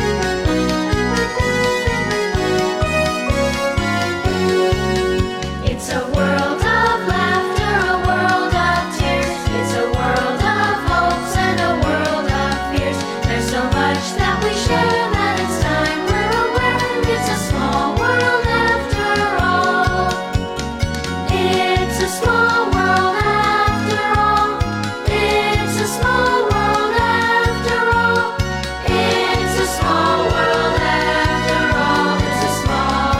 Speaker 6: It's a world of laughter, a world of tears. It's a world of hopes and a world of fears. There's so much that we share that it's time we're aware. It's a small world after all. It's a small world after all. It's a small world after all. It's a small world after all. It's a small, small world.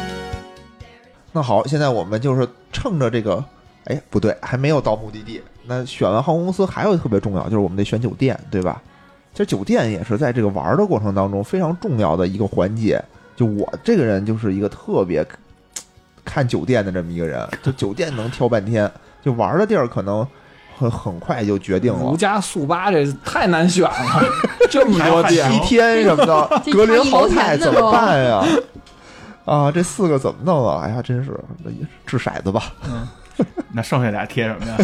Speaker 2: f- 那好，现在我们就是趁着这个，哎，不对，还没有到目的地。那选完航空公司还有特别重要，就是我们得选酒店，对吧？其实酒店也是在这个玩儿的过程当中非常重要的一个环节。就我这个人就是一个特别看酒店的这么一个人，就酒店能挑半天，就玩儿的地儿可能很很快就决定了
Speaker 3: 如。家速八这太难选了，这么多
Speaker 5: 还有
Speaker 3: 店
Speaker 5: 还
Speaker 2: 西天什么
Speaker 4: (laughs)
Speaker 2: 的，
Speaker 4: 这
Speaker 2: 格林
Speaker 4: 差一
Speaker 2: 豪
Speaker 4: 毛
Speaker 2: 泰
Speaker 4: 钱呢
Speaker 2: 怎么
Speaker 4: 都
Speaker 2: 办呀？啊，这四个怎么弄啊？哎呀，真是那也是掷骰子吧！
Speaker 5: 那剩下俩贴什么呀？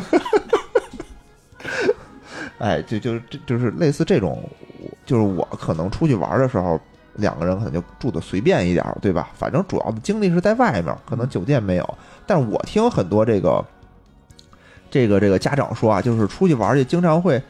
Speaker 2: 哎，就就这就是类似这种，我就是我可能出去玩的时候，两个人可能就住的随便一点儿，对吧？反正主要的精力是在外面，可能酒店没有。但是我听很多这个这个这个家长说啊，就是出去玩儿去经常会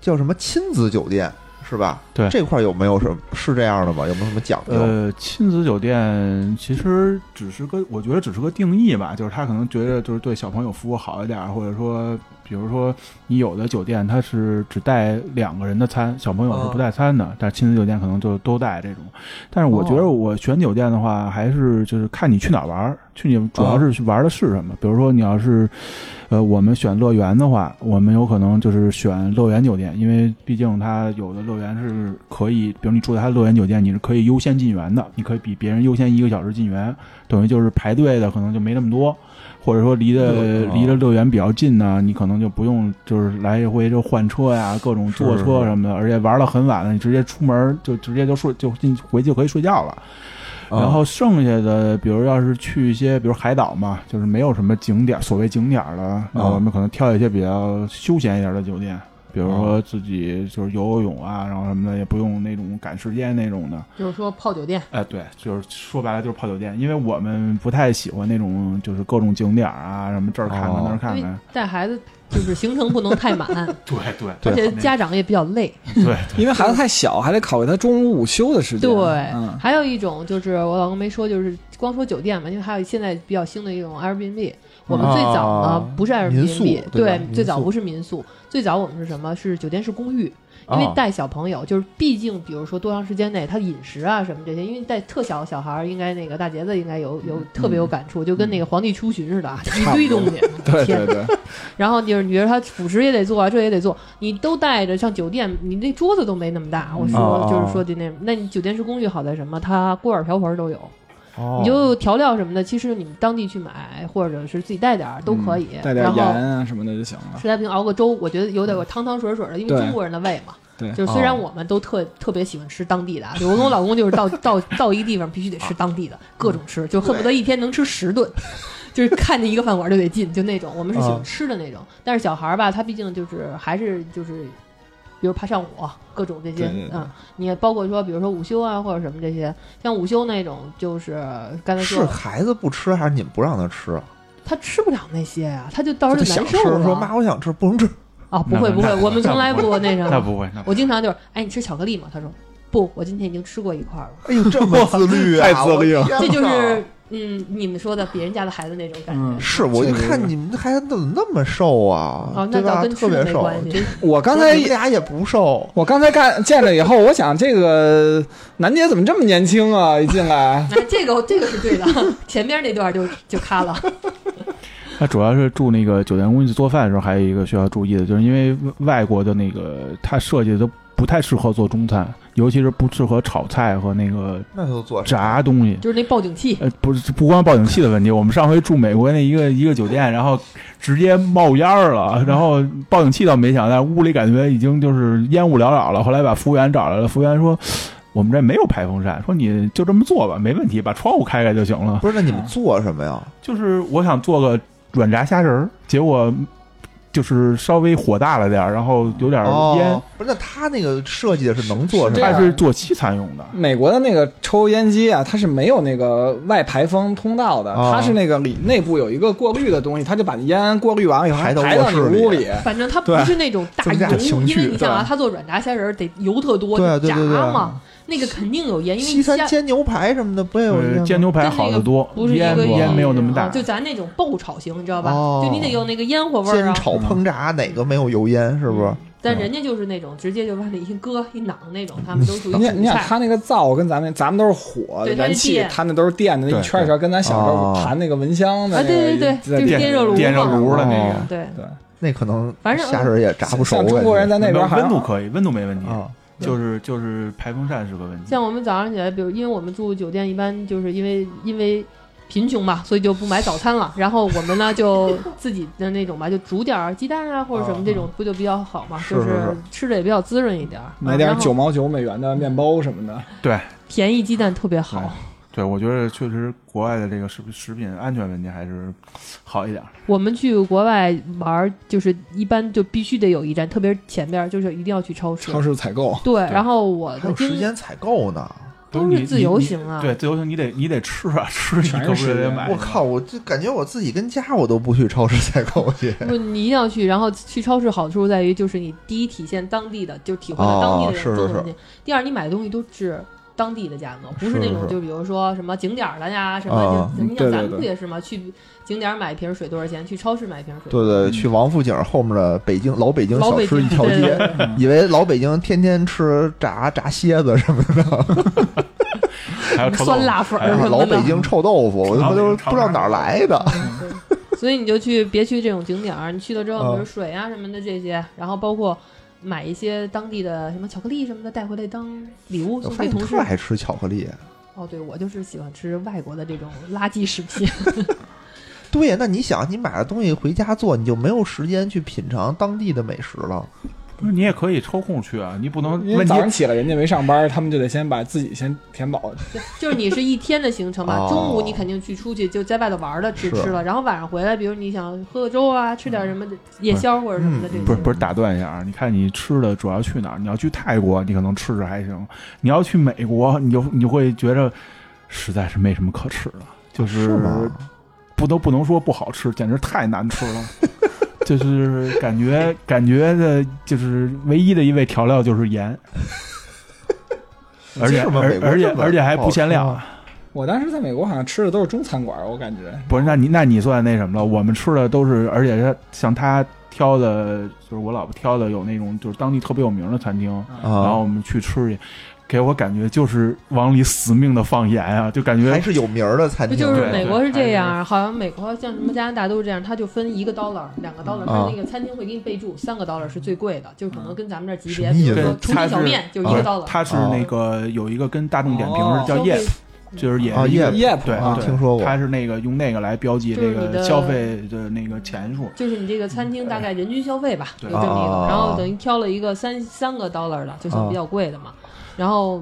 Speaker 2: 叫什么亲子酒店，是吧？
Speaker 5: 对
Speaker 2: 这块儿有没有什么是这样的吗？有没有什么讲究？
Speaker 5: 呃，亲子酒店其实只是个，我觉得只是个定义吧，就是他可能觉得就是对小朋友服务好一点儿，或者说，比如说你有的酒店它是只带两个人的餐，小朋友是不带餐
Speaker 2: 哦
Speaker 5: 的，但是亲子酒店可能就都带这种。但是我觉得
Speaker 3: 哦
Speaker 5: 我选酒店的话，还是就是看你去哪儿玩儿，去你主
Speaker 2: 哦
Speaker 5: 要是去玩儿的是什么。比如说你要是呃，我们选乐园的话，我们有可能就是选乐园酒店，因为毕竟它有的乐园是可以，比如你住在它乐园酒店，你是可以优先进园的，你可以比别人优先一个小时进园，等于就是排队的可能就没那么多，或者说离的、
Speaker 2: 嗯
Speaker 5: 离的乐园比较近呢，你可能就不用就是来一回就换车呀，各种坐
Speaker 2: 是
Speaker 5: 车什么的，而且玩到很晚了，你直接出门就直接就睡就进回去就可以睡觉了。然后剩下的，比如要是去一些，比如海岛嘛，就是没有什么景点，所谓景点儿的，那我们可能挑一些比较休闲一点的酒店，比如说自己就是游游泳啊，然后什么的，也不用那种赶时间那种的。
Speaker 4: 就是说泡酒店，
Speaker 5: 哎，对，就是说白了就是泡酒店，因为我们不太喜欢那种就是各种景点儿啊，什么这儿看看
Speaker 2: 哦
Speaker 5: 那儿
Speaker 4: 因
Speaker 5: 看
Speaker 4: 为
Speaker 5: 看。
Speaker 4: 带孩子就是行程不能太
Speaker 5: (laughs)
Speaker 4: 满，
Speaker 5: 对对
Speaker 4: 而且
Speaker 5: 那
Speaker 4: 家长也比较累。
Speaker 5: 对，
Speaker 3: 因为孩子太小，还得考虑他中午午休的时间。
Speaker 4: 对，
Speaker 3: 嗯，
Speaker 4: 还有一种就是我老公没说，就是光说酒店嘛，因为还有现在比较兴的一种 Airbnb。我们最早呢
Speaker 2: 啊
Speaker 4: 不是
Speaker 2: 民宿
Speaker 4: Airbnb，
Speaker 2: 对吧
Speaker 4: 对
Speaker 2: 民，宿
Speaker 4: 最早不是民宿，最早我们是什么？是酒店式公寓，因
Speaker 2: 啊
Speaker 4: 为带小朋友就是，毕竟比如说多长时间内他饮食啊什么这些，因为带特小的小孩儿，应该那个大杰子应该有
Speaker 2: 嗯
Speaker 4: 有特别有感触，就跟那个皇帝出巡似的，啊，一
Speaker 2: (laughs)
Speaker 4: 堆东西，
Speaker 3: 对
Speaker 4: 天
Speaker 3: 对对，
Speaker 4: 然后就是你觉得他辅食也得做啊，这也得做，你都带着上酒店，你那桌子都没那么
Speaker 3: 嗯
Speaker 4: 大。我说、
Speaker 2: 哦哦
Speaker 4: 就是说的那，那你酒店式公寓好在什么？它锅碗瓢盆都有，
Speaker 2: 哦
Speaker 4: 你就调料什么的，其实你们当地去买或者是自己带点儿都可以。
Speaker 3: 嗯带点
Speaker 4: 然后嗯
Speaker 3: 盐啊什么的就行了。
Speaker 4: 实在不行熬个粥，我觉得有点汤汤水水的，因为
Speaker 3: 对
Speaker 4: 中国人的胃嘛。
Speaker 3: 对
Speaker 4: 就是虽然
Speaker 2: 嗯哦
Speaker 4: 我们都特、特别喜欢吃当地的啊，就我跟我老公就是到 (laughs) 到到一个地方必须得吃当地的，
Speaker 2: 哦
Speaker 4: 各种
Speaker 2: 嗯
Speaker 4: 吃，就恨不得一天能吃十顿， (laughs) 就是看见一个饭馆就得进，就那种。我们是喜欢
Speaker 2: 啊
Speaker 4: 吃的那种，但是小孩儿吧，他毕竟就是还是就是比如爬上午各种这些，
Speaker 2: 对对对
Speaker 4: 嗯，你也包括说，比如说午休啊或者什么这些，像午休那种，就是刚才
Speaker 2: 是
Speaker 4: 嗯说
Speaker 2: 孩子不吃还是你们不让他吃啊？
Speaker 4: 他吃不了那些呀、他就到
Speaker 2: 他
Speaker 4: 时候
Speaker 2: 就想
Speaker 4: 就难
Speaker 2: 吃，
Speaker 4: 受了。
Speaker 2: 说妈，我想吃，不能吃。 (laughs)
Speaker 4: 啊，不会
Speaker 5: 那
Speaker 4: 不会
Speaker 5: 那，
Speaker 4: 我们从来
Speaker 5: 那不
Speaker 4: 不那什
Speaker 5: 那
Speaker 4: 么。
Speaker 5: 不会，那不
Speaker 4: 我
Speaker 5: 会
Speaker 4: 经常就是，哎，你吃巧克力吗？他说不，我今天已经吃过一块了。
Speaker 2: 哎呦，这么自律啊！
Speaker 3: 太自律了
Speaker 2: 我天哪
Speaker 4: 这就是嗯，你们说的别人家的孩子那种感觉。
Speaker 3: 嗯
Speaker 2: 是，我就看你们这孩子怎么那么瘦啊
Speaker 4: 哦，，那
Speaker 2: 对
Speaker 4: 倒
Speaker 2: 吧？
Speaker 4: 跟
Speaker 2: 特
Speaker 4: 吃
Speaker 2: 别
Speaker 4: 的没
Speaker 2: 瘦。
Speaker 4: 关系。，
Speaker 3: 我刚才
Speaker 2: 你们俩也不瘦，
Speaker 3: 我刚才看见了以后，我想这个楠姐怎么这么年轻啊？一进来
Speaker 4: 那这个这个是对的， (laughs) 前面那段就就卡了。
Speaker 5: 他主要是住那个酒店公寓做饭的时候，还有一个需要注意的，就是因为外国的那个它设计的都不太适合做中餐，尤其是不适合炒菜和那个
Speaker 2: 那就做啥？
Speaker 5: 炸东西。
Speaker 4: 就是那报警器，
Speaker 5: 呃，不是，不光报警器的问题，我们上回住美国那一个一个酒店，然后直接冒烟儿了，然后报警器倒没响，但是屋里感觉已经就是烟雾缭绕了。后来把服务员找来了，服务员说我们这没有排风扇，说你就这么做吧，没问题，把窗户开开就行了。
Speaker 2: 不是，那你们做什么呀？
Speaker 5: 就是我想做个软炸虾仁儿，结果就是稍微火大了点儿，然后有点儿烟，
Speaker 2: 哦，不是，那他那个设计的是能做什
Speaker 3: 这
Speaker 2: 么
Speaker 3: 样
Speaker 2: 呀？
Speaker 5: 它是做西餐用的。
Speaker 3: 美国的那个抽油烟机啊，它是没有那个外排风通道的，
Speaker 2: 哦
Speaker 3: 它是那个里内部有一个过滤的东西，它就把烟过滤完了以后
Speaker 2: 排
Speaker 3: 排
Speaker 2: 到
Speaker 3: 到
Speaker 2: 卧室
Speaker 3: 你屋
Speaker 2: 里
Speaker 3: 里。
Speaker 4: 反正它不
Speaker 3: 对
Speaker 4: 是那种大
Speaker 2: 增加
Speaker 4: 油，
Speaker 2: 情
Speaker 4: 因
Speaker 2: 趣
Speaker 4: 为你想啊，
Speaker 3: 对
Speaker 4: 他做软炸虾仁儿得油特多，
Speaker 2: 对啊
Speaker 4: 得
Speaker 2: 对
Speaker 4: 炸
Speaker 2: 对对啊
Speaker 4: 嘛，那个肯定有烟，因为
Speaker 2: 西
Speaker 4: 你
Speaker 2: 餐
Speaker 4: 虾
Speaker 2: 煎牛排什么的不也有
Speaker 5: 呃，
Speaker 2: 烟
Speaker 5: 煎
Speaker 2: 吗
Speaker 5: 牛排好得多，
Speaker 4: 不是一
Speaker 5: 烟
Speaker 4: 个
Speaker 5: 烟没有那么大。
Speaker 4: 啊就咱那种爆炒型，你知道吧？
Speaker 2: 哦
Speaker 4: 就你得有那个烟火味儿
Speaker 2: 煎
Speaker 4: 啊，
Speaker 2: 炒烹炸哪个没有油烟？是不是
Speaker 4: 嗯？但人家就是那种直接就往里一搁一攮那种，他们都属于
Speaker 3: 你想
Speaker 4: 主
Speaker 3: 你想
Speaker 4: 菜
Speaker 3: 它那个灶跟咱们咱们都是火
Speaker 4: 对它是
Speaker 3: 燃气
Speaker 4: 电，
Speaker 3: 它那都是电的，那
Speaker 5: 对
Speaker 3: 一圈一圈跟咱小时候
Speaker 2: 哦
Speaker 3: 盘那个蚊香的那
Speaker 4: 啊
Speaker 3: 个
Speaker 4: 对对对
Speaker 3: 在
Speaker 4: 就是
Speaker 3: 电
Speaker 4: 电热炉
Speaker 5: 电热
Speaker 4: 嘛
Speaker 5: 炉的那个
Speaker 2: 哦，
Speaker 4: 对，
Speaker 3: 对，
Speaker 2: 那可能
Speaker 4: 反正
Speaker 2: 虾仁也炸不熟呗。
Speaker 3: 像中国人在那边好哦像
Speaker 5: 温度可以，温度没问题，
Speaker 2: 啊，
Speaker 4: 嗯
Speaker 5: 就是就是排风扇是个问题。
Speaker 4: 像我们早上起来，比如因为我们住酒店，一般就是因为因为贫穷嘛，所以就不买早餐了。然后我们呢就自己的那种吧，就煮点儿鸡蛋啊或者什么这种，不就比较好嘛？
Speaker 2: 是
Speaker 4: 就是吃的也比较滋润一点儿，
Speaker 3: 买点
Speaker 4: 嗯然后
Speaker 3: 九毛九美元的面包什么的。
Speaker 4: 便宜鸡蛋特别好。
Speaker 5: 对，我觉得确实国外的这个食食品安全问题还是好一点儿。
Speaker 4: 我们去国外玩儿，就是一般就必须得有一站，特别是前边儿就是一定要去超市。
Speaker 3: 超市采购，
Speaker 4: 对，然后我
Speaker 2: 还
Speaker 4: 的
Speaker 2: 有时
Speaker 4: 经
Speaker 2: 间采购呢。
Speaker 4: 都是自由行啊
Speaker 5: 对，自由行你得你得吃啊，吃你
Speaker 3: 全是啊
Speaker 5: 可不是
Speaker 3: 时
Speaker 5: 得
Speaker 3: 间
Speaker 5: 买。
Speaker 2: 我靠，，我就感觉我自己跟家我都不去超市采购去。 (laughs)
Speaker 4: 不，你一定要去。然后去超市好处在于，就是你第一体现当地的，就体会
Speaker 2: 哦
Speaker 4: 了当地的人
Speaker 2: 是是
Speaker 4: 做的东西；第二，你买东西都是当地的价格，不
Speaker 2: 是
Speaker 4: 那种
Speaker 2: 是
Speaker 4: 就比如说什么景点儿了呀，什
Speaker 2: 啊
Speaker 4: 么就你
Speaker 3: 对对
Speaker 4: 想咱们不
Speaker 3: 对
Speaker 4: 也是吗？去景点儿买一瓶水多少钱？去超市买一瓶水，
Speaker 2: 对对，去王府井后面的北京老北京
Speaker 4: 嗯老
Speaker 2: 小
Speaker 4: 北
Speaker 2: 吃
Speaker 4: 京
Speaker 2: 一条
Speaker 4: 对对
Speaker 2: 街，
Speaker 4: 对
Speaker 2: 以为老北京天天吃炸炸蝎子什么的，
Speaker 5: 还
Speaker 3: 啊
Speaker 5: 有臭豆腐
Speaker 4: 酸辣粉儿
Speaker 5: 哎
Speaker 4: 什么的
Speaker 2: 老北京臭豆
Speaker 5: (laughs)
Speaker 2: 腐，我他妈都不知道哪儿来的。
Speaker 4: (laughs) 所以你就去别去这种景点儿，你去了之后，
Speaker 2: 啊
Speaker 4: 比如水啊什么的这些，然后包括买一些当地的什么巧克力什么的带回来当礼物
Speaker 2: 我
Speaker 4: 送
Speaker 2: 发
Speaker 4: 给
Speaker 2: 现
Speaker 4: 同事
Speaker 2: 特。爱吃巧克力。
Speaker 4: 哦，对，我就是喜欢吃外国的这种垃圾食
Speaker 5: (laughs)
Speaker 4: 品。
Speaker 2: 对呀，那你想，你买了东西回家做，你就没有时间去品尝当地的美食了。
Speaker 5: 不是你也可以抽空去啊，你不能
Speaker 3: 因为
Speaker 5: 问题
Speaker 3: 早上起来人家没上班，他们就得先把自己先填饱。
Speaker 4: 对，就是你是一天的行程嘛，
Speaker 2: 哦
Speaker 4: 中午你肯定去出去就在外头玩了，吃
Speaker 2: 是
Speaker 4: 吃了，然后晚上回来，比如你想喝个粥啊，吃点什么的夜宵或者什么的这种。
Speaker 5: 嗯不是不是打断一下啊，你看你吃的主要去哪儿？你要去泰国，你可能吃着还行；你要去美国，你就你会觉着实在是没什么可吃的，就是
Speaker 2: 吗？
Speaker 5: 不都不能说不好吃，简直太难吃了。就是
Speaker 2: (laughs)
Speaker 5: 感觉感觉的，就是唯一的一味调料就是盐，而且
Speaker 2: 是吗美
Speaker 5: 而
Speaker 2: 国
Speaker 5: 而且
Speaker 2: (laughs) 这么
Speaker 5: 而且还不限量
Speaker 2: 好吃
Speaker 5: 啊。
Speaker 3: 我当时在美国好像吃的都是中餐馆，我感觉
Speaker 5: 不是，那你那你算那什么了？我们吃的都是，而且他像他挑的，就是我老婆挑的，有那种就是当地特别有名的餐厅，然后
Speaker 2: 啊，
Speaker 5: 我们去吃去，给我感觉就是往里死命的放盐啊，就感
Speaker 2: 还
Speaker 5: 觉
Speaker 2: 是有名儿的餐
Speaker 4: 不
Speaker 2: 厅。
Speaker 4: 就是
Speaker 5: 对
Speaker 4: 美国是这
Speaker 5: 还
Speaker 4: 样，好像美国像什么加拿大都是这样，它就分一个 dollar、两个
Speaker 5: 嗯
Speaker 4: dollar，它
Speaker 2: 啊
Speaker 5: 哦
Speaker 4: 那个餐厅会给你备注三个 dollar 是最贵的，就可能跟咱们这儿级
Speaker 2: 什
Speaker 4: 别，
Speaker 2: 么意
Speaker 4: 比
Speaker 2: 思
Speaker 4: 如说厨
Speaker 5: 它
Speaker 4: 力
Speaker 5: 是
Speaker 4: 小面就一
Speaker 5: 对
Speaker 4: 个 dollar，
Speaker 5: 它是那个有一个跟大众点评
Speaker 3: 哦
Speaker 5: 是叫
Speaker 4: 消费
Speaker 5: Yep，就是也
Speaker 2: 啊
Speaker 5: 是一个
Speaker 2: Yep
Speaker 3: 夜普
Speaker 5: 对
Speaker 2: 啊
Speaker 5: 对
Speaker 2: 听说过
Speaker 5: 它是那个用那个来标记
Speaker 4: 就是
Speaker 5: 这
Speaker 4: 你
Speaker 5: 个
Speaker 4: 的
Speaker 5: 消费的那个钱数。
Speaker 4: 就是你这个餐厅大概人均消费吧，有
Speaker 5: 嗯对
Speaker 4: 这么一
Speaker 2: 啊哦
Speaker 4: 个，然后等于挑了一个三三个 dollar 的，就算比较贵的嘛。然后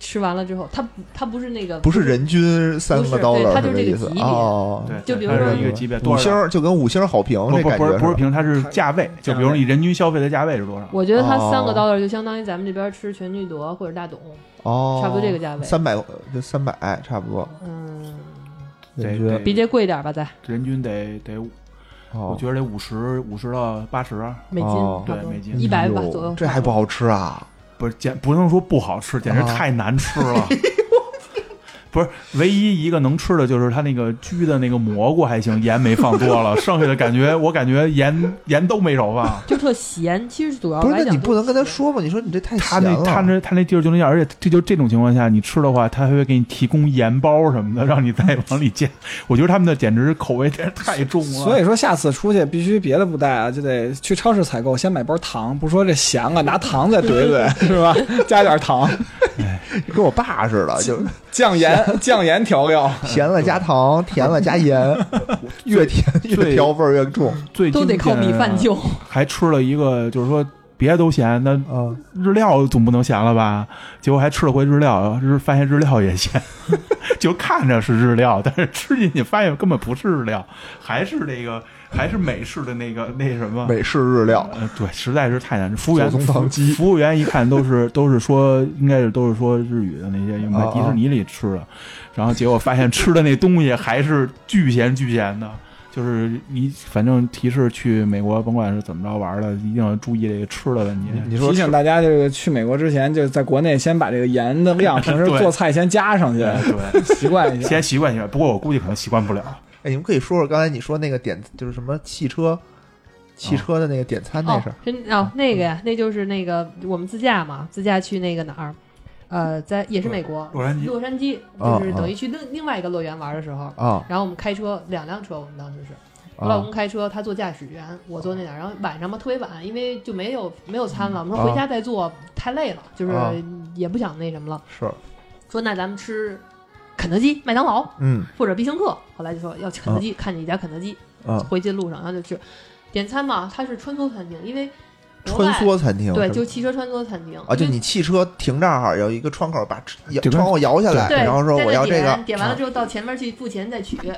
Speaker 4: 吃完了之后，它不它不是那个
Speaker 2: 不是人均三
Speaker 4: 不
Speaker 2: 个
Speaker 4: 是
Speaker 2: dollar
Speaker 4: 对它
Speaker 2: 是
Speaker 4: 就是
Speaker 2: 这
Speaker 4: 这个
Speaker 2: 意思
Speaker 4: 级别
Speaker 2: 哦。
Speaker 5: 对，
Speaker 4: 就比如
Speaker 5: 它
Speaker 4: 说
Speaker 5: 是一个级别
Speaker 2: 五
Speaker 5: 多
Speaker 2: 星
Speaker 5: 少？
Speaker 2: 儿就跟五星儿好评
Speaker 5: 不
Speaker 2: 这
Speaker 5: 不
Speaker 2: 感
Speaker 5: 不
Speaker 2: 觉
Speaker 5: 是不是
Speaker 2: 吧
Speaker 5: 评，它是价位，就比如
Speaker 3: 价
Speaker 5: 说
Speaker 3: 位
Speaker 5: 你人均消费的价位是多少？
Speaker 4: 我觉得它三个
Speaker 2: 哦
Speaker 4: dollar 就相当于咱们这边吃全聚德或者大董，
Speaker 2: 哦，
Speaker 4: 差不多这个价位
Speaker 2: 三百就三百差不多。
Speaker 4: 嗯，
Speaker 5: 对
Speaker 2: 人均
Speaker 5: 对
Speaker 4: 比这贵点儿吧，再
Speaker 5: 人均得得，
Speaker 2: 哦
Speaker 5: 我觉得得五十五十到八十，啊
Speaker 4: 美金
Speaker 2: 哦
Speaker 4: 差
Speaker 5: 对
Speaker 4: 不
Speaker 5: 美
Speaker 4: 多
Speaker 5: 金
Speaker 4: 一百吧
Speaker 2: 哎呦
Speaker 4: 左右，
Speaker 2: 这还不好吃啊？
Speaker 5: 不是简不能说不好吃，简直
Speaker 2: 啊
Speaker 5: 太难吃了。不是，唯一一个能吃的就是它那个焗的那个蘑菇还行，盐没放多了，剩下的感觉我感觉盐盐都没少放。
Speaker 4: 就特咸。其实主要
Speaker 2: 不是，
Speaker 4: 啊来
Speaker 2: 那
Speaker 4: 讲
Speaker 2: 你不能跟他
Speaker 4: 他，
Speaker 2: 说嘛？你说你这太
Speaker 5: 他
Speaker 2: 咸
Speaker 5: 那
Speaker 2: 了。
Speaker 5: 他那他那地儿就那样，而且这就这种情况下，你吃的话，他还会给你提供盐包什么的，让你再往里加。我觉得他们的简直口味真是太重了。
Speaker 3: 所以说下次出去必须别的不带啊，就得去超市采购，先买包糖，不说这咸啊，拿糖再怼
Speaker 4: (laughs)
Speaker 3: 怼是吧？加点糖，
Speaker 2: 跟我爸似的， (laughs) 就
Speaker 3: 酱盐酱盐调料。
Speaker 2: 咸了加糖，甜了加 (laughs) 盐，越甜越
Speaker 5: 对
Speaker 2: 调味儿越重啊
Speaker 5: 最
Speaker 4: 都得靠米饭
Speaker 5: 就
Speaker 4: 救。
Speaker 5: 还吃了一个，就是说别的都咸，那。
Speaker 2: 嗯
Speaker 5: 日料总不能咸了吧？结果还吃了回日料，日发现日料也咸， (laughs) 就看着是日料，但是吃进去发现根本不是日料，还是那个还是美式的那个那什么。
Speaker 2: 美式日料，
Speaker 5: 呃，对，实在是太难吃。服务员，
Speaker 2: 左宗棠鸡
Speaker 5: 服务员一看都是都是说，应该是都是说日语的那些，因为
Speaker 2: 啊
Speaker 5: 在迪士尼里吃的，然后结果发现吃的那东西还是巨咸巨咸的。就是你反正提示去美国，甭管是怎么着玩的，一定要注意这个吃的问题。
Speaker 2: 嗯你说
Speaker 3: 提醒大家，这个去美国之前，就在国内先把这个盐的量，平时
Speaker 5: 对
Speaker 3: 做菜先加上去，
Speaker 5: 对，
Speaker 3: 习惯
Speaker 5: (laughs)
Speaker 3: 一下。
Speaker 5: 先习惯习惯。不过我估计可能习惯不了。
Speaker 2: 哎，你们可以说说刚才你说那个点，就是什么汽车，汽车的那个点餐那
Speaker 4: 哦
Speaker 2: 事儿，，嗯
Speaker 4: 真哦，那个呀，那就是那个我们自驾嘛，自驾去那个哪儿，呃，在也是美国
Speaker 5: 洛杉矶
Speaker 4: 洛杉矶，
Speaker 2: 啊
Speaker 4: 就是
Speaker 2: 啊
Speaker 4: 等于去另另外一个乐园玩的时候，
Speaker 2: 啊
Speaker 4: 然后我们开车两辆车，我们当时是我老
Speaker 2: 啊
Speaker 4: 公开车，他做驾驶员，我坐那点儿。然后晚上嘛特别晚，因为就没有没有餐了，我们说
Speaker 2: 啊
Speaker 4: 回家再做太累了，就是
Speaker 2: 啊
Speaker 4: 也不想那什么了，
Speaker 2: 是，
Speaker 4: 说那咱们吃肯德基、麦当劳
Speaker 2: 嗯
Speaker 4: 或者必胜客。后来就说要去肯德基，看见一家肯德基，
Speaker 2: 啊，
Speaker 4: 回去路上然后就吃。点餐嘛，它是穿梭餐厅，因为国
Speaker 2: 穿
Speaker 4: 外
Speaker 2: 梭餐厅
Speaker 4: 对，
Speaker 2: 是吧
Speaker 4: 就汽车穿梭餐厅
Speaker 2: 啊，就
Speaker 4: 因为
Speaker 2: 你汽车停这儿有一个窗口，把摇
Speaker 5: 这个
Speaker 2: 窗户摇下来，
Speaker 4: 对，
Speaker 2: 然后哎说
Speaker 4: 在
Speaker 2: 我
Speaker 4: 那
Speaker 2: 要这
Speaker 4: 点
Speaker 2: 个，啊
Speaker 4: 点完了之后到前面去付钱再取，
Speaker 3: 嗯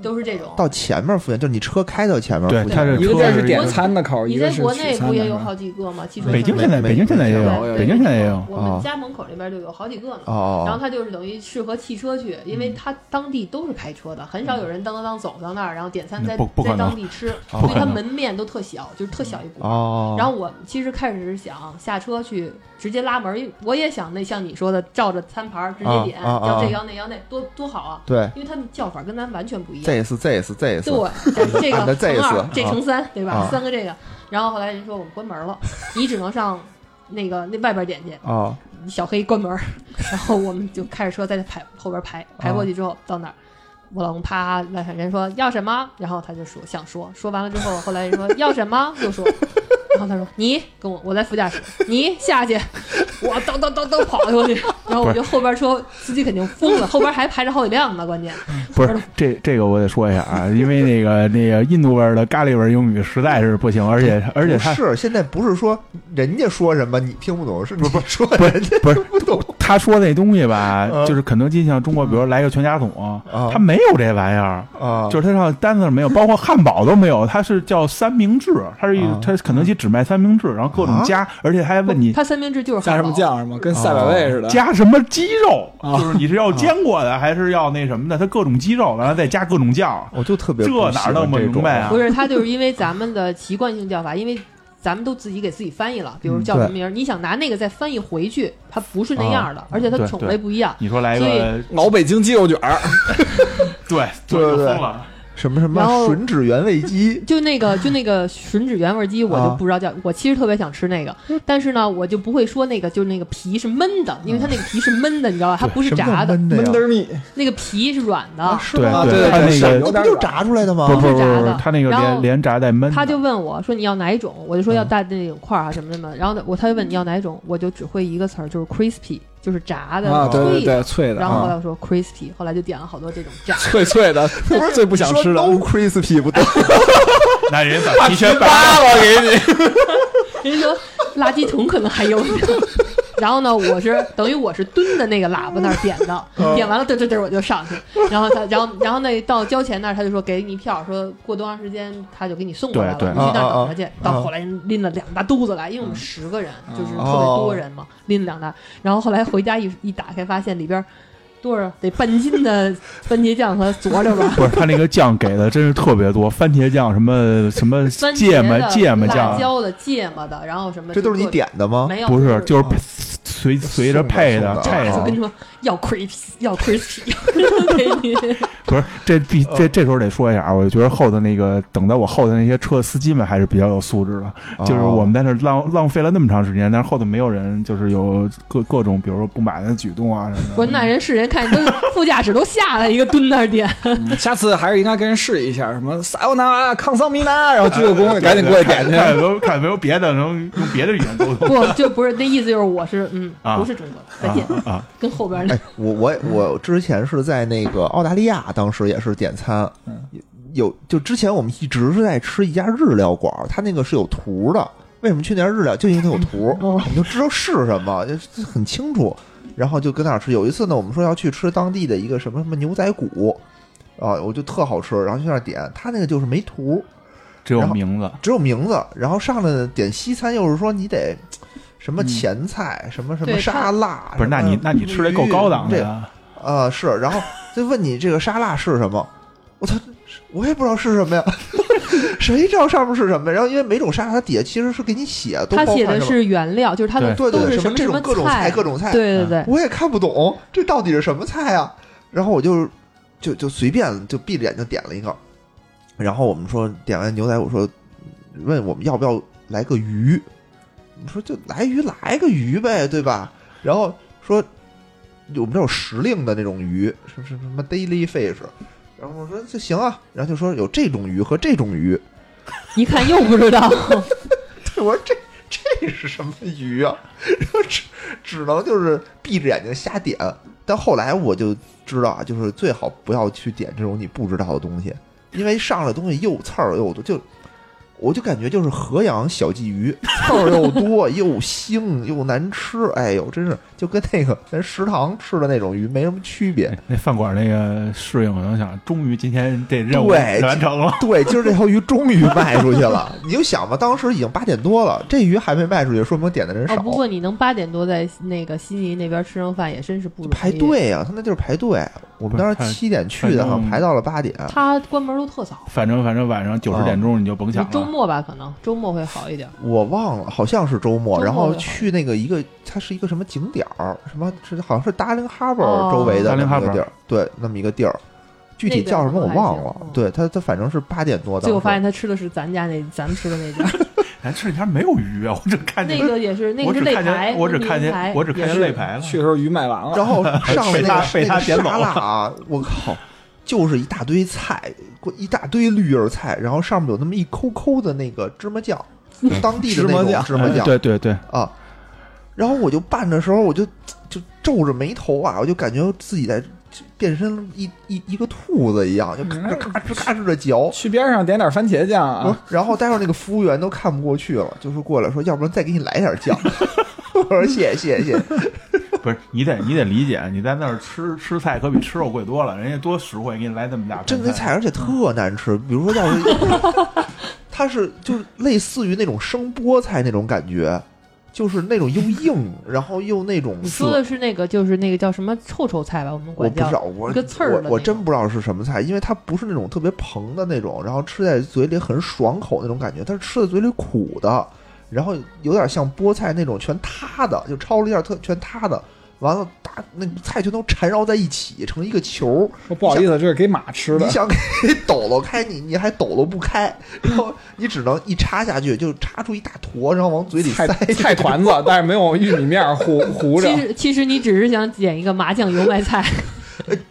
Speaker 4: 都是这种。
Speaker 2: 到前面附近，就是你车开到前面
Speaker 5: 对
Speaker 2: 附
Speaker 5: 它
Speaker 2: 近
Speaker 5: 是
Speaker 3: 一个
Speaker 5: 车
Speaker 3: 这
Speaker 5: 是
Speaker 3: 是
Speaker 5: 一
Speaker 3: 点
Speaker 5: 个
Speaker 3: 餐的口，一
Speaker 4: 你
Speaker 3: 个
Speaker 4: 在
Speaker 3: 是
Speaker 4: 国
Speaker 3: 取
Speaker 4: 内
Speaker 3: 餐
Speaker 4: 不也
Speaker 3: 的
Speaker 4: 有
Speaker 3: 口儿
Speaker 4: 好几个吗？汽车
Speaker 5: 北京
Speaker 4: 餐
Speaker 5: 现在
Speaker 2: 没
Speaker 5: 北京现在也
Speaker 4: 对
Speaker 5: 有，
Speaker 4: 对
Speaker 5: 北京现在也有。
Speaker 4: 我
Speaker 2: 啊
Speaker 4: 们家门口那边就有好几个呢。然后
Speaker 2: 哦，嗯
Speaker 4: 它就是等于适合汽车去，因为它当地都是开车的，很少有人当当当走到那儿，然后点餐在
Speaker 5: 不不可
Speaker 4: 在
Speaker 5: 能
Speaker 4: 当地吃，
Speaker 5: 不可
Speaker 4: 所以它
Speaker 5: 能
Speaker 4: 门面都特小，就是特小一股。
Speaker 2: 哦，
Speaker 4: 然后我其实开始是想下车去直接拉门儿，因为我也想那像你说的照着餐盘儿直接
Speaker 2: 啊
Speaker 4: 点，
Speaker 2: 啊啊
Speaker 4: 要这要那要那，多多好啊！
Speaker 2: 对
Speaker 4: 因为他们叫法跟咱完全不一样。
Speaker 2: ，this this this，
Speaker 4: 对， (laughs) 这
Speaker 2: 按的
Speaker 4: 个
Speaker 2: 这一
Speaker 4: 乘
Speaker 2: 次
Speaker 4: 二，
Speaker 2: 啊
Speaker 4: 这乘三，对吧
Speaker 2: 啊？
Speaker 4: 三个这个，然后后来人说我们关门了，你只能上那个那外边点去，
Speaker 2: 啊
Speaker 4: 小黑关门儿， (laughs) 然后我们就开着车在排后边排排过去之后到那儿。我老公啪外闪人说要什么，然后他就说想说，说完了之后，后来人说 (laughs) 要什么又说，然后他说你跟我我在副驾驶，你下去，我噔噔噔噔跑过去，然后我觉得后边车司机肯定疯了，后边还排着好几辆呢，关键
Speaker 5: 不是这这个我得说一下啊，因为那个那个印度味儿的咖喱味儿英语实在是不行，而且而且
Speaker 2: 不
Speaker 5: 它
Speaker 2: 是现在不是说人家说什么你听不懂，是不不说
Speaker 5: 不是
Speaker 2: 人家
Speaker 5: 不是
Speaker 2: 听不懂
Speaker 5: 他说那东西吧
Speaker 2: 嗯，
Speaker 5: 就是肯德基像中国，比如来个全家桶，
Speaker 2: 啊
Speaker 5: 他没有这玩意儿。
Speaker 2: 啊，
Speaker 5: 就是它上单子上没有，包括汉堡都没有，它是叫三明治，它是一
Speaker 2: 啊
Speaker 5: 它肯德基只卖三明治，然后各种加，而且还问你
Speaker 4: 他三明治就是
Speaker 3: 啊加
Speaker 4: 汉
Speaker 3: 什么
Speaker 4: 堡
Speaker 3: 酱是吗？跟赛百味似的。
Speaker 5: 哦加什么鸡肉，
Speaker 3: 嗯啊
Speaker 5: 就是你是要煎过的还是要那什么的，它各种鸡肉，完了再加各种酱，
Speaker 2: 我就特别
Speaker 5: 这
Speaker 2: 不喜
Speaker 5: 哪
Speaker 2: 欢
Speaker 5: 弄不
Speaker 2: 这种
Speaker 5: 明白啊
Speaker 4: 不是，他就是因为咱们的习惯性叫法，因为咱们都自己给自己翻译了，比如
Speaker 5: 嗯
Speaker 4: 叫什么
Speaker 2: 对
Speaker 4: 名儿，你想拿那个再翻译回去，它不是那样的，而且它
Speaker 5: 对
Speaker 4: 种
Speaker 5: 对
Speaker 4: 类不一样。
Speaker 5: 你说来一
Speaker 4: 所
Speaker 5: 个，
Speaker 3: 老北京鸡肉卷儿，
Speaker 5: 对，
Speaker 2: 对
Speaker 5: 就
Speaker 2: 对
Speaker 5: 疯了。
Speaker 2: 什么什么
Speaker 4: 然后
Speaker 2: 吮指原味鸡，
Speaker 4: 就那个，就那个吮指原味鸡，我就不知道叫。我其实特别想吃那个，但是呢，我就不会说那个，就是那个皮是焖的，因为它那个皮是焖的，你知道吧？它不是
Speaker 2: 什么叫
Speaker 4: 炸的，
Speaker 2: 焖的
Speaker 3: 闷
Speaker 2: 呀
Speaker 3: 嘚儿蜜，
Speaker 4: 那个皮是软的
Speaker 2: 啊，。是
Speaker 5: 对
Speaker 2: 吗？
Speaker 3: 对
Speaker 5: 它
Speaker 3: 对
Speaker 5: 那
Speaker 3: 对
Speaker 5: 个
Speaker 2: 那不就是炸出来的吗？
Speaker 5: 不不不
Speaker 4: 炸的
Speaker 5: 不，它那个
Speaker 4: 然后
Speaker 5: 连连炸带焖的，
Speaker 4: 他就问我说你要哪一种，我就说要带那种块儿啊什么什么，然后呢我他就问你要哪一种，我就只会一个词儿，就是 crispy，就是炸的
Speaker 3: 啊，对
Speaker 4: 脆
Speaker 3: 对
Speaker 4: 的
Speaker 3: 对，脆的
Speaker 4: 然后后来
Speaker 3: 啊，。
Speaker 4: 我说 crispy，后来就点了好多这种炸
Speaker 3: 脆脆
Speaker 4: (laughs)
Speaker 3: 的，最不想吃的
Speaker 2: 说。no crispy 不对，
Speaker 5: 那人把皮全
Speaker 4: (laughs)
Speaker 3: 扒了给你，
Speaker 4: 人家说垃圾桶可能还有呢。然后呢，我是等于我是蹲在那个喇叭那儿点的，点完了，对对对，我就上去。然后他，然后然后那到交钱那儿，他就说给你票，说过多长时间他就给你送过来了，
Speaker 5: 对
Speaker 4: 你
Speaker 5: 对
Speaker 4: 去那儿等着去。
Speaker 2: 啊啊啊
Speaker 4: 到后来人拎了两大兜子来，因为我们十个人，
Speaker 3: 嗯
Speaker 4: 就是特别多人嘛，拎了两大。然后后来回家一一打开，发现里边儿多少得半斤的番茄酱和佐料吧。
Speaker 5: (laughs) 不是他那个酱给的真是特别多，番茄酱什么 (laughs) 什么
Speaker 4: 番
Speaker 5: 芥
Speaker 4: 茄
Speaker 5: 末
Speaker 4: 的、
Speaker 5: 芥末
Speaker 4: 辣
Speaker 5: 酱，
Speaker 4: 椒的、芥末的，然后什么
Speaker 2: 这都是你
Speaker 4: 各种
Speaker 2: 点的吗？
Speaker 4: 没有？
Speaker 5: 不是啊就是
Speaker 2: 啊
Speaker 5: 随随着配的
Speaker 2: 送的
Speaker 5: 配
Speaker 2: 送
Speaker 4: 就
Speaker 2: 的
Speaker 5: 的
Speaker 4: 跟，你说要 crispy 要 crispy，给你
Speaker 5: 不是这必这这时候得说一下啊，我觉得后头那个等到我后头那些车司机们还是比较有素质的，就是
Speaker 2: 哦
Speaker 5: 我们在那儿浪浪费了那么长时间，但是后头没有人就是有各各种比如说不买的举动啊什么的。
Speaker 4: (laughs) 我那人是人，看都副驾驶都下来一个蹲那儿
Speaker 5: (laughs)
Speaker 4: 点，
Speaker 3: 下次还是应该跟人试一下什么撒欧那康桑米娜，然后鞠个躬，赶紧过去点去。
Speaker 5: 看有没有看有没有别的能用别的语言沟通
Speaker 4: 不就不是那意思就是我是嗯
Speaker 5: 啊
Speaker 4: 不是中国再见，
Speaker 5: 啊？
Speaker 4: 跟后边
Speaker 2: (laughs) 哎
Speaker 4: 那，
Speaker 2: 我我我之前是在那个澳大利亚，当时也是点餐，
Speaker 5: 嗯
Speaker 2: 有就之前我们一直是在吃一家日料馆，它那个是有图的。为什么去那家日料？就因为它有图，
Speaker 5: 哦
Speaker 2: 我们就知道是什么，就很清楚。然后就跟那儿吃。有一次呢，我们说要去吃当地的一个什么什么牛仔骨，啊，我就特好吃，然后去那儿点，它那个就是没图，
Speaker 5: (laughs) 只有名字，
Speaker 2: 只有名字，然后上来呢点西餐，又是说你得什么前菜，什么什么
Speaker 4: 对
Speaker 2: 沙拉，
Speaker 5: 嗯不是？那
Speaker 2: 什么
Speaker 5: 你那你吃的够高档的
Speaker 2: 这
Speaker 5: 呀。
Speaker 2: 啊，是，然后就问你这个沙拉是什么？我操，我也不知道是什么呀， (laughs) 谁知道上面是什么呀？然后因为每种沙拉它底下其实是给你写，都
Speaker 4: 他
Speaker 2: 包
Speaker 4: 写
Speaker 2: 含
Speaker 4: 的
Speaker 2: 什么
Speaker 4: 是原料，就是他的
Speaker 2: 对
Speaker 4: 都
Speaker 2: 对
Speaker 4: 是
Speaker 2: 什
Speaker 4: 么
Speaker 2: 这
Speaker 4: 什
Speaker 2: 种
Speaker 4: 么
Speaker 2: 各种
Speaker 4: 菜
Speaker 2: 各种菜，
Speaker 5: 嗯
Speaker 4: 对对对，
Speaker 2: 我也看不懂这到底是什么菜啊。然后我就就就随便就闭着眼睛点了一个，然后我们说点完牛仔，我说嗯问我们要不要来个鱼，我们说就来鱼来个鱼呗，对吧？然后说我们这有时令的那种鱼，什么什么什么 daily fish，然后我说就行啊，然后就说有这种鱼和这种鱼，
Speaker 4: 一看又不知
Speaker 5: (laughs)
Speaker 4: 道，哦
Speaker 2: 对， (laughs) 我说这这是什么鱼啊？然后只只能就是闭着眼睛瞎点。但后来我就知道啊，就是最好不要去点这种你不知道的东西，因为上来东西又刺儿又多，就我就感觉就是河阳小鲫鱼，刺儿又多又腥又难吃，哎呦，真是就跟那个咱食堂吃的那种鱼没什么区别。
Speaker 5: 哎那饭馆那个侍应可能想，终于今天这任务
Speaker 2: 对
Speaker 5: 完成了。
Speaker 2: 对，今儿这条鱼终于卖出去了，你就想吧，当时已经八点多了，这鱼还没卖出去，说明点的人少。
Speaker 4: 哦，不过你能八点多在那个悉尼那边吃上饭，也真是不容易
Speaker 2: 排。队啊，他那地儿排队。我们当时
Speaker 5: 不是
Speaker 2: 七点去的，
Speaker 5: 反
Speaker 2: 好像排到了八点。
Speaker 4: 他关门都特早，
Speaker 5: 反正反正晚上九十
Speaker 2: 嗯
Speaker 5: 点钟你就甭
Speaker 4: 就
Speaker 5: 想
Speaker 4: 周
Speaker 5: 了。
Speaker 4: 末吧，可能周末会好一点。
Speaker 2: 我忘了，好像是周末，
Speaker 4: 周末
Speaker 2: 然后
Speaker 4: 会好
Speaker 2: 去那个一个，它是一个什么景点儿，什么是好像是达令哈伯
Speaker 4: 哦
Speaker 2: 周围的那
Speaker 5: Darling
Speaker 2: 么
Speaker 5: Harbour
Speaker 2: 一个地儿，对，那么一个地儿，具体
Speaker 4: 那边
Speaker 2: 叫什么我忘
Speaker 4: 可能还行
Speaker 2: 了
Speaker 4: 嗯。
Speaker 2: 对，它它反正是八点多的。
Speaker 4: 结果发现他吃的是咱家那咱们吃的那家，
Speaker 5: 咱吃那家没有鱼啊，我只看见
Speaker 4: 那个也是那
Speaker 5: 我
Speaker 4: 个
Speaker 5: 只
Speaker 4: 是肋
Speaker 5: 看
Speaker 4: 排
Speaker 5: 见，我只看
Speaker 4: 那个肋
Speaker 5: 见
Speaker 4: 排
Speaker 5: 我只看
Speaker 4: 也
Speaker 5: 见
Speaker 4: 是
Speaker 5: 肋排了。
Speaker 3: 去的时候鱼卖完了，
Speaker 2: 然后上来
Speaker 5: 被
Speaker 2: 那
Speaker 5: 他
Speaker 2: 个
Speaker 5: 被他
Speaker 2: 那
Speaker 5: 点
Speaker 2: 个
Speaker 5: 走
Speaker 2: 沙拉啊，我靠，就是一大堆菜，一大堆绿叶菜，然后上面有那么一抠抠的那个芝麻
Speaker 5: (laughs)
Speaker 2: 酱，当地的那
Speaker 3: 芝麻
Speaker 2: 种
Speaker 3: 酱
Speaker 2: 芝麻酱
Speaker 5: 哎。对对对，
Speaker 2: 啊。然后我就拌的时候，我就就皱着眉头啊，我就感觉自己在变身一一一个兔子一样，就咔哧咔哧咔哧的嚼。
Speaker 3: 去边上点点番茄酱
Speaker 2: 我
Speaker 3: (laughs) 啊，
Speaker 2: 然后待会儿那个服务员都看不过去了，就是过来说，要不然再给你来点酱。 (laughs) 我说谢谢谢谢。
Speaker 5: 不是你得你得理解，你在那儿吃吃菜可比吃肉贵多了，人家多实惠，给你来这么大盘
Speaker 2: 真的菜，而且特难吃。比如说，要是它是 (laughs) 就是类似于那种生菠菜那种感觉，就是那种又硬，然后又那种
Speaker 4: 你说的是那个，就是那个叫什么臭臭菜吧？我们
Speaker 2: 我
Speaker 4: 管
Speaker 2: 不知道，
Speaker 4: 叫
Speaker 2: 我
Speaker 4: 一个刺儿的
Speaker 2: 我我
Speaker 4: 那
Speaker 2: 真
Speaker 4: 种
Speaker 2: 不知道是什么菜，因为它不是那种特别蓬的那种，然后吃在嘴里很爽口那种感觉，它是吃在嘴里苦的，然后有点像菠菜那种全塌的，就焯了一下特全塌的，完了大那菜全都缠绕在一起成一个球，
Speaker 3: 我不好意思，这是给马吃的
Speaker 2: 你。想给抖搂开你你还抖搂不开，然后你只能一插下去就插出一大坨，然后往嘴里
Speaker 3: 菜
Speaker 2: 塞。 (laughs)
Speaker 3: 菜团子，但是没有玉米面儿糊糊着
Speaker 4: 其。实其实你只是想点一个麻酱油麦菜，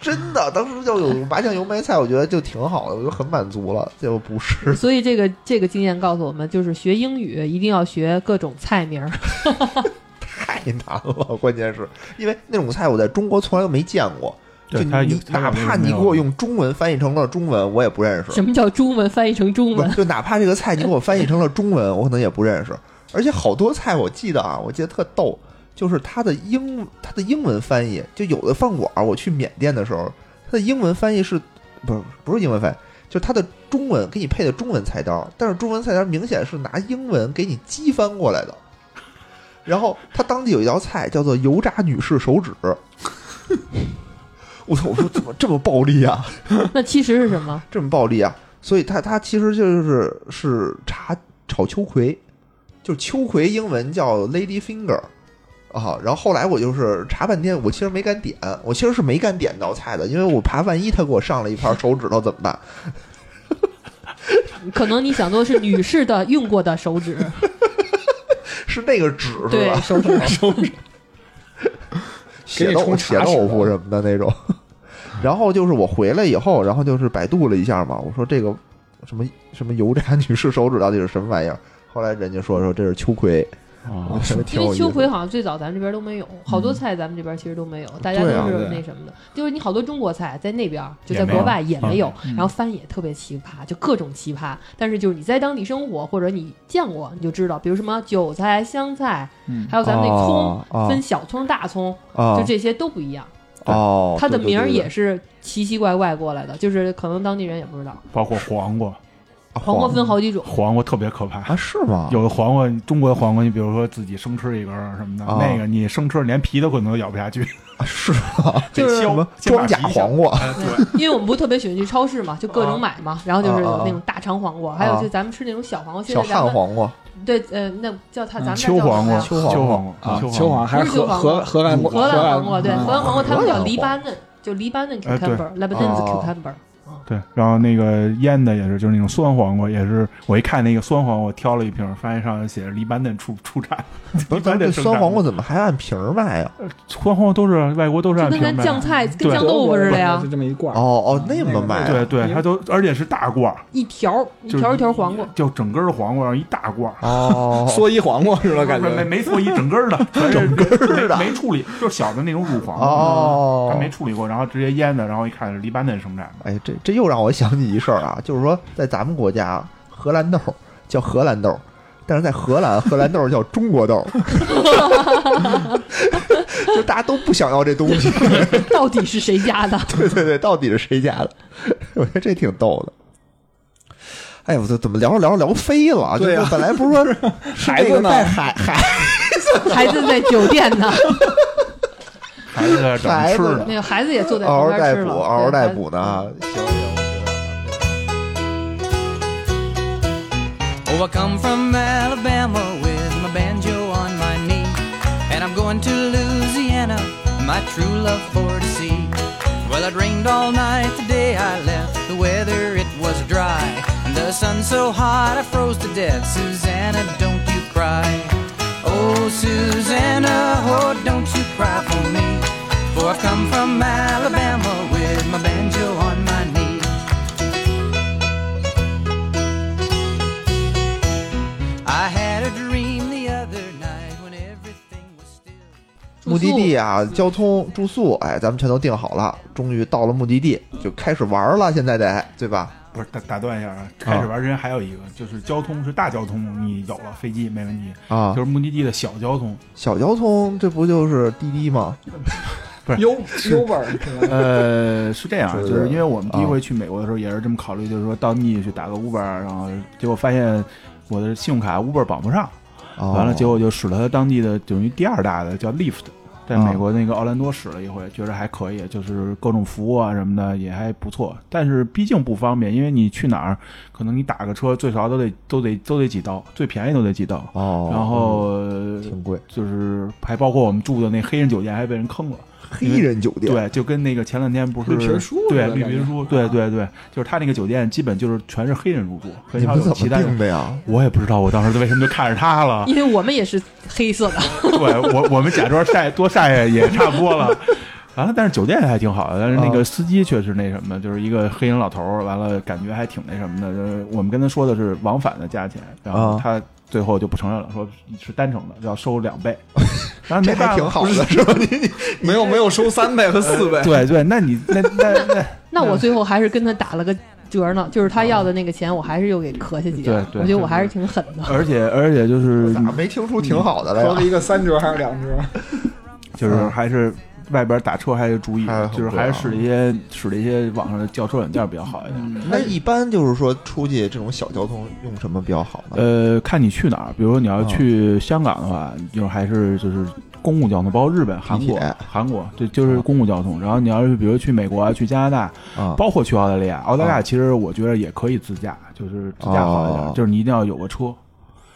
Speaker 2: 真的，当时就有麻酱油麦菜，我觉得就挺好的，我就很满足了。结果不是，
Speaker 4: 所以这个这个经验告诉我们，就是学英语一定要学各种菜名儿。
Speaker 2: 太难了， (laughs) 关键是因为那种菜我在中国从来都没见过。就
Speaker 5: 对它
Speaker 2: 你
Speaker 5: 有它
Speaker 2: 哪
Speaker 5: 有那
Speaker 2: 怕
Speaker 5: 种
Speaker 2: 你给
Speaker 5: 那种
Speaker 2: 我用中文翻译成了中文，我也不认识。
Speaker 4: 什么叫中文翻译成中
Speaker 2: 不
Speaker 4: 文？
Speaker 2: 就哪怕这个 (laughs) 菜你给我翻译成了中文，我可能也不认识。而且好多菜我记得啊，我记得特逗，就是它的英它的英文翻译，就有的饭馆儿我去缅甸的时候，它的英文翻译是不是不是英文翻译，就是它的中文给你配的中文菜单儿，但是中文菜单儿明显是拿英文给你机翻过来的。然后他当地有一道菜叫做油炸女士手指， (laughs) 我操！我说怎么这么暴力啊？
Speaker 4: 那其实是什么？
Speaker 2: 这么暴力啊？所以它它其实就是是茶炒秋葵，就是秋葵英文叫 lady finger 啊。然后后来我就是查半天，我其实没敢点，我其实是没敢点那道菜的，因为我怕万一他给我上了一盘手指头怎么办？
Speaker 4: 可能你想做的是女士的用过的手指，
Speaker 2: 是那个纸是
Speaker 4: 对
Speaker 5: (laughs)
Speaker 2: 吧？
Speaker 4: 手指。
Speaker 2: 血
Speaker 3: 给你
Speaker 2: 豆
Speaker 3: 冲
Speaker 2: 血
Speaker 3: 茶
Speaker 2: 豆
Speaker 3: 使
Speaker 2: 腐
Speaker 3: 的
Speaker 2: 什么的那种。然后就是我回来以后，然后就是百度了一下嘛，我说这个什么什么油炸女士手指到底是什么玩意儿？后来人家说说这是秋葵，我
Speaker 5: 啊，
Speaker 2: 觉得
Speaker 4: 因
Speaker 2: 挺有
Speaker 4: 为
Speaker 2: 意思
Speaker 4: 哦秋
Speaker 2: 的。
Speaker 4: 葵好像最早咱这边都没有，好多菜咱们这边其实都没有，大家都
Speaker 2: 嗯对啊
Speaker 4: 是
Speaker 3: 对
Speaker 4: 那什么的。就是你好多中国菜在那边儿就
Speaker 5: 也
Speaker 4: 在
Speaker 5: 没
Speaker 4: 国
Speaker 5: 有
Speaker 4: 外也没
Speaker 2: 啊
Speaker 4: 有，
Speaker 5: 嗯
Speaker 4: 然后翻译也特别奇葩，就各种奇葩。但是就是你在当地生活或者你见过你就知道，比如什么韭菜、香菜，
Speaker 5: 嗯
Speaker 4: 还有咱们那葱、
Speaker 2: 哦哦
Speaker 4: 分小葱、大葱，
Speaker 2: 啊，
Speaker 4: 就这些都不一样。
Speaker 2: 哦，
Speaker 4: 它的
Speaker 2: 对对
Speaker 4: 名儿
Speaker 2: 对对
Speaker 4: 也是奇奇怪怪过来的，就是可能当地人也不知道。
Speaker 5: 包括黄瓜，
Speaker 2: 啊
Speaker 4: 黄瓜分好几种，
Speaker 5: 黄瓜特别可怕。
Speaker 2: 啊，是吗？
Speaker 5: 有的黄瓜，中国的黄瓜，你比如说自己生吃一根儿什么的，
Speaker 2: 啊
Speaker 5: 那个你生吃连皮都可能都咬不下去，
Speaker 2: 啊是 (laughs) 吗？
Speaker 4: 就是
Speaker 5: 得
Speaker 2: 什
Speaker 5: 削
Speaker 2: 么
Speaker 5: 先把
Speaker 2: 装甲
Speaker 5: 皮削
Speaker 2: 黄瓜
Speaker 5: 哎对，
Speaker 4: 因为我们不是特别喜欢去超市嘛，就各
Speaker 2: 哦
Speaker 4: 种买嘛，然后就是有那种大长黄瓜，还有
Speaker 2: 啊
Speaker 4: 就咱们吃那种小黄瓜，现
Speaker 2: 哦小
Speaker 4: 在咱
Speaker 2: 旱
Speaker 4: 们
Speaker 2: 黄瓜
Speaker 4: 对呃，那叫它咱们这
Speaker 5: 嗯秋
Speaker 4: 儿叫
Speaker 5: 黄
Speaker 4: 什么
Speaker 5: 瓜，
Speaker 4: 呀？
Speaker 2: 秋
Speaker 5: 秋
Speaker 2: 黄
Speaker 5: 黄
Speaker 3: 啊，
Speaker 5: 秋
Speaker 3: 秋黄还是
Speaker 4: 不是
Speaker 3: 荷
Speaker 4: 秋黄
Speaker 3: 荷荷兰
Speaker 4: 荷兰黄瓜，对，
Speaker 3: 嗯
Speaker 4: 荷兰黄瓜他们
Speaker 2: 荷
Speaker 4: 叫
Speaker 2: 兰
Speaker 4: 黎巴
Speaker 2: 黄
Speaker 4: 嫩，就黎巴嫩
Speaker 5: 哎对
Speaker 4: cucumber，Lebanese
Speaker 2: 哦
Speaker 4: cucumber。
Speaker 5: 对，然后那个腌的也是，就是那种酸黄瓜，也是我一看那个酸黄瓜，我挑了一瓶，发现上面写着黎巴嫩出
Speaker 2: (laughs)
Speaker 5: 出产，
Speaker 2: 不是，
Speaker 5: 黎
Speaker 2: 咱
Speaker 5: 巴
Speaker 2: 这
Speaker 5: 嫩生
Speaker 2: 酸
Speaker 5: 产
Speaker 2: 黄
Speaker 5: 的
Speaker 2: 瓜怎么还按瓶儿卖啊呀？
Speaker 5: 酸黄瓜都是外国都是
Speaker 4: 就
Speaker 5: 按
Speaker 4: 跟
Speaker 5: 瓶
Speaker 4: 咱
Speaker 5: 卖
Speaker 4: 酱
Speaker 5: 的，
Speaker 4: 菜跟
Speaker 5: 对
Speaker 4: 酱豆腐似的呀
Speaker 3: 就，这么一罐
Speaker 2: (laughs)
Speaker 3: 儿。
Speaker 2: 哦哦，那么卖
Speaker 5: 对
Speaker 2: 啊
Speaker 5: 对，它都而且是大罐儿，
Speaker 4: 一条儿一
Speaker 5: 就是
Speaker 4: 条儿一条儿黄瓜，
Speaker 5: 就整根儿黄瓜，然后一大罐儿。
Speaker 2: 哦，
Speaker 3: 蓑衣黄瓜似的感
Speaker 5: 没没
Speaker 3: 觉，
Speaker 5: 没错，一整根儿
Speaker 2: (laughs)
Speaker 5: 的，整根
Speaker 2: 儿的
Speaker 5: 没没处理，就是小的那种乳黄瓜，
Speaker 2: 哦
Speaker 5: 它没处理过，然后直接腌的，然后一看是黎巴嫩生产的，
Speaker 2: 哎，这这又让我想起一事儿啊，就是说在咱们国家，荷兰豆儿叫荷兰豆儿，但是在荷兰，荷兰豆儿叫中国豆儿， (laughs) 就大家都不想要这东西。
Speaker 4: 到底是谁家的？
Speaker 2: (laughs) 对对对，到底是谁家的？ (laughs) 我觉得这挺逗的。哎我这怎么聊着聊着聊飞了啊？
Speaker 3: 对啊
Speaker 2: 就是本来不是说是
Speaker 3: 孩
Speaker 2: 那
Speaker 3: 子
Speaker 2: 个
Speaker 3: 呢
Speaker 2: 带孩孩
Speaker 4: 孩子在酒店呢，
Speaker 5: (laughs) 孩子在整
Speaker 2: 孩
Speaker 5: 吃
Speaker 2: 子
Speaker 5: 的
Speaker 4: 那。个孩子也坐在
Speaker 2: 嗷嗷
Speaker 4: 旁边
Speaker 2: 待
Speaker 4: 吃
Speaker 2: 哺，
Speaker 4: 了，
Speaker 2: 嗷嗷
Speaker 4: 对
Speaker 2: 待
Speaker 4: 孩
Speaker 2: 哺
Speaker 4: 子
Speaker 2: 呢啊！行行，
Speaker 1: Oh, I come from Alabama with my banjo on my knee. And I'm going to Louisiana, my true love for to see. Well, it rained all night the day I left, the weather it was dry. And the sun so hot I froze to death. Susanna, don't you cry. Oh, Susanna, oh, don't you cry for me. For I've come from Alabama with my banjo on my knee. I had a dream the other night when everything was still.
Speaker 2: 目的地啊，交通、住宿，哎，咱们全都定好了，终于到了目的地，就开始玩了。现在得对吧？
Speaker 5: 不是打打断一下啊，开始玩之前还有一个，就是交通是大交通，你有了飞机没问题，
Speaker 2: 啊
Speaker 5: 就，是目的地的小交通，
Speaker 2: 小交通这不就是滴滴吗？
Speaker 3: 优优味儿是吧
Speaker 5: 呃， (laughs) 是这样啊，
Speaker 2: 就
Speaker 5: 就是是因为我们第一
Speaker 2: 啊
Speaker 5: 回去美国的时候也是这么考虑，就是说到地去打个 Uber，然后结果发现我的信用卡 Uber 绑不上，
Speaker 2: 哦
Speaker 5: 完了结果就使了它当地的等于第二大的叫 Lyft，在
Speaker 2: 啊
Speaker 5: 美国那个奥兰多使了一回，觉得还可以，就是各种服务啊什么的也还不错，但是毕竟不方便，因为你去哪儿，可能你打个车最少都得都得都得几刀，最便宜都得几刀，
Speaker 2: 哦，
Speaker 5: 然后。
Speaker 2: 挺贵，
Speaker 5: 就是还包括我们住的那黑人酒店还被人坑了，
Speaker 2: 黑人酒店
Speaker 5: 对，就跟那个前两天不是
Speaker 3: 绿皮书
Speaker 5: 对
Speaker 3: 似的
Speaker 5: 绿
Speaker 3: 感
Speaker 5: 皮
Speaker 3: 觉啊
Speaker 5: 书，对对对，就是他那个酒店基本就是全是黑人入住，很
Speaker 2: 你
Speaker 5: 少
Speaker 2: 们
Speaker 5: 有
Speaker 2: 怎
Speaker 5: 其
Speaker 2: 么
Speaker 5: 他
Speaker 2: 定
Speaker 5: 人。
Speaker 2: 的呀？
Speaker 5: 我也不知道我当时为什么就看着他了，
Speaker 4: 因为我们也是黑色的，
Speaker 5: 对我我们假装晒多晒也差不多了。完了，但是酒店还挺好的，但是那个
Speaker 2: 啊
Speaker 5: 司机确实那什么，就是一个黑人老头儿，完了感觉还挺那什么的。就是我们跟他说的是往返的价钱，然后
Speaker 2: 啊
Speaker 5: 他最后就不承认了，说是单程的，要收两倍。然
Speaker 2: (laughs)
Speaker 5: 后
Speaker 2: 这
Speaker 5: 没
Speaker 2: 还
Speaker 5: 办法
Speaker 2: 挺好
Speaker 5: 不
Speaker 2: 的，
Speaker 5: 是
Speaker 2: 是吧？你你 (laughs)
Speaker 3: 没有没有收三倍和四倍，
Speaker 5: 对对，那你那那那
Speaker 4: 那我最后还是跟他打了个折呢，就是他要的那个钱，我还是又给磕下去了。
Speaker 5: 对对
Speaker 4: 我觉得我
Speaker 5: 对
Speaker 4: 还是挺狠的。
Speaker 5: 而且而且就是
Speaker 2: 咋没听出挺好的来
Speaker 3: 说了
Speaker 2: 呀？
Speaker 3: 一个三折还是两
Speaker 4: (laughs)
Speaker 3: 折？
Speaker 5: 就是
Speaker 2: 嗯
Speaker 5: 还是外边打车还得注意
Speaker 2: 还，
Speaker 5: 就
Speaker 2: 对
Speaker 5: 是
Speaker 2: 啊嗯
Speaker 5: 还是使一些使这些网上的叫车软件比较好一点。
Speaker 2: 那一般就是说出去这种小交通用什么比较好呢？
Speaker 5: 呃，看你去哪儿，比如说你
Speaker 2: 哦
Speaker 5: 要去香港的话，就是还是就是公共交通，包括日本、韩国
Speaker 2: 铁、哦
Speaker 5: 韩国，对，就是公共交通。然后你要是比如去美国啊、去加拿大，
Speaker 2: 啊，
Speaker 5: 包括去澳大利亚，澳大利
Speaker 2: 啊
Speaker 5: 亚其实我觉得也可以自驾，就是自驾好一
Speaker 2: 哦
Speaker 5: 点，就是你一定要有个车，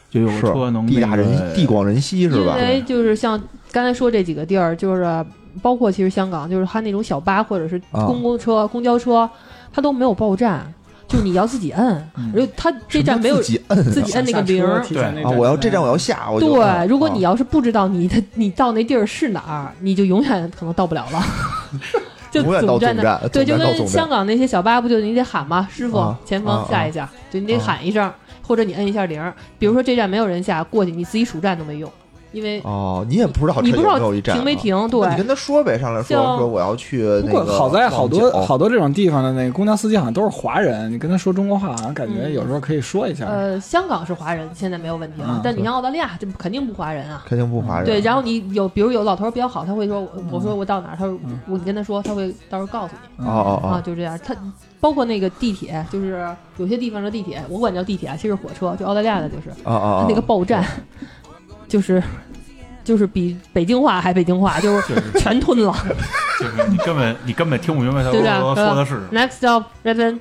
Speaker 5: 就有个
Speaker 2: 是
Speaker 5: 车能
Speaker 2: 地大
Speaker 5: 那个
Speaker 2: 人地广人稀是吧？
Speaker 4: 因为就是像刚才说这几个地儿，就是包括其实香港，就是它那种小巴或者是
Speaker 2: 啊
Speaker 4: 公共车、公交车，它都没有报站，就是你要自己摁，
Speaker 5: 嗯
Speaker 4: 而且它这站没有
Speaker 2: 嗯什么叫自己摁
Speaker 4: 自己摁那个铃儿。
Speaker 5: 对
Speaker 2: 啊！我要这站我要下，我就啊
Speaker 4: 对，如果你要是不知道你的你到那地儿是哪儿，你就永远可能到不了
Speaker 2: (laughs)
Speaker 4: 了。就
Speaker 2: 永远到总
Speaker 4: 总站那，
Speaker 2: 站，
Speaker 4: 对，就
Speaker 2: 总站到总站
Speaker 4: 跟香港那些小巴不就你得喊吗？师傅
Speaker 2: 啊，
Speaker 4: 前
Speaker 2: 啊
Speaker 4: 方下一下，对你得喊一声，或者你摁一下铃儿。比如说这站没有人下，过去你自己数站都没用，因为
Speaker 2: 哦，你也不知道
Speaker 4: 你
Speaker 2: 这
Speaker 4: 不
Speaker 2: 有
Speaker 4: 知道
Speaker 2: 没有一站啊
Speaker 4: 停没停，
Speaker 2: 那你
Speaker 4: 对
Speaker 2: 跟他说呗，上来说
Speaker 4: 像
Speaker 2: 说我要去
Speaker 3: 不
Speaker 2: 那
Speaker 3: 过
Speaker 2: 个。
Speaker 3: 好在好多
Speaker 2: 哦
Speaker 3: 好多这种地方的那个公交司机好像都是华人，你跟他说中国话，好像感觉
Speaker 4: 嗯
Speaker 3: 有时候可以说一下。
Speaker 4: 呃，香港是华人，现在没有问题了
Speaker 3: 嗯。
Speaker 4: 但你像澳大利亚，这肯定不华人啊。
Speaker 2: 肯定不华人。
Speaker 4: 对，然后你有，比如有老头儿比较好，他会说，我我说我到哪儿，他说
Speaker 3: 嗯
Speaker 4: 我你跟他说，他会到时候告诉你
Speaker 2: 哦哦
Speaker 4: 啊，
Speaker 2: 哦，
Speaker 4: 就这样。他包括那个地铁，就是有些地方的地铁，我管叫地铁啊，其实火车，就澳大利亚的就是
Speaker 2: 哦哦
Speaker 4: 它，那个报站，就是就是比北京话还北京话，就是全吞了。
Speaker 2: (laughs)
Speaker 4: (laughs)
Speaker 5: 就是你根本你根本听不明白他
Speaker 4: 对啊
Speaker 5: 说
Speaker 4: 对啊
Speaker 5: 说的是什么。
Speaker 4: Next stop, Redmond,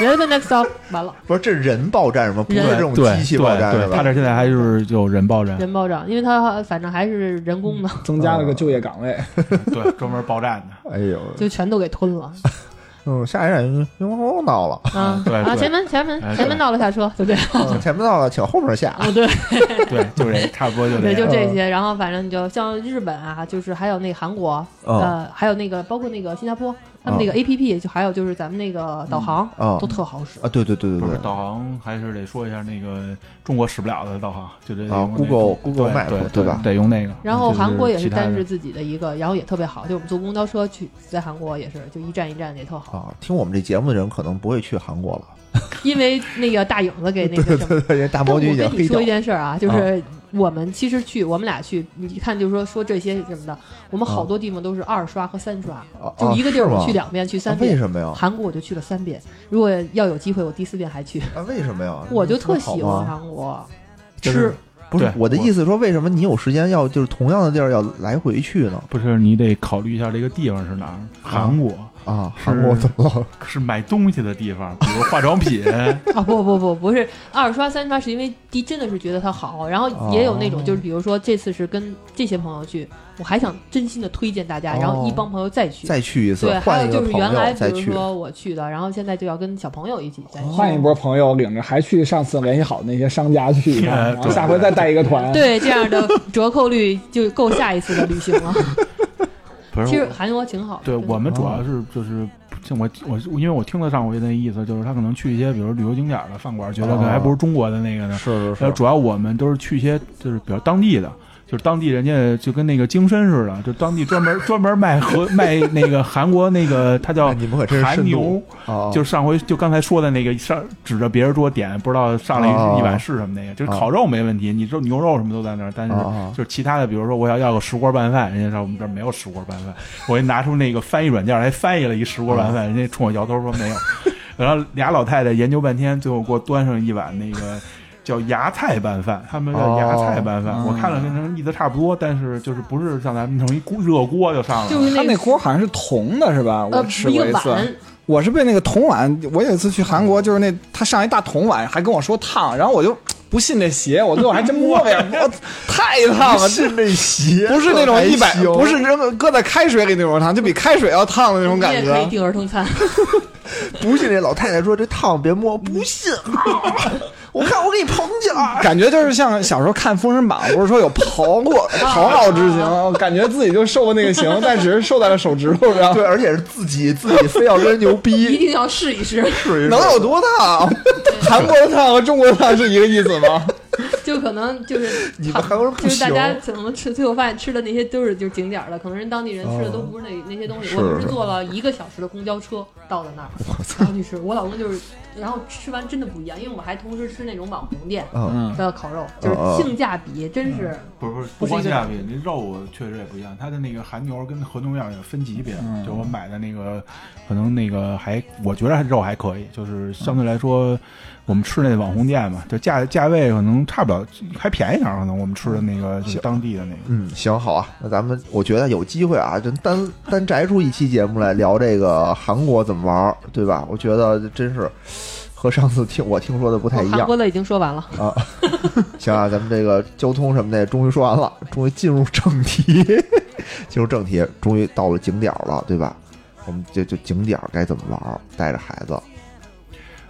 Speaker 4: Redmond next stop，完了。
Speaker 2: 不是这人报站是吗？不是
Speaker 4: 人
Speaker 2: (laughs) 这种
Speaker 5: 对
Speaker 2: 机器
Speaker 5: 对
Speaker 2: 报站
Speaker 5: 对
Speaker 2: 是
Speaker 5: 他
Speaker 2: 吧？
Speaker 5: 这现在还就是有人报
Speaker 2: 嗯
Speaker 5: 站，
Speaker 4: 人爆炸，因为它反正还是人工的，
Speaker 3: 增加了个就业岗位，
Speaker 5: 对，专门报站的。
Speaker 2: 哎呦，
Speaker 4: 就全都给吞了
Speaker 2: 嗯，下一站又又到了，
Speaker 4: 啊
Speaker 5: 对
Speaker 4: 啊！
Speaker 5: 对
Speaker 4: 前门前门
Speaker 5: 哎
Speaker 4: 前门
Speaker 5: 对
Speaker 4: 到了下车，就这样，
Speaker 2: 嗯前面到了，请后面下。
Speaker 5: 对，就这，差不多就这
Speaker 4: 对，就
Speaker 5: 样。
Speaker 4: 这些。然后反正你就像日本啊，就是还有那韩国，
Speaker 2: 嗯
Speaker 4: 呃，还有那个包括那个新加坡，他们那个 A P P 就还有就是咱们那个导航
Speaker 2: 嗯啊
Speaker 4: 都特好使
Speaker 2: 啊，，对对对
Speaker 5: 不
Speaker 2: 对
Speaker 5: 是
Speaker 2: 对，
Speaker 5: 导航还是得说一下那个中国使不了的导航，就这
Speaker 2: 啊，Google Google Map
Speaker 5: 对
Speaker 2: 对吧
Speaker 5: 得用那个。
Speaker 4: 然后韩国也
Speaker 5: 就是其他
Speaker 4: 单
Speaker 5: 的
Speaker 4: 是自己的一个，然后也特别好，就我们坐公交车去，在韩国也是就一站一站的也特好，
Speaker 2: 啊，听我们这节目的人可能不会去韩国了，
Speaker 4: 因为那个大影子给那个什么
Speaker 2: (laughs) 对对，人大
Speaker 4: (laughs) 但
Speaker 2: 毛
Speaker 4: 我
Speaker 2: 军已经
Speaker 4: 跟你
Speaker 2: 黑
Speaker 4: 说
Speaker 2: 掉
Speaker 4: 一。件事儿啊，就是我们其实去，我们俩去，你一看就是说说这些什么的，我们好多地方都是二刷和三刷，
Speaker 2: 啊
Speaker 4: 就一个地儿
Speaker 2: 是吗
Speaker 4: 我去两遍，去三
Speaker 2: 啊为
Speaker 4: 遍。
Speaker 2: 什么呀？
Speaker 4: 韩国我就去了三遍，如果要有机会，我第四遍还去。
Speaker 2: 啊，为什么呀？
Speaker 4: 我就
Speaker 2: 这不
Speaker 4: 特
Speaker 2: 是好
Speaker 4: 喜
Speaker 2: 吗
Speaker 4: 欢韩国，
Speaker 5: 就是
Speaker 4: 吃
Speaker 2: 不是
Speaker 5: 对
Speaker 2: 我的意思，说为什么你有时间要就是同样的地儿要来回去呢？
Speaker 5: 不是你得考虑一下这个地方是哪儿。韩国
Speaker 2: 啊，韩国
Speaker 5: 是
Speaker 2: 怎么了？ (laughs)
Speaker 5: 是买东西的地方，比如化妆品，
Speaker 4: 啊不不不不是二刷三刷，是因为第一真的是觉得它好，然后也有那
Speaker 2: 哦
Speaker 4: 种就是比如说这次是跟这些朋友去，我还想真心的推荐大家，然后一帮朋友再去。
Speaker 2: 哦再去一次
Speaker 4: 对，，还
Speaker 2: 换
Speaker 4: 有
Speaker 2: 一个
Speaker 4: 就是
Speaker 2: 朋
Speaker 4: 原来
Speaker 2: 友再
Speaker 4: 比
Speaker 2: 去
Speaker 4: 如。说我去的，然后现在就要跟小朋友一起再去。
Speaker 3: 换一波朋友领着还去上次联系好的那些商家去 (laughs) 一趟，
Speaker 5: 对
Speaker 3: 然后下回再带一个团。，
Speaker 4: 对，这样的折扣率就够下一次的旅行
Speaker 2: (laughs)
Speaker 4: 了。
Speaker 5: 不
Speaker 4: 其
Speaker 5: 是
Speaker 4: 实
Speaker 5: 我。
Speaker 4: 韩国挺好的，
Speaker 5: 对
Speaker 4: 真的
Speaker 5: 我们主
Speaker 2: 嗯
Speaker 5: 要是就是，像我我因为我听了上回的意思，就是他可能去一些比如旅游景点儿的饭馆，觉
Speaker 2: 哦
Speaker 5: 得可能还不如中国的那个呢。
Speaker 2: 是
Speaker 5: 然后主要我们都是去一些就是比较当地的，就是当地人家就跟那个京深似的，就当地专门专门卖和卖那个韩国那个，它叫
Speaker 2: (laughs) 哎你们可真是
Speaker 5: 韩
Speaker 2: 深
Speaker 5: 牛
Speaker 2: 度，啊，
Speaker 5: 就是上回就刚才说的那个上指着别人桌点，不知道上来
Speaker 2: 哦
Speaker 5: 一一碗是什么那个，就是烤肉没问题，你说牛肉什么都在那儿，但是
Speaker 2: 哦
Speaker 5: 就是其他的，比如说我要要个石锅拌饭，人家说我们这儿没有石锅拌饭，我一拿出那个翻译软件来翻译了一石锅
Speaker 2: 哦
Speaker 5: 拌饭，人家冲我摇头说没有， (laughs) 然后俩老太太研究半天，最后给我端上一碗那个。叫芽菜拌饭，他们叫芽菜拌饭，
Speaker 3: 哦
Speaker 5: 我看了跟他们意思差不多，但是就是不是像咱们弄一锅热锅就上来了，
Speaker 4: 就是
Speaker 3: 他
Speaker 4: 那
Speaker 3: 那
Speaker 4: 个
Speaker 3: 锅好像是铜的，是吧？我
Speaker 4: 呃
Speaker 3: 吃
Speaker 4: 一
Speaker 3: 过
Speaker 4: 个
Speaker 3: 次，
Speaker 4: 碗，
Speaker 3: 我是被那个铜碗，我有一次去韩国，就是那他上一大铜碗，还跟我说烫，然后我就不信这邪，我最后还真摸
Speaker 4: (laughs)
Speaker 3: 了一下，我太烫了，
Speaker 2: 是那鞋，
Speaker 3: 不是那种
Speaker 2: 还
Speaker 3: 一百，
Speaker 2: 行
Speaker 3: 不是扔搁在开水里那种烫，就比开水要烫的那种
Speaker 4: 你
Speaker 2: 啊
Speaker 3: 感
Speaker 4: 也可以
Speaker 3: 觉。
Speaker 4: 订儿童餐。
Speaker 2: (laughs)
Speaker 4: (laughs)
Speaker 2: 不信那老太太说这烫别摸，不信，啊 (laughs) 我看我给你捧起来。
Speaker 3: 感觉就是像小时候看《封神榜》，不是说有刨过刨烙之
Speaker 4: (laughs)
Speaker 3: 刑，我感觉自己就受过那个刑，但只是受在了手指头
Speaker 2: (laughs)
Speaker 3: 上
Speaker 2: 对，。而且是自己自己非要跟牛
Speaker 4: (laughs) 一
Speaker 2: 逼，
Speaker 4: 定要
Speaker 2: (laughs)
Speaker 4: 试一试，
Speaker 3: (laughs)
Speaker 2: 是
Speaker 3: 啊能有多烫？韩国的烫和中国的烫是一个意思吗？
Speaker 4: 就可能就是
Speaker 2: 你们
Speaker 4: 躺
Speaker 2: 韩国人不
Speaker 4: 就是大
Speaker 2: 行
Speaker 4: 家可能吃最后发现吃的那些都是就是景点儿了，可能人当地人吃的都不是那、那些东西。我们
Speaker 2: 是
Speaker 4: 是坐了一个小时的公交车到的那儿，然后去吃。我老公就是，然后吃完真的不一样，因为我还同时吃那种网红店
Speaker 2: 嗯，
Speaker 3: 嗯，
Speaker 4: 的烤肉，就是
Speaker 2: 哦哦
Speaker 4: 性价比真是。
Speaker 5: 不是不是，
Speaker 4: 不是
Speaker 5: 不
Speaker 4: 一
Speaker 5: 光
Speaker 4: 个
Speaker 5: 性价比，那肉啊确实也不一样。它的那个韩牛跟和牛要也分级别，
Speaker 3: 嗯
Speaker 5: 就我买的那个，可能那个还我觉得肉还可以，就是相对来说，我们吃那网红店嘛，就价价位可能差不了，还便宜点儿可能我们吃的那个就是当地的那个。
Speaker 2: 嗯，行，好啊，那咱们我觉得有机会啊，就单单摘出一期节目来聊这个韩国怎么玩儿，对吧？我觉得真是和上次听我听说的不太
Speaker 4: 我
Speaker 2: 一
Speaker 4: 哦韩
Speaker 2: 样
Speaker 4: 国的已经说完了，
Speaker 2: 啊。行啊，咱们这个交通什么的终于说完了，终于进入正题， (laughs) 进入正题，终于到了景点儿了，对吧？我们就就景点儿该怎么玩儿，带着孩子，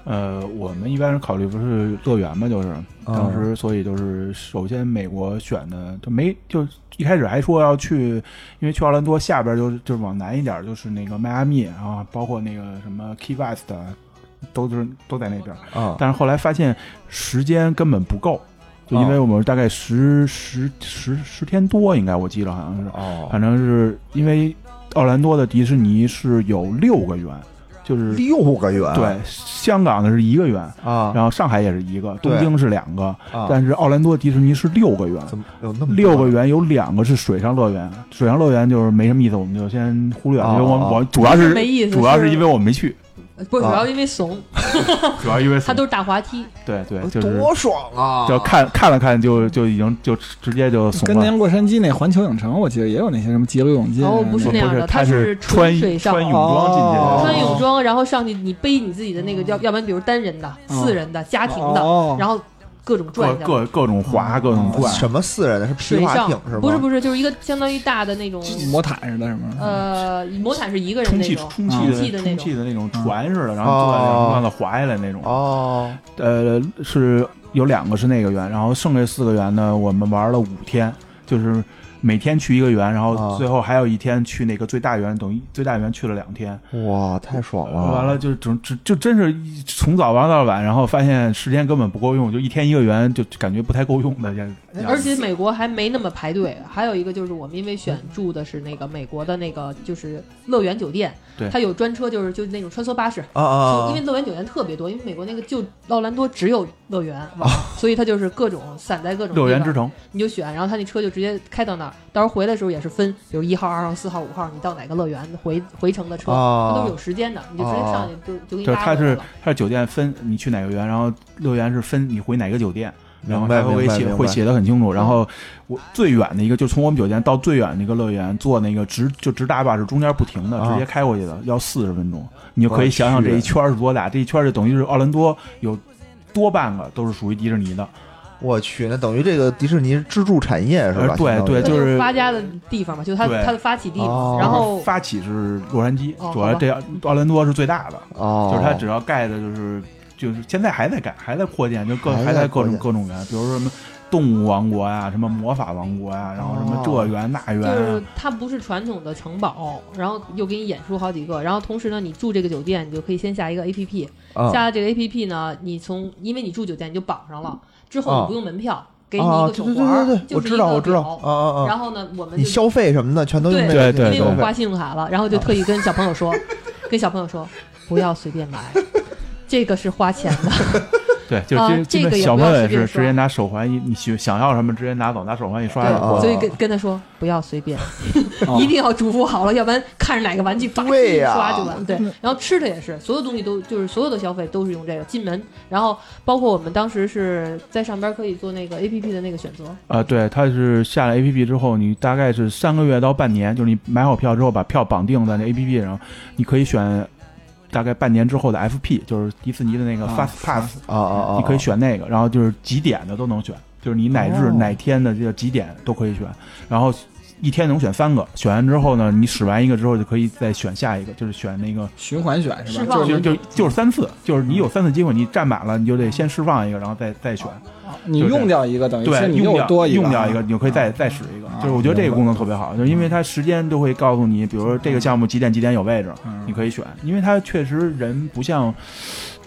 Speaker 5: 呃，我们一般是考虑不是乐园嘛，就是
Speaker 2: 嗯
Speaker 5: 当时，所以就是首先美国选的就没就一开始还说要去，因为去奥兰多下边就就是往南一点就是那个迈阿密啊，包括那个什么 Key West 啊都是都在那边，
Speaker 2: 嗯
Speaker 5: 但是后来发现时间根本不够，就因为我们大概十十十十天多，应该我记得好像是，
Speaker 2: 哦，
Speaker 5: 反正是因为奥兰多的迪士尼是有六个园，就是
Speaker 2: 六个啊月，
Speaker 5: 对香港的是一个园。
Speaker 2: 啊
Speaker 5: 然后上海也是一个，
Speaker 2: 对
Speaker 5: 东京是两个，
Speaker 2: 啊，
Speaker 5: 但是奥兰多迪士尼是六个园，
Speaker 2: 怎么有那么多
Speaker 5: 六个园有两个是水上乐园，水上乐园就是没什么意思，我们就先忽略了，
Speaker 2: 哦
Speaker 5: 因为我
Speaker 2: 哦
Speaker 5: 我主要是
Speaker 4: 没意思
Speaker 5: 主要
Speaker 4: 是
Speaker 5: 是因为我没去，
Speaker 4: 呃不主
Speaker 2: 啊
Speaker 4: 要因为怂，
Speaker 5: 主要因为
Speaker 4: 他都是大滑梯，
Speaker 5: 对对，就是
Speaker 2: 多爽啊！
Speaker 5: 就看看了看就就已经就直接就
Speaker 3: (laughs)
Speaker 5: 怂
Speaker 3: 跟
Speaker 5: 了。
Speaker 3: 您洛杉矶那环球影城，我记得也有那些什么激流勇进啊，
Speaker 4: 哦不是
Speaker 5: 不
Speaker 4: 那样的
Speaker 5: 是，
Speaker 4: 它
Speaker 5: 他
Speaker 4: 是
Speaker 5: 穿
Speaker 4: 纯水上
Speaker 5: 穿泳装进去
Speaker 3: 哦
Speaker 5: 的，
Speaker 4: 穿泳装，然后上去你背你自己的
Speaker 2: 哦
Speaker 4: 那个，要要不然比如单人的、
Speaker 3: 嗯
Speaker 4: 四人的、家庭的，
Speaker 3: 哦
Speaker 4: 然后各种转
Speaker 5: 各
Speaker 4: 一下。
Speaker 5: 各各种滑，各种转，
Speaker 2: 什么四人的哦是皮
Speaker 4: 水
Speaker 2: 划
Speaker 4: 上
Speaker 2: 艇是吗？
Speaker 4: 不是不是，就是一个相当于大的那种，
Speaker 3: 魔毯似的什么，
Speaker 4: 呃，魔毯是一个人
Speaker 5: 充
Speaker 4: 那
Speaker 5: 气
Speaker 4: 种，
Speaker 5: 充
Speaker 3: 充
Speaker 5: 气
Speaker 4: 气
Speaker 5: 的
Speaker 4: 的
Speaker 5: 充
Speaker 4: 那种
Speaker 5: 气的那种船似的，然后坐在
Speaker 2: 嗯哦
Speaker 5: 那上头滑下来那种。
Speaker 2: 哦，
Speaker 5: 呃，是有两个是那个园，然后剩下四个园呢，我们玩了五天，就是每天去一个园，然
Speaker 2: 啊
Speaker 5: 后最后还有一天去那个最大园，等于最大园去了两天，
Speaker 2: 哇，太爽了！
Speaker 5: 完了就整就就真是一从早玩到晚，然后发现时间根本不够用，就一天一个园，就感觉不太够用的，现在
Speaker 4: 而且美国还没那么排队。还有一个就是我们因为选住的是那个美国的那个就是乐园酒店
Speaker 5: 对，
Speaker 4: 它有专车，就是就是那种穿梭巴士。
Speaker 2: 啊啊啊！
Speaker 4: 因为乐园酒店特别多，因为美国那个就奥兰多只有乐园玩，所以它就是各种散在各种地方
Speaker 5: 啊乐园之城，
Speaker 4: 你就选，然后他那车就直接开到那儿，到时候回来的时候也是分，比如一号、二号、四号、五号，你到哪个乐园回回程的车，
Speaker 2: 哦
Speaker 4: 它都是有时间的，你就直接上去就就给你
Speaker 5: 啊就是
Speaker 4: 拉过
Speaker 5: 它
Speaker 4: 来
Speaker 5: 是
Speaker 4: 了。
Speaker 5: 它是酒店分你去哪个园，然后乐园是分你回哪个酒店。然后
Speaker 2: 明白
Speaker 5: 它会
Speaker 2: 明白
Speaker 5: 写
Speaker 2: 明白嗯
Speaker 5: 会写的很清楚。然后我最远的一个，就从我们酒店到最远的一个乐园，坐那个直就直达巴士，中间不停的
Speaker 2: 啊
Speaker 5: 直接开过去的，要四十分钟。你就可
Speaker 2: 我
Speaker 5: 以想想
Speaker 2: 去
Speaker 5: 这一圈儿是多大，这一圈儿就等于是奥兰多有多半个都是属于迪士尼的。
Speaker 4: 哦
Speaker 2: 我去，那等于这个迪士尼支柱产业是吧？
Speaker 5: 呃对
Speaker 2: 相当于
Speaker 5: 对
Speaker 4: 它
Speaker 5: 就
Speaker 4: 就是发家的地方嘛，就是它
Speaker 5: 对
Speaker 4: 它的发起地
Speaker 2: 哦
Speaker 4: 嘛。然后
Speaker 5: 发起是洛杉矶
Speaker 4: 哦，
Speaker 5: 主要这奥兰多是最大的，
Speaker 2: 哦，
Speaker 5: 就是它只要盖的就是就是现在还在盖，还在扩建，就各
Speaker 2: 还在
Speaker 5: 还在各
Speaker 2: 扩
Speaker 5: 种
Speaker 2: 建
Speaker 5: 各种园，比如说什么。动物王国呀、什么魔法王国呀、然后什么
Speaker 2: 哦
Speaker 5: 这园那园、
Speaker 4: 就
Speaker 5: 啊，
Speaker 4: 是它不是传统的城堡，然后又给你演出好几个，然后同时呢，你住这个酒店，你就可以先下一个 APP，
Speaker 2: 嗯
Speaker 4: 下了这个 APP 呢，你从因为你住酒店你就绑上了，之后
Speaker 2: 啊
Speaker 4: 你
Speaker 5: 嗯
Speaker 4: 不用门票，给你一
Speaker 2: 啊，
Speaker 4: 个
Speaker 2: 对
Speaker 4: 手
Speaker 2: 对
Speaker 4: 环
Speaker 2: 对
Speaker 4: 儿，
Speaker 2: 对对，
Speaker 4: 就
Speaker 2: 我
Speaker 4: 是
Speaker 2: 知
Speaker 4: 一
Speaker 2: 道
Speaker 4: 个
Speaker 2: 我知道
Speaker 4: 表
Speaker 2: 啊啊啊！
Speaker 4: 然后呢，我们
Speaker 2: 你
Speaker 4: 就
Speaker 2: 消费什么的全都用那个
Speaker 4: 对
Speaker 5: 对
Speaker 4: 因为我
Speaker 5: 对啊
Speaker 4: 花信用卡了，然后就特意跟小朋友说，跟小朋友说，不要随便买，这个是花钱的。
Speaker 5: 对，就
Speaker 4: 啊
Speaker 5: 这
Speaker 4: 这个
Speaker 5: 基本
Speaker 4: 也
Speaker 5: 小
Speaker 4: 不要
Speaker 5: 朋友也
Speaker 4: 随便
Speaker 5: 是
Speaker 4: 刷
Speaker 5: 直接拿手环一，你去想要什么直接拿走，拿手环一刷就过
Speaker 2: 啊
Speaker 5: 了。
Speaker 4: 所以跟跟他说不要随便，
Speaker 3: 哦
Speaker 4: (laughs) 一定要嘱咐好了，要不然看着哪个玩具把
Speaker 2: 对呀
Speaker 4: 刷就完。对，然后吃的也是，所有东西都就是所有的消费都是用这个进门，然后包括我们当时是在上边可以做那个 A P P 的那个选择，
Speaker 5: 啊，对，它是下了 APP 之后，你大概是三个月到半年，就是你买好票之后，把票绑定在那 APP 上，你可以选大概半年之后的 FP，就是迪士尼的那个
Speaker 3: 啊
Speaker 5: 呃 Fast Pass，、
Speaker 2: 啊啊啊！
Speaker 5: 你可以选那个，然后就是几点的都能选，就是你哪日、
Speaker 2: 哦
Speaker 5: 哪天的这个几点都可以选，然后。一天能选三个，选完之后呢，你使完一个之后就可以再选下一个，就是选那个
Speaker 3: 循环选是
Speaker 4: 释
Speaker 3: 吧？
Speaker 4: 放
Speaker 5: 就
Speaker 3: 就是
Speaker 5: 就就是三次，就是你有三次机会，你占满了，你就得先释放一个，然后再再选。
Speaker 3: 你用掉一个，等于是
Speaker 5: 对，
Speaker 3: 你
Speaker 5: 用
Speaker 3: 又
Speaker 5: 掉
Speaker 3: 多一个，啊
Speaker 5: 用掉一个，你就可以再再使一个。就是我觉得这个功能特别好，就是因为它时间都会告诉
Speaker 3: 嗯
Speaker 5: 你，比如说这个项目几点几点有位置，你可以选。因为它确实人不像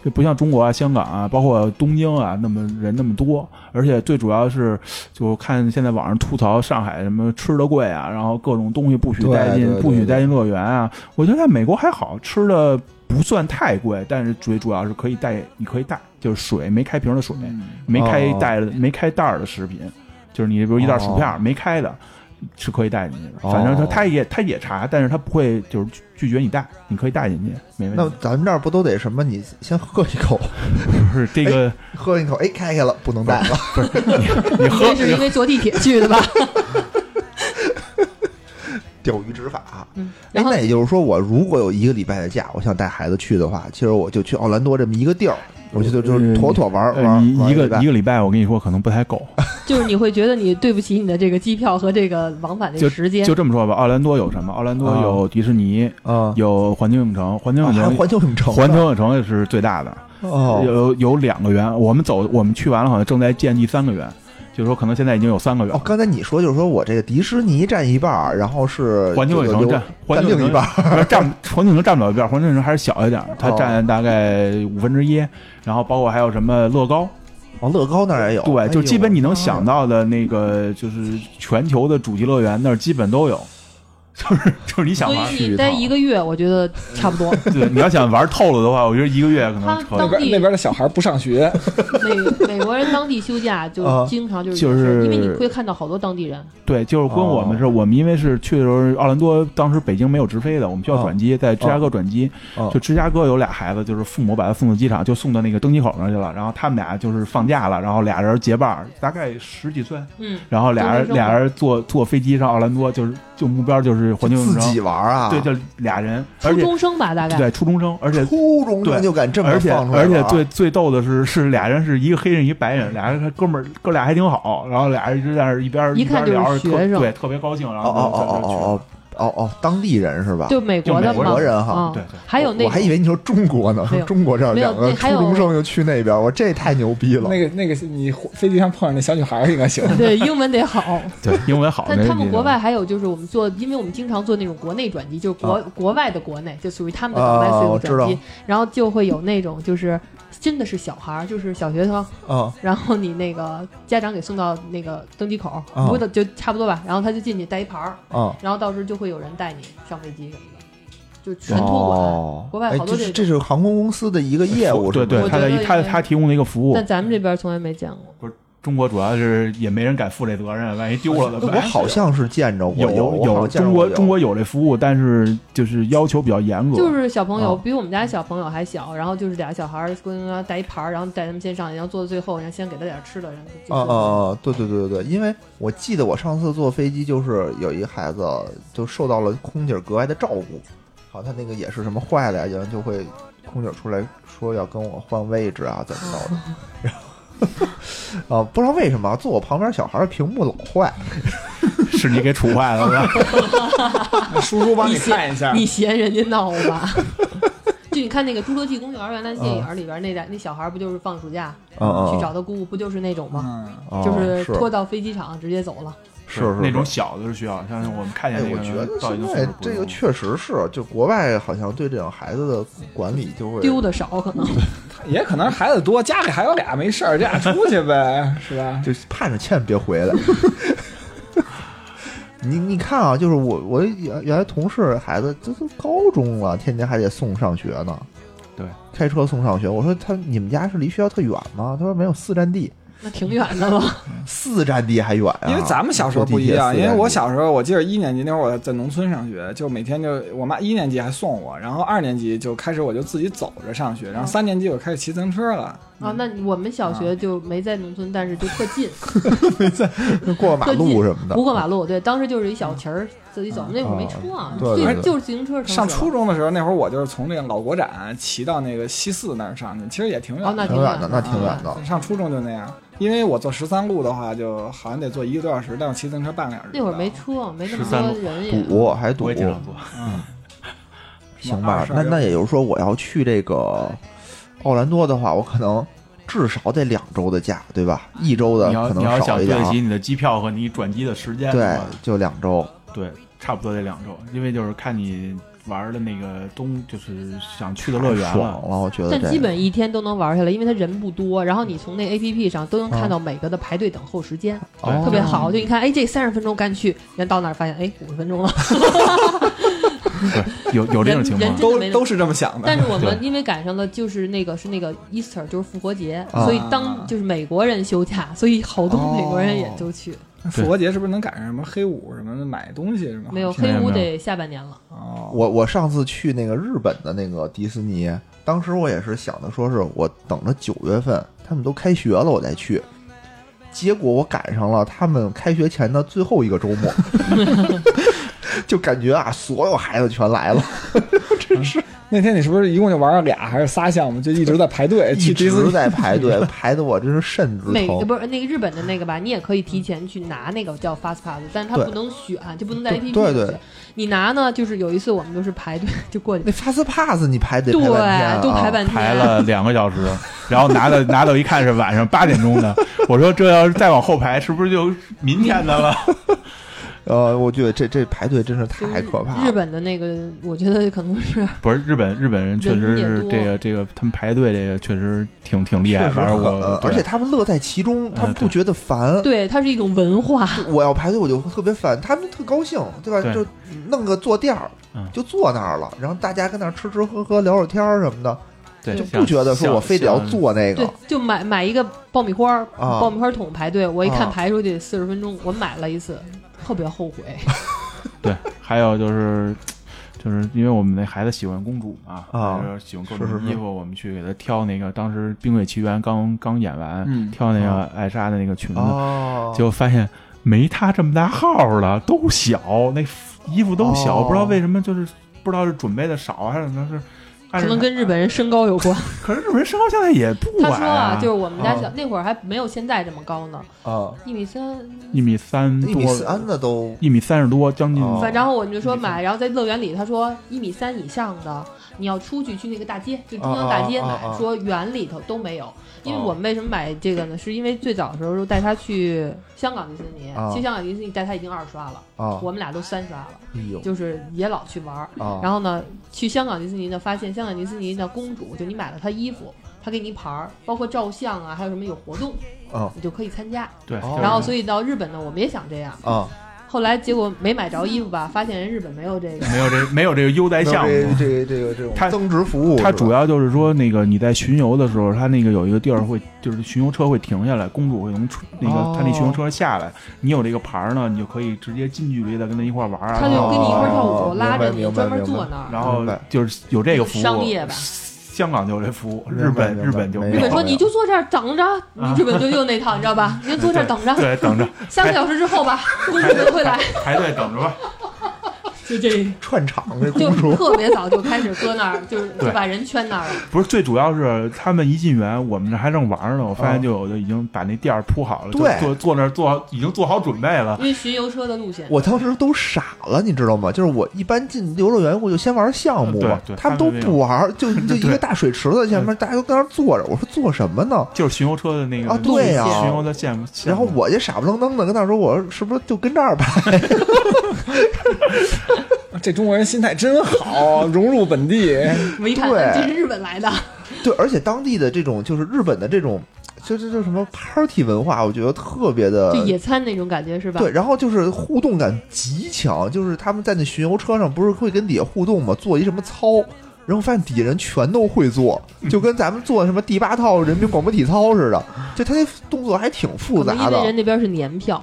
Speaker 5: 就不像中国啊、香港啊，包括东京啊，那么人那么多，而且最主要是，就看现在网上吐槽上海什么吃的贵啊，然后各种东西不许
Speaker 2: 对
Speaker 5: 带进
Speaker 2: 对，对
Speaker 5: 不许
Speaker 2: 对
Speaker 5: 带进乐园啊。我觉得在美国还好，吃的不算太贵，但是最主要是可以带，你可以带，就是水没开瓶的水，没开
Speaker 2: 哦
Speaker 5: 袋、没开袋儿的食品，就是你比如一袋薯片、
Speaker 2: 哦
Speaker 5: 没开的。是可以带进去的，
Speaker 2: 哦
Speaker 5: 反正他他也他也查，但是他不会就是拒拒绝你带，你可以带进去，没问
Speaker 2: 那
Speaker 5: 题。
Speaker 2: 咱们这儿不都得什么？你先喝一口， (laughs)
Speaker 5: 不是这个，
Speaker 2: 喝一口，哎，开开了，不能带了。 (laughs)
Speaker 5: 你
Speaker 4: 你
Speaker 5: 喝
Speaker 4: 这是因为坐地铁去的吧？
Speaker 2: 钓鱼执法。
Speaker 4: 嗯，
Speaker 2: 哎
Speaker 4: 然，后
Speaker 2: 那也就是说，我如果有一个礼拜的假，我想带孩子去的话，其实我就去奥兰多这么一个地儿，我就就就是
Speaker 5: 嗯
Speaker 2: 妥妥玩
Speaker 5: 呃
Speaker 2: 哎玩
Speaker 5: 你
Speaker 2: 玩
Speaker 5: 一个
Speaker 2: 礼拜
Speaker 5: 一个礼拜，我跟你说可能不太够。
Speaker 4: 就是你会觉得你对不起你的这个机票和这个往返
Speaker 5: 就
Speaker 4: 的时间
Speaker 5: 就。这么说吧，奥兰多有什么？奥兰多
Speaker 2: 啊
Speaker 5: 有迪士尼，
Speaker 2: 啊，
Speaker 5: 有环球影城，环球
Speaker 2: 啊
Speaker 5: 影
Speaker 2: 还
Speaker 5: 城，
Speaker 2: 环球影城呢，
Speaker 5: 环球影城也是最大的，
Speaker 2: 哦，
Speaker 5: 有有两个园。我们走，我们去完了，好像正在建第三个园，就是说可能现在已经有三个园
Speaker 2: 哦
Speaker 5: 了。，
Speaker 2: 刚才你说就是说我这个迪士尼占一半儿，然后是
Speaker 5: 环球影城
Speaker 2: 这个留
Speaker 5: 占环球
Speaker 2: 占另
Speaker 5: 影
Speaker 2: 一
Speaker 5: 城
Speaker 2: 半儿，
Speaker 5: (laughs) 不是占环球影城占不了一半，环球影城还是小一点，它
Speaker 2: 哦
Speaker 5: 占大概五分之一。然后包括还有什么乐高，
Speaker 2: 哦，乐高那儿也有，哎呦
Speaker 5: 对，就基本你能想到的那个，就是全球的主题乐园那儿基本都有， (laughs) 就是就是你想
Speaker 4: 所
Speaker 5: 玩
Speaker 4: 以你待一个月，我觉得差不多。
Speaker 5: 对，你要想玩透了的话，我觉得一个月可能可
Speaker 4: 当
Speaker 3: 那
Speaker 5: 以。
Speaker 4: 地
Speaker 3: 边那边的小孩不上学，
Speaker 4: 美美国人当地休假就
Speaker 2: 啊
Speaker 4: 经常就是
Speaker 5: 就
Speaker 4: 有事儿
Speaker 5: 是
Speaker 4: 因为你会看到好多当地人，
Speaker 5: 对，就是跟我们是，我们因为是去的时候，奥兰多当时北京没有直飞的，我们需要转机，在芝加哥转机。
Speaker 2: 哦
Speaker 5: 就芝加哥有俩孩子，就是父母把他送到机场，就送到那个登机口那儿去了。然后他们俩就是放假了，然后俩人结伴儿，大概十几岁，
Speaker 4: 嗯，
Speaker 5: 然后俩人
Speaker 4: 就那种
Speaker 5: 俩人坐坐飞机上奥兰多，就是就目标就是环球影
Speaker 2: 哎自
Speaker 5: 城
Speaker 2: 己，玩儿啊，
Speaker 5: 对，就俩人，
Speaker 4: 初
Speaker 5: 而且
Speaker 4: 中啊生吧大概。
Speaker 5: 对初中生，而且
Speaker 2: 初中生
Speaker 5: 对
Speaker 2: 就敢这么
Speaker 5: 而且
Speaker 2: 放出来啊
Speaker 5: 而且
Speaker 2: 玩儿
Speaker 5: 最最逗的是，是俩人是一个黑人一白人，俩人还哥们儿哥俩还挺好，然后俩人一直在那儿一边儿
Speaker 4: 一看
Speaker 5: 边儿
Speaker 4: 就是
Speaker 5: 聊着特
Speaker 4: 学生
Speaker 5: 对，特别高兴，然
Speaker 2: 哦
Speaker 5: 后
Speaker 2: 哦
Speaker 5: 就在
Speaker 2: 哦
Speaker 5: 那儿去
Speaker 2: 哦哦哦哦，当地人是吧？
Speaker 4: 就美国的
Speaker 5: 就美
Speaker 4: 嘛，
Speaker 5: 国
Speaker 2: 人哈
Speaker 4: 嗯
Speaker 5: 对对
Speaker 4: 还有那
Speaker 2: 我还以为你说中国呢
Speaker 4: 没有，
Speaker 2: 中国这儿
Speaker 4: 没有
Speaker 2: 两个
Speaker 4: 那还
Speaker 2: 初
Speaker 4: 有
Speaker 2: 中生就去那边，我这太牛逼了。
Speaker 3: 那个那个你飞机上碰上那小女孩应该
Speaker 5: (laughs)
Speaker 3: 行。
Speaker 2: (laughs)
Speaker 4: 对英文得好，
Speaker 5: 对，英文好。
Speaker 4: 但
Speaker 5: 那
Speaker 4: 他们
Speaker 5: 那
Speaker 4: 国
Speaker 5: 个
Speaker 4: 外还有就是我们做，因为我们经常做那种国内转机，就是国、国外的国内，就属于他们的
Speaker 2: 啊
Speaker 4: 国外自
Speaker 2: 我
Speaker 4: 由
Speaker 2: 知
Speaker 4: 转机，
Speaker 2: 道
Speaker 4: 然后就会有那种就是真的是小孩儿，就是小学生，
Speaker 2: 啊
Speaker 4: 然后你那个家长给送到那个登机口，
Speaker 2: 啊
Speaker 4: 不、就差不多吧，然后他就进去带一牌儿，
Speaker 2: 啊，
Speaker 4: 然后到时候就会有人带你上飞机什么的，就全托管。
Speaker 2: 哦
Speaker 4: 国外好多
Speaker 2: 哎这是
Speaker 4: 这
Speaker 2: 这是航空公司的一个业务，
Speaker 5: 对
Speaker 2: 是
Speaker 5: 对，
Speaker 4: 我
Speaker 2: 吗
Speaker 4: 觉
Speaker 5: 他
Speaker 4: 得
Speaker 5: 的
Speaker 4: 应
Speaker 5: 他
Speaker 4: 该
Speaker 5: 他提供了一个服务
Speaker 4: 但，咱们这边从来没见过，
Speaker 5: 中国主要是也没人敢负这责任，万一丢了怎么
Speaker 2: 我
Speaker 5: 办？
Speaker 2: 好像是见着过，
Speaker 5: 有
Speaker 2: 有我好像见着
Speaker 5: 中
Speaker 2: 过
Speaker 5: 国
Speaker 2: 有
Speaker 5: 中国有这服务，但是就是要求比较严格，
Speaker 4: 就是小朋友、
Speaker 2: 啊
Speaker 4: 比我们家小朋友还小，然后就是俩小孩儿，咣咣咣带一盘儿，然后带他们先上去，然后坐到最后，然后先给他点儿吃的，然后就
Speaker 2: 啊啊啊！对对对对对，因为我记得我上次坐飞机，就是有一个孩子就受到了空姐格外的照顾，好像他那个也是什么坏了呀，然后就会空姐出来说要跟我换位置啊，怎么着
Speaker 4: (laughs)
Speaker 2: 的，然后 (laughs) 啊不知道为什么坐我旁边小孩儿屏幕老坏，
Speaker 5: 是你给
Speaker 2: (laughs)
Speaker 5: 杵坏了是吧？
Speaker 3: 叔叔帮你看一
Speaker 2: 啊
Speaker 3: 下，
Speaker 4: 你嫌人家闹
Speaker 2: (laughs)
Speaker 4: 吧？就你看那个《侏罗纪公园》原来电影里边那俩那小孩不就是放暑假
Speaker 2: 嗯嗯，
Speaker 4: 去找他姑姑，不就是那种吗？
Speaker 3: 嗯，
Speaker 2: 嗯
Speaker 4: 就是
Speaker 2: 是
Speaker 4: 拖到飞机场直接走了。
Speaker 2: 是是
Speaker 5: 那种小的是需要，像我们看
Speaker 2: 哎，
Speaker 5: 见那
Speaker 2: 我
Speaker 5: 个
Speaker 2: 觉得
Speaker 5: 到已经
Speaker 2: 现在
Speaker 5: 岁数不
Speaker 2: 这个
Speaker 5: 用
Speaker 2: 确实是，就国外好像对这种孩子的管理就会
Speaker 4: 丢的少
Speaker 2: (laughs)
Speaker 4: 可能，
Speaker 3: 也可能是孩子多，家里还有俩没事儿，这俩出去呗，是吧？
Speaker 2: 就盼着千万别回来。 (laughs) 你你看啊，就是我我原原来同事孩子，这都高中了，天天还得送上学呢。
Speaker 5: 对，
Speaker 2: 开车送上学。我说他你们家是离学校特远吗？他说没有，四站地，
Speaker 4: 那挺远的了。
Speaker 2: 四站地还远啊。
Speaker 3: 因为
Speaker 2: (laughs)
Speaker 3: 咱们小时候不一样，
Speaker 2: 坐地
Speaker 3: 因
Speaker 2: 铁
Speaker 3: 为我
Speaker 2: 四站
Speaker 3: 小时候，我记得一年级那会儿我在农村上学，就每天就我妈一年级还送我，然后二年级就开始我就自己走着上学，然后三年级我开始骑自行车了。
Speaker 2: 嗯
Speaker 4: 啊，那我们小学就没在农村，但是就特近，
Speaker 2: 地过马路什么的嗯
Speaker 4: 不，过马路。对，当时就是一小旗儿自己走，那会儿没车啊，
Speaker 2: 对对
Speaker 4: 最
Speaker 2: 对
Speaker 4: 就是自行车。
Speaker 3: 上初中的时候，那会儿我就是从那个老国展骑到那个西四那儿上去，其实也挺远的。
Speaker 4: 哦，那
Speaker 2: 挺
Speaker 4: 远
Speaker 2: 远的，那挺远的。
Speaker 3: 上初中就那样，因为我坐十三路的话，就好像得坐一个多小时，但我骑自行车半个小时就
Speaker 4: 那
Speaker 3: 到
Speaker 4: 会
Speaker 3: 了。
Speaker 4: 儿没车，没那么多
Speaker 5: 13路
Speaker 4: 人也。
Speaker 2: 堵还堵
Speaker 5: 我也，经常做。
Speaker 2: 行吧？
Speaker 3: 22
Speaker 2: 那那也就是说，我要去这个奥兰多的话，我可能至少得两周的假，对吧？一周的
Speaker 5: 啊你要
Speaker 2: 可
Speaker 5: 你
Speaker 2: 能
Speaker 5: 要想
Speaker 2: 少一
Speaker 5: 对
Speaker 2: 点
Speaker 5: 得
Speaker 2: 啊
Speaker 5: 起。你的机票和你转机的时间的
Speaker 2: 对
Speaker 5: 话，
Speaker 2: 就两周。
Speaker 5: 对，差不多得两周，因为就是看你玩的那个东，就是想去的乐园
Speaker 2: 爽
Speaker 5: 了。
Speaker 2: 了，我觉得这
Speaker 4: 但
Speaker 2: 个
Speaker 4: 基本一天都能玩下来，因为它人不多，然后你从那 A P P 上都能看到每个的排队等候时间，
Speaker 2: 哦
Speaker 4: 特别好。就你看，哎，这三十分钟赶去，人到那儿发现，哎，五十分钟了。
Speaker 2: (laughs)
Speaker 5: 对，有有这种情
Speaker 4: 人
Speaker 5: 况
Speaker 4: 人。
Speaker 3: 都都是这么想的
Speaker 4: 但。是我们因为赶上了，就是那个是那个 Easter，就是复活节，
Speaker 2: 啊
Speaker 4: 所以当就是美国人休假，所以好多
Speaker 3: 哦
Speaker 4: 美国人也
Speaker 2: (laughs)
Speaker 4: 都去。
Speaker 2: 啊
Speaker 3: 复活节是不是能赶上什么黑五什么的买东西什么？
Speaker 4: 没有
Speaker 5: 没
Speaker 4: 黑
Speaker 5: 有
Speaker 4: 屋
Speaker 5: 没
Speaker 4: 得下半年了，
Speaker 3: 哦，
Speaker 2: 我我上次去那个日本的那个迪士尼，当时我也是想的，说是我等着九月份他们都开学了我再去，结果我赶上了他们开学前的最后一个周末， (laughs) 就感觉啊，所有孩子全来了，
Speaker 3: 那天你是不是一共就玩了俩还是仨项目？就一直在排队
Speaker 2: (laughs) 一
Speaker 3: 去迪士
Speaker 2: 直
Speaker 3: 尼。
Speaker 2: 在排队，排的我真是肾直
Speaker 4: 美
Speaker 2: 疼。
Speaker 4: 不是那个日本的那个吧？你也可以提前去拿那个叫 Fast Pass，但是它
Speaker 2: 对
Speaker 4: 不能选，啊就不能在
Speaker 2: 对
Speaker 4: A P P
Speaker 2: 对对
Speaker 4: 你拿呢，就是有一次我们就是排队 (laughs) 就过去
Speaker 2: 那，Fast Pass 你排得
Speaker 4: 对
Speaker 2: 排半天、啊，，
Speaker 4: 都排半天，
Speaker 5: 排了两个小时，然后拿到拿到一看是晚上八点钟的，我说这要是再往后排，是不是就明天的了？
Speaker 2: 呃，我觉得这这排队真是太可怕
Speaker 4: 日
Speaker 2: 了。
Speaker 4: 本的那个，我觉得可
Speaker 2: (laughs)
Speaker 4: 能是
Speaker 5: 不是日本日本人确实是这个这个他们排队这个确实挺挺厉害，
Speaker 2: 确实
Speaker 5: 哎反正我
Speaker 2: 很，
Speaker 5: 嗯
Speaker 2: 呃而且他们乐在其中，他们不觉得烦。
Speaker 4: 对，它是一种文化。
Speaker 2: 我要排队我就特别烦，他们特高兴，对吧？
Speaker 5: 对
Speaker 2: 就弄个坐垫儿
Speaker 5: 嗯，
Speaker 2: 就坐那儿了，然后大家跟那儿吃吃喝喝、聊聊天儿什么的，
Speaker 5: 对
Speaker 2: 就
Speaker 5: 对
Speaker 2: 不觉得说我非得要坐那
Speaker 4: 对
Speaker 2: 个。，
Speaker 4: 就买买一个爆米花儿，
Speaker 2: 啊
Speaker 4: 爆米花儿桶排队，我一看
Speaker 2: 啊
Speaker 4: 排出去四十分钟，我买了一次，特别后悔。
Speaker 2: 啊
Speaker 5: (laughs) 对，还有就是。就是因为我们那孩子喜欢公主嘛，
Speaker 2: 啊
Speaker 5: 就是喜欢各种
Speaker 2: 是是是
Speaker 5: 衣服，我们去给他挑那个。当时《冰雪奇缘》刚刚演完，
Speaker 3: 嗯
Speaker 5: 挑那个艾莎的那个裙子，
Speaker 2: 啊哦，
Speaker 5: 结果发现没她这么大号了，都小，那衣服都小，
Speaker 2: 哦
Speaker 5: 不知道为什么，就是不知道是准备的少啊还是怎么着是。
Speaker 4: 可能跟日本人身高有关。
Speaker 5: 可是日本人身高现在也不
Speaker 4: 他
Speaker 5: 矮、
Speaker 4: 说啊，就是我们家小
Speaker 2: 啊
Speaker 4: 那会儿还没有现在这么高呢，
Speaker 2: 啊，
Speaker 4: 一米三。
Speaker 5: 一米三
Speaker 2: 一米
Speaker 5: 嗯多，
Speaker 2: 三的都
Speaker 5: 一米三十多，将近。
Speaker 2: 哦
Speaker 4: 反正然后我们就说买，然后在乐园里他说一米三以上的，你要出去去那个大街，就中央大街
Speaker 2: 啊啊啊
Speaker 4: 买
Speaker 2: 啊，
Speaker 4: 说园里头都没有。因为
Speaker 2: 哦
Speaker 4: 我们为什么买这个呢？是因为最早的时候就带他去香港迪士尼
Speaker 2: 啊，
Speaker 4: 去香港迪士尼带他已经二刷了，
Speaker 2: 啊，
Speaker 4: 我们俩都三刷了，
Speaker 2: 哎呦
Speaker 4: 就是也老去玩儿。
Speaker 2: 啊，
Speaker 4: 然后呢，去香港迪士尼呢，发现香港迪士尼的公主，就你买了她衣服，她给你一牌儿，包括照相啊，还有什么有活动，
Speaker 2: 哦
Speaker 4: 你就可以参加。
Speaker 5: 对，
Speaker 2: 哦
Speaker 4: 然后
Speaker 5: 就是
Speaker 4: 所以到日本呢，我们也想这样。
Speaker 2: 啊，
Speaker 4: 后来结果没买着衣服吧，发现人日本没有这个。
Speaker 5: 没有这没有这个优待
Speaker 2: 这
Speaker 5: 项
Speaker 2: 这
Speaker 5: 目。啊
Speaker 2: 这这个这种
Speaker 5: 他
Speaker 2: 增值服务是吧，
Speaker 5: 它主要就是说，那个你在巡游的时候，它那个有一个地儿会，就是巡游车会停下来，公主会从出那
Speaker 2: 哦
Speaker 5: 个它那巡游车下来，你有这个牌儿呢，你就可以直接近距离的跟他一块儿玩儿啊。
Speaker 4: 他就跟你一块儿跳舞，
Speaker 2: 哦
Speaker 4: 拉着你
Speaker 2: 明白明白
Speaker 4: 专门坐那儿。
Speaker 5: 然后
Speaker 2: 明白
Speaker 5: 就是有这个服务，
Speaker 4: 商业吧
Speaker 5: 香港就有这服务，
Speaker 2: 明白
Speaker 5: 日本
Speaker 2: 明白
Speaker 5: 日本就没有
Speaker 4: 日本说
Speaker 2: 没有
Speaker 4: 你就坐这儿等
Speaker 2: 啊
Speaker 4: 着，你日本就用那套，你知道吧？你就坐这儿等着，
Speaker 5: 对，
Speaker 4: (laughs)
Speaker 5: 等着
Speaker 4: 三个小时之后吧，公主就
Speaker 2: 哎
Speaker 4: 会来，
Speaker 5: 排队等着吧。
Speaker 4: 就这，
Speaker 2: 串场这
Speaker 4: 就
Speaker 2: 公主
Speaker 4: 特别早就开始搁那儿，就是就
Speaker 5: 对
Speaker 4: 把人圈那儿了。
Speaker 5: 不是，最主要是他们一进园，我们这还正玩儿呢，我发
Speaker 2: 啊
Speaker 5: 现就有的已经把那垫儿铺好了，就
Speaker 2: 对
Speaker 5: 坐坐那儿做好，已经做好准备了。
Speaker 4: 因为巡游车的路线，
Speaker 2: 我当时都傻了，你知道吗？就是我一般进游乐园，我就先玩项目嘛
Speaker 5: 嗯，对对
Speaker 2: 他们都不玩儿， (laughs) 就就一个大水池子前面，大家都跟那儿坐着。我说坐什么呢？
Speaker 5: 就是巡游车的那个
Speaker 2: 啊对呀
Speaker 5: 巡游的线路。线
Speaker 2: 然后
Speaker 5: 路
Speaker 2: 我就傻不愣登的跟那儿说，我说是不是就跟这儿吧？ (laughs)
Speaker 3: 这中国人心态真好，融入本地。 (laughs)
Speaker 4: 我一看
Speaker 2: 对
Speaker 4: 这是日本来的，
Speaker 2: 对，而且当地的这种就是日本的这种，就就就什么 party 文化，我觉得特别的
Speaker 4: 就野餐那种感觉是吧？
Speaker 2: 呃对，，然后就是互动感极强，就是他们在那巡游车上不是会跟底下互动吗？做一什么操，然后发现底下人全都会做，就跟咱们做什么第八套人民广播体操似的，就他那动作还挺复
Speaker 4: 可能
Speaker 2: 杂
Speaker 4: 因为
Speaker 2: 的
Speaker 4: 人。那边是年票，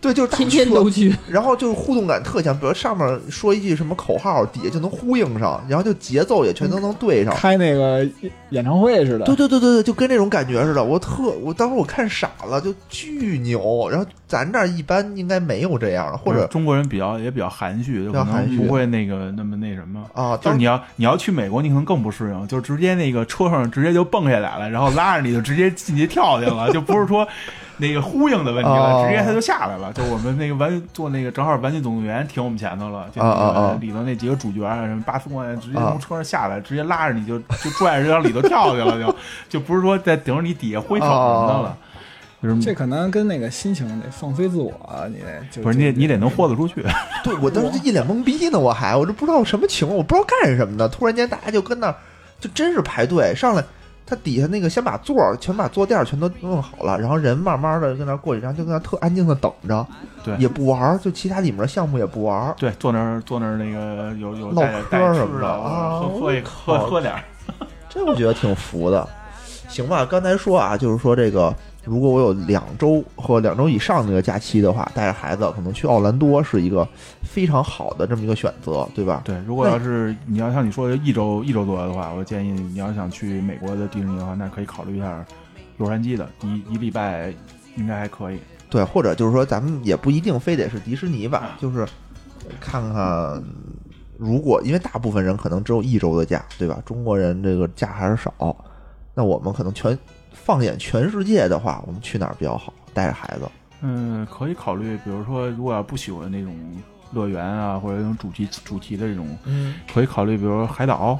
Speaker 2: 对，就是大
Speaker 4: 天天
Speaker 2: 车
Speaker 4: 都去，
Speaker 2: 然后就是互动感特强，比如上面说一句什么口号，底下就能呼应上，然后就节奏也全
Speaker 4: 嗯
Speaker 2: 都能对上。
Speaker 3: 开那个演唱会似的。
Speaker 2: 对对对对对，就跟那种感觉似的。我特，我当时我看傻了，就巨牛。然后咱这儿一般应该没有这样的，或者
Speaker 5: 中国人比较也比较含蓄，就
Speaker 2: 比较
Speaker 5: 可
Speaker 2: 含
Speaker 5: 能
Speaker 2: 蓄
Speaker 5: 不会那个那么那什么。
Speaker 2: 啊，
Speaker 5: 就是
Speaker 2: 当
Speaker 5: 你要你要去美国，你可能更不适应，就直接那个车上直接就蹦下来了，然后拉着你就直接进去跳去了，就不是说那个呼应的问题
Speaker 2: 哦
Speaker 5: 了，直接他就下来了。就我们那个玩做那个正好玩具总动员停我们前头了，就那
Speaker 2: 啊啊
Speaker 5: 个
Speaker 2: 啊
Speaker 5: 里头那几个主角啊什么巴斯光年直接
Speaker 2: 啊
Speaker 5: 从车上下来，直接拉着你就就拽着就往里头跳去了，就就不是说在顶着你底下挥手什么的
Speaker 2: 哦
Speaker 5: 了。就是
Speaker 3: 这可能跟那个心情得放飞自我，你得就
Speaker 5: 不是你你得能豁得出去，
Speaker 2: (laughs) 对我当时就一脸懵逼呢，我还我这不知道什么情况，我不知道干什么呢。突然间大家就跟那儿，就真是排队上来，他底下那个先把座儿全把坐垫儿全都弄好了，然后人慢慢的跟那儿过去，然后就跟那儿特安静的等着，
Speaker 5: 对
Speaker 2: 也不玩儿，就其他里面的项目也不玩儿。
Speaker 5: 对，坐那儿坐那儿那个有有
Speaker 2: 唠
Speaker 5: 带
Speaker 2: 嗑
Speaker 5: 带
Speaker 2: 什
Speaker 5: 吃
Speaker 2: 么
Speaker 5: 的
Speaker 2: 的啊
Speaker 5: 喝喝一喝
Speaker 2: 我靠
Speaker 5: 喝点儿，
Speaker 2: 这我觉得挺服的。行吧，刚才说啊，就是说这个，如果我有两周或两周以上那个假期的话，带着孩子可能去奥兰多是一个非常好的这么一个选择，对吧？
Speaker 5: 对，如果要是你要像你说的一周一周左右的话，我建议你要想去美国的迪士尼的话，那可以考虑一下洛杉矶的，一一礼拜应该还可以。
Speaker 2: 对，或者就是说，咱们也不一定非得是迪士尼吧，就是看看，如果因为大部分人可能只有一周的假，对吧？中国人这个假还是少，那我们可能全放眼全世界的话，我们去哪儿比较好？带着孩子，
Speaker 5: 嗯，可以考虑，比如说如果要不喜欢那种乐园啊，或者那种主题主题的这种，
Speaker 2: 嗯，
Speaker 5: 可以考虑，比如说海岛，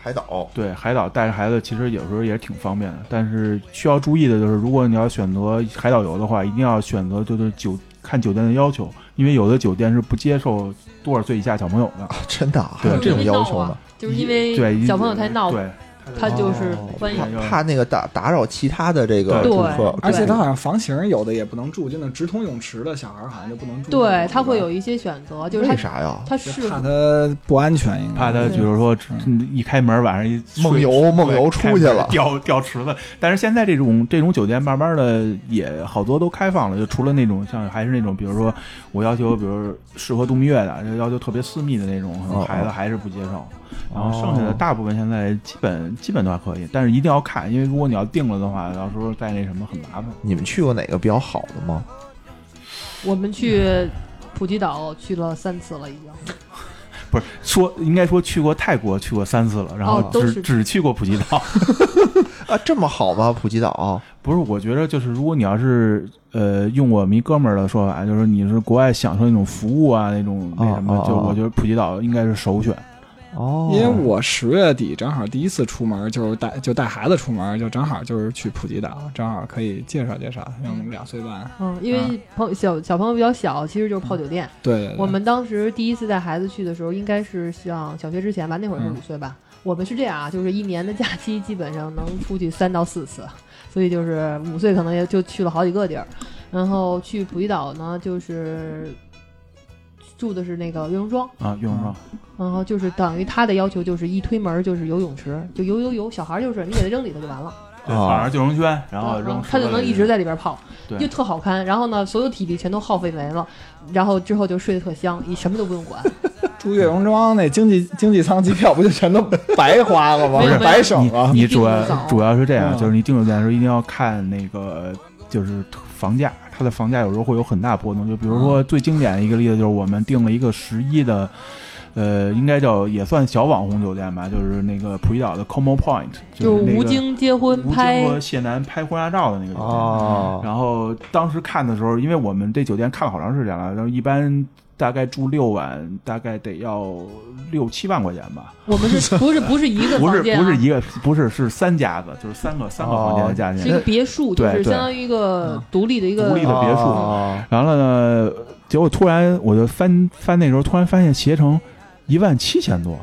Speaker 2: 海岛， (laughs)
Speaker 5: 对，海岛带着孩子其实有时候也挺方便的，但是需要注意的就是，如果你要选择海岛游的话，一定要选择就是酒看酒店的要求，因为有的酒店是不接受多少岁以下小朋友的。
Speaker 2: 真的啊还有
Speaker 5: 对
Speaker 2: 这种要
Speaker 4: 闹
Speaker 2: 求呢
Speaker 4: 啊？，就是因为
Speaker 5: 对
Speaker 4: 小朋友太闹，
Speaker 5: 对，
Speaker 4: 他就是不欢迎。
Speaker 5: 哦
Speaker 2: 怕那个打打扰其他的这个
Speaker 5: 对
Speaker 2: 顾客，
Speaker 3: 而且
Speaker 4: 对
Speaker 3: 它好像房型有的也不能住，就那直通泳池的小孩儿好像就不能住那种。
Speaker 4: 对他会
Speaker 3: 吧
Speaker 4: 有一些选择，就是
Speaker 2: 为
Speaker 4: 他
Speaker 2: 啥呀？
Speaker 4: 他
Speaker 3: 就是怕他不安全，应该
Speaker 5: 怕他，比如说一开门晚上一
Speaker 2: 嗯
Speaker 5: 睡
Speaker 2: 梦游梦游出去
Speaker 5: (laughs)
Speaker 2: 了
Speaker 5: 对掉掉池子。但是现在这种这种酒店慢慢的也好多都开放了，就除了那种像还是那种，比如说我要求，比如适合度蜜月的，要求特别私密的那种，
Speaker 2: 哦
Speaker 5: 可能 (laughs) 孩子还是不接受。然后剩下的大部分现在基本基本都还可以，但是一定要看，因为如果你要定了的话，到时候再那什么很麻烦。
Speaker 2: 你们去过哪个比较好的吗？
Speaker 4: 我们去普吉岛去了三次了，已经。
Speaker 5: 不是说应该说去过泰国去过三次了，然后
Speaker 4: 哦
Speaker 5: 只、
Speaker 4: 都是
Speaker 5: 只去过普吉岛。
Speaker 2: 啊，这么好吗？普吉岛？啊
Speaker 5: 不是，我觉得就是，如果你要是呃，用我们一哥们儿的说法，就是你是国外享受那种服务啊，那种那什么，
Speaker 2: 哦哦
Speaker 5: 就
Speaker 2: 哦
Speaker 5: 我觉得普吉岛应该是首选。
Speaker 2: 哦
Speaker 3: 因为我十月底正好第一次出门，就是带就带孩子出门，就正好就是去普吉岛，正好可以介绍介绍，因为我们俩岁半。
Speaker 4: 嗯，因为朋友小小朋友比较小，其实就是泡酒店。
Speaker 3: 对，对对
Speaker 4: 我们当时第一次带孩子去的时候，应该是上小学之前吧，那会儿是
Speaker 3: 嗯
Speaker 4: 五岁吧。我们是这样啊，就是一年的假期基本上能出去三到四次，所以就是五岁可能也就去了好几个地儿。然后去普吉岛呢，就是住的是那个月荣庄，
Speaker 5: 啊，岳荣
Speaker 4: 然后就是等于他的要求就是一推门就是游泳池，就游游游，小孩儿就是你给他扔里头就完了，
Speaker 5: 对，
Speaker 2: 哦
Speaker 5: 放上救生圈，啊然后
Speaker 4: 嗯
Speaker 5: 扔
Speaker 4: 嗯，他就能一直
Speaker 5: 在
Speaker 4: 在里边泡，
Speaker 5: 对
Speaker 4: 就特好看。然后呢，所有体力全都耗费没了，然后之后就睡得特香，你什么都不用管。
Speaker 3: 住岳荣庄那经济经济舱机票不就全都白花
Speaker 5: (laughs)
Speaker 3: 了吗
Speaker 4: 没有？没有
Speaker 3: 白省了。
Speaker 5: 你你
Speaker 4: 一定
Speaker 5: 主
Speaker 4: 能
Speaker 5: 要
Speaker 4: 找
Speaker 5: 主要是这样，
Speaker 3: 嗯
Speaker 5: 就是你订酒店的时候一定要看那个就是房价，它的房价有时候会有很大波动。就比如
Speaker 4: 嗯
Speaker 5: 说最经典的一个例子，就是我们订了一个十一的，呃，应该叫也算小网红酒店吧，就是那个普吉岛的 Como Point，
Speaker 4: 就是
Speaker 5: 那个
Speaker 4: 吴京结婚
Speaker 5: 吴京
Speaker 4: 拍，
Speaker 5: 和谢楠拍婚纱照的那个酒店。
Speaker 2: 哦，
Speaker 5: 然后当时看的时候，因为我们这酒店看了好长时间了，然后一般大概住六晚，大概得要六七万块钱吧，
Speaker 4: 我们
Speaker 5: (laughs)
Speaker 4: 是不是不是一个
Speaker 5: 不是
Speaker 4: 房间、啊？
Speaker 5: 不是一个，不是是三家子，就是三个三个房间的价
Speaker 4: 是一
Speaker 5: 钱，
Speaker 4: 个别墅，就
Speaker 5: 对
Speaker 4: 是
Speaker 5: 对嗯
Speaker 4: 相当于一个独立的一个
Speaker 5: 独立的别墅
Speaker 2: 哦
Speaker 5: 完了呢，结果突然我就翻翻那时候，突然发现携程一万七千多，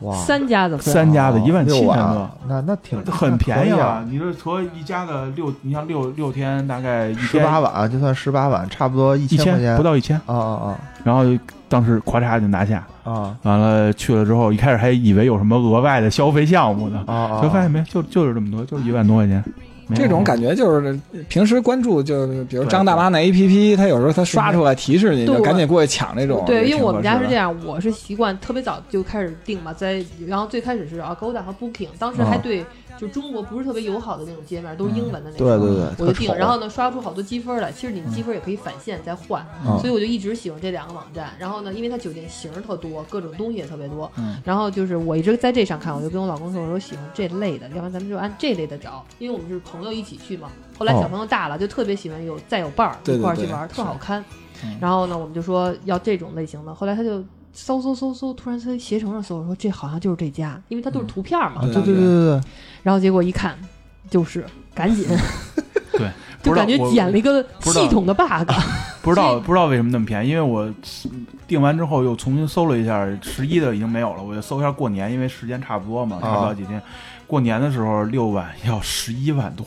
Speaker 2: 哇，
Speaker 4: 三家子分。
Speaker 5: 三家子一万七
Speaker 2: 六
Speaker 5: 千
Speaker 2: 晚
Speaker 5: 多。
Speaker 2: 那那挺
Speaker 5: 很便宜啊
Speaker 2: 啊！，
Speaker 5: 你说说一家的六，你像六六天，大概一
Speaker 2: 啊十
Speaker 5: 天
Speaker 2: 八晚就算十八晚，差不多一
Speaker 5: 一
Speaker 2: 块
Speaker 5: 千
Speaker 2: 钱
Speaker 5: 不到一千，
Speaker 2: 啊啊
Speaker 5: 然后当时咔嚓就拿下，
Speaker 2: 啊啊
Speaker 5: 完了去了之后，一开始还以为有什么额外的消费项目呢，
Speaker 2: 啊啊！
Speaker 5: 就发现没，就就是这么多，就是一万多块钱。没有
Speaker 3: 这种感觉就是平时关注，就是比如
Speaker 5: 对
Speaker 3: 张大妈那 A P P，它有时候它刷出来提示你，
Speaker 4: 对
Speaker 3: 就
Speaker 4: 我
Speaker 3: 赶紧过去抢那种。
Speaker 4: 对，
Speaker 3: 也
Speaker 4: 因为我们家
Speaker 3: 挺合
Speaker 4: 是
Speaker 3: 适
Speaker 4: 这
Speaker 3: 的。
Speaker 4: 样，我是习惯特别早就开始订嘛，在然后最开始是 Agoda 和 Booking，当
Speaker 5: 嗯
Speaker 4: 时还对、就中国不是特别友好的那种街面都是英文的那种，
Speaker 2: 对对
Speaker 3: 呃
Speaker 2: 对，特
Speaker 4: 我就订，
Speaker 2: 丑啊
Speaker 4: 然后
Speaker 3: 啊
Speaker 4: 呢刷出好多积分来，其实你积分也可以返现再换，
Speaker 2: 嗯
Speaker 4: 所以我就一直喜欢这两个网站。然后呢，因为它酒店型儿特多，各种东西也特别多，
Speaker 3: 嗯
Speaker 4: 然后就是我一直在这上看，我就跟我老公说，我说喜欢这类的，要不然咱们就按这类的找，因为我们是朋友一起去嘛。后来
Speaker 2: 哦
Speaker 4: 小朋友大了，就特别喜欢有再有伴儿
Speaker 3: 对
Speaker 4: 一
Speaker 3: 对
Speaker 4: 块儿去
Speaker 3: 对
Speaker 4: 玩儿，特
Speaker 3: 是
Speaker 4: 好看
Speaker 3: 嗯。
Speaker 4: 然后呢，我们就说要这种类型的，后来他就。搜搜搜搜，突然他携程上搜，我说这好像就是这家，因为它都
Speaker 3: 嗯
Speaker 4: 是图片儿嘛。
Speaker 2: 啊对对对对对，
Speaker 3: (laughs)
Speaker 4: 然后结果一看，就是赶紧，
Speaker 5: 不
Speaker 4: 就
Speaker 5: 知道
Speaker 4: 感觉
Speaker 5: 我
Speaker 4: 捡了一个
Speaker 5: 不知道
Speaker 4: 系统的
Speaker 5: (laughs)
Speaker 4: bug。
Speaker 5: 不知道不知道为什么那么便宜，因为我订完之后又重新搜了一下，十一的已经没有了，我就搜一下过年，因为时间差不多嘛，差不了几天。过年的时候六万要十一万多，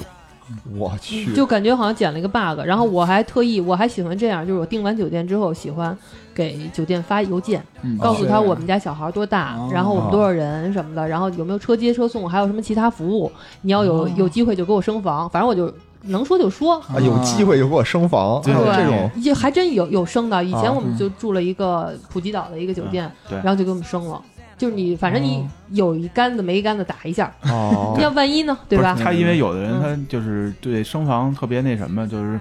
Speaker 2: 我去，
Speaker 4: 就感觉好像捡了一个 bug。然后我还特意，我还喜欢这样，就是我订完酒店之后，喜欢给酒店发邮件，
Speaker 5: 哦
Speaker 3: 嗯
Speaker 4: 告诉
Speaker 3: 是
Speaker 4: 他我们家小孩多大，
Speaker 3: 哦
Speaker 4: 然后我们多少人什么的，然后有没有车接车送，还有什么其他服务。你要
Speaker 5: 哦
Speaker 4: 有、有机会就给我升房，反正我就能说就说。
Speaker 2: 啊，有机会就给我升房，还
Speaker 5: 对哦
Speaker 2: 有
Speaker 4: 对
Speaker 2: 这种
Speaker 4: 也还真有有升的。以前
Speaker 2: 啊
Speaker 4: 我
Speaker 5: 嗯
Speaker 4: 们就住了一个普吉岛的一个酒店，
Speaker 5: 对
Speaker 4: 然后就给我们升了。就是你，反正你
Speaker 3: 哦
Speaker 4: 有一竿子没一竿子打一下，
Speaker 2: 哦
Speaker 4: 要万一呢，对吧嗯
Speaker 5: 不是？他因为有的人他就是对升房特别那什么，就是。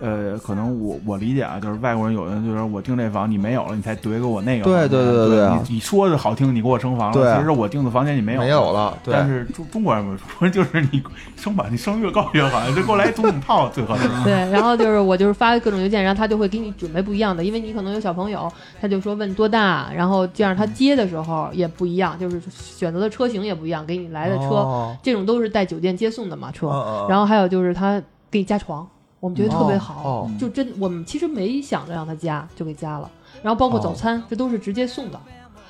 Speaker 5: 呃，可能我我理解啊，就是外国人有人就是我订这房你没有了，你才怼给我那个房
Speaker 2: 对
Speaker 5: 间。
Speaker 2: 对对对
Speaker 5: 对
Speaker 2: 对啊
Speaker 5: 你你说的好听，你给我升房
Speaker 2: 对
Speaker 5: 了，
Speaker 2: 啊
Speaker 5: 其实我订的房间你没有，
Speaker 2: 没有了，对，
Speaker 5: 但是中中国人不是，中国人就是你升吧，你升越高越好，就给我来总统套最
Speaker 4: (laughs)
Speaker 5: 合适。
Speaker 2: 啊
Speaker 4: 对，然后就是我就是发各种邮件，然后他就会给你准备不一样的，因为你可能有小朋友，他就说问多大，然后这样他
Speaker 2: 嗯
Speaker 4: 接的时候也不一样，就是选择的车型也不一样，给你来的车、
Speaker 2: 哦
Speaker 4: 这种都是带酒店接送的嘛车，
Speaker 2: 嗯嗯嗯
Speaker 4: 然后还有就是他给你加床，我们觉得特别好，
Speaker 2: 哦
Speaker 4: 就真我们其实没想着让他加就给加了，然后包括早餐、这都是直接送的，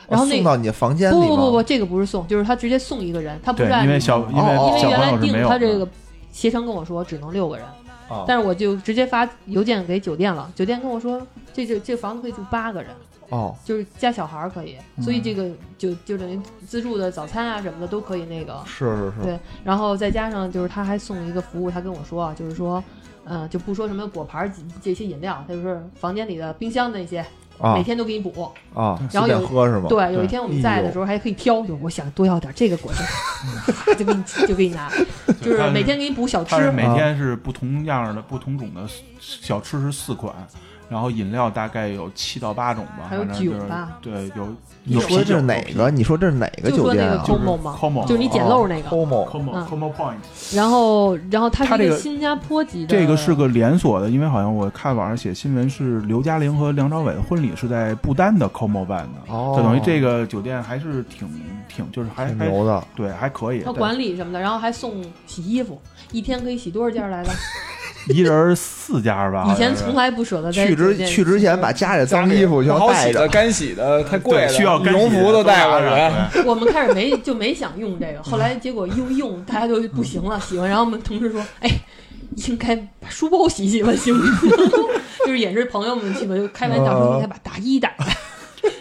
Speaker 4: 然后那
Speaker 2: 哦送
Speaker 4: 个、
Speaker 2: 到你的房间里
Speaker 4: 不
Speaker 2: 吗
Speaker 4: 不不不，这个不是送，就是他直接送一个人，他不
Speaker 5: 对
Speaker 4: 是，按
Speaker 5: 因为小因
Speaker 2: 哦
Speaker 5: 为
Speaker 4: 因
Speaker 5: 小
Speaker 4: 为原
Speaker 5: 朋
Speaker 4: 来
Speaker 5: 友是没
Speaker 4: 定
Speaker 5: 有
Speaker 4: 他
Speaker 5: 的。
Speaker 4: 这个携程跟我说只能六个人，
Speaker 2: 哦
Speaker 4: 但是我就直接发邮件给酒店了，酒店跟我说这这这房子可以住八个人，
Speaker 2: 哦
Speaker 4: 就是加小孩儿可以，
Speaker 5: 嗯
Speaker 4: 所以这个就就等于自助的早餐啊什么的都可以那个，
Speaker 2: 是是是，
Speaker 4: 对，然后再加上就是他还送一个服务，他跟我说啊，就是说。嗯，就不说什么果盘儿这些饮料，他就是房间里的冰箱的那些，
Speaker 2: 啊
Speaker 4: 每天都给你补。
Speaker 2: 啊，
Speaker 4: 然后
Speaker 2: 随便
Speaker 4: 有
Speaker 2: 喝是吗？
Speaker 4: 对，有
Speaker 5: 哦对哎
Speaker 4: 一天我们在的时候还可以挑，就我想多要点这个果汁， (laughs) 就给你就给你拿，就是每天给你补小吃
Speaker 5: 它。是每天是不同样的、不同种的小吃是四款，然后饮料大概有七到八种吧，
Speaker 4: 还有
Speaker 5: 反正就是
Speaker 4: 酒吧
Speaker 5: 对，有
Speaker 2: 你
Speaker 5: 有
Speaker 2: 说
Speaker 5: 啤
Speaker 2: 这
Speaker 5: 酒
Speaker 2: 是哪个？你说这是哪个哦
Speaker 4: 就
Speaker 2: 酒
Speaker 4: 说
Speaker 2: 店
Speaker 4: 那个
Speaker 2: 啊？
Speaker 5: 就是
Speaker 4: Como 嘛，
Speaker 5: Como
Speaker 4: 就是你捡漏那个。
Speaker 2: Como
Speaker 5: ？Como
Speaker 4: 嗯
Speaker 5: Como Point，
Speaker 4: 然后，然后它
Speaker 5: 它
Speaker 4: 是一
Speaker 5: 这
Speaker 4: 个
Speaker 5: 个
Speaker 4: 新加坡籍的，
Speaker 5: 这个是个连锁的，因为好像我看网上写新闻是刘嘉玲和梁朝伟的婚礼是在不丹的 Como 办的，
Speaker 2: 哦
Speaker 5: 就等于这个酒店还是挺挺就是还
Speaker 2: 挺
Speaker 5: 还
Speaker 2: 牛的，
Speaker 5: 对还可以
Speaker 4: 它，
Speaker 5: 但
Speaker 4: 管理什么的，然后还送洗衣服，一天可以洗多少件来着？
Speaker 5: 一人四家吧，
Speaker 4: 以前
Speaker 5: 好像是
Speaker 4: 从来不舍得在
Speaker 2: 去
Speaker 4: 酒
Speaker 2: 之
Speaker 4: 店
Speaker 2: 去之前把家里的脏衣服全
Speaker 3: 不好
Speaker 2: 带
Speaker 3: 洗的、
Speaker 2: 着，
Speaker 3: 干洗的、太贵
Speaker 5: 对
Speaker 3: 了，
Speaker 5: 需要
Speaker 3: 羽
Speaker 5: 干洗
Speaker 3: 绒服
Speaker 5: 的
Speaker 3: 都带过
Speaker 5: 拿上
Speaker 3: 来。
Speaker 5: 对
Speaker 4: 我们开始没就没想用这个，后来结果又用，大家就不行了，喜欢。然后我们同事说：“哎，应该把书包洗洗吧，行不行？” (laughs) 就是也是朋友们去吧，就开玩笑说：“应该把大衣带来。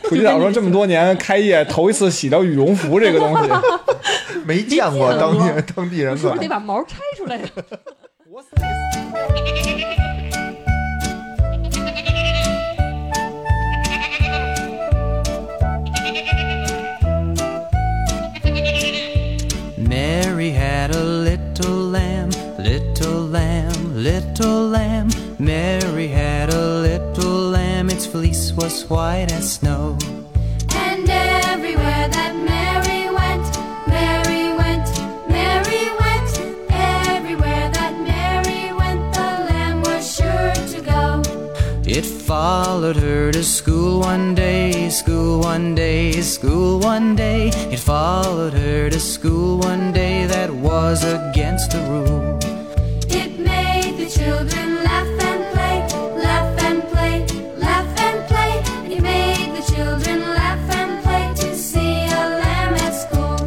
Speaker 3: 普吉岛说这么多年开业头一次洗到羽绒服这个
Speaker 5: (laughs)
Speaker 3: 东西。
Speaker 2: 没见过
Speaker 4: 没见
Speaker 2: 当
Speaker 4: 过
Speaker 2: 地当地人
Speaker 4: 是不
Speaker 2: 管
Speaker 4: 是得把毛拆出来呀？”
Speaker 1: Mary had a little lamb, little lamb, little lamb. Mary had a little lamb, its fleece was white as snow.
Speaker 6: And everywhere that Mary went, Mary went, Mary went. Everywhere that Mary went, the lamb was sure to go.
Speaker 1: It followed her to school one day, school one day, school one day. It followed her to school one day, that was against the rule.
Speaker 6: It made the children laugh and play, laugh and play, laugh and play. It made the children laugh and play to see a lamb at school.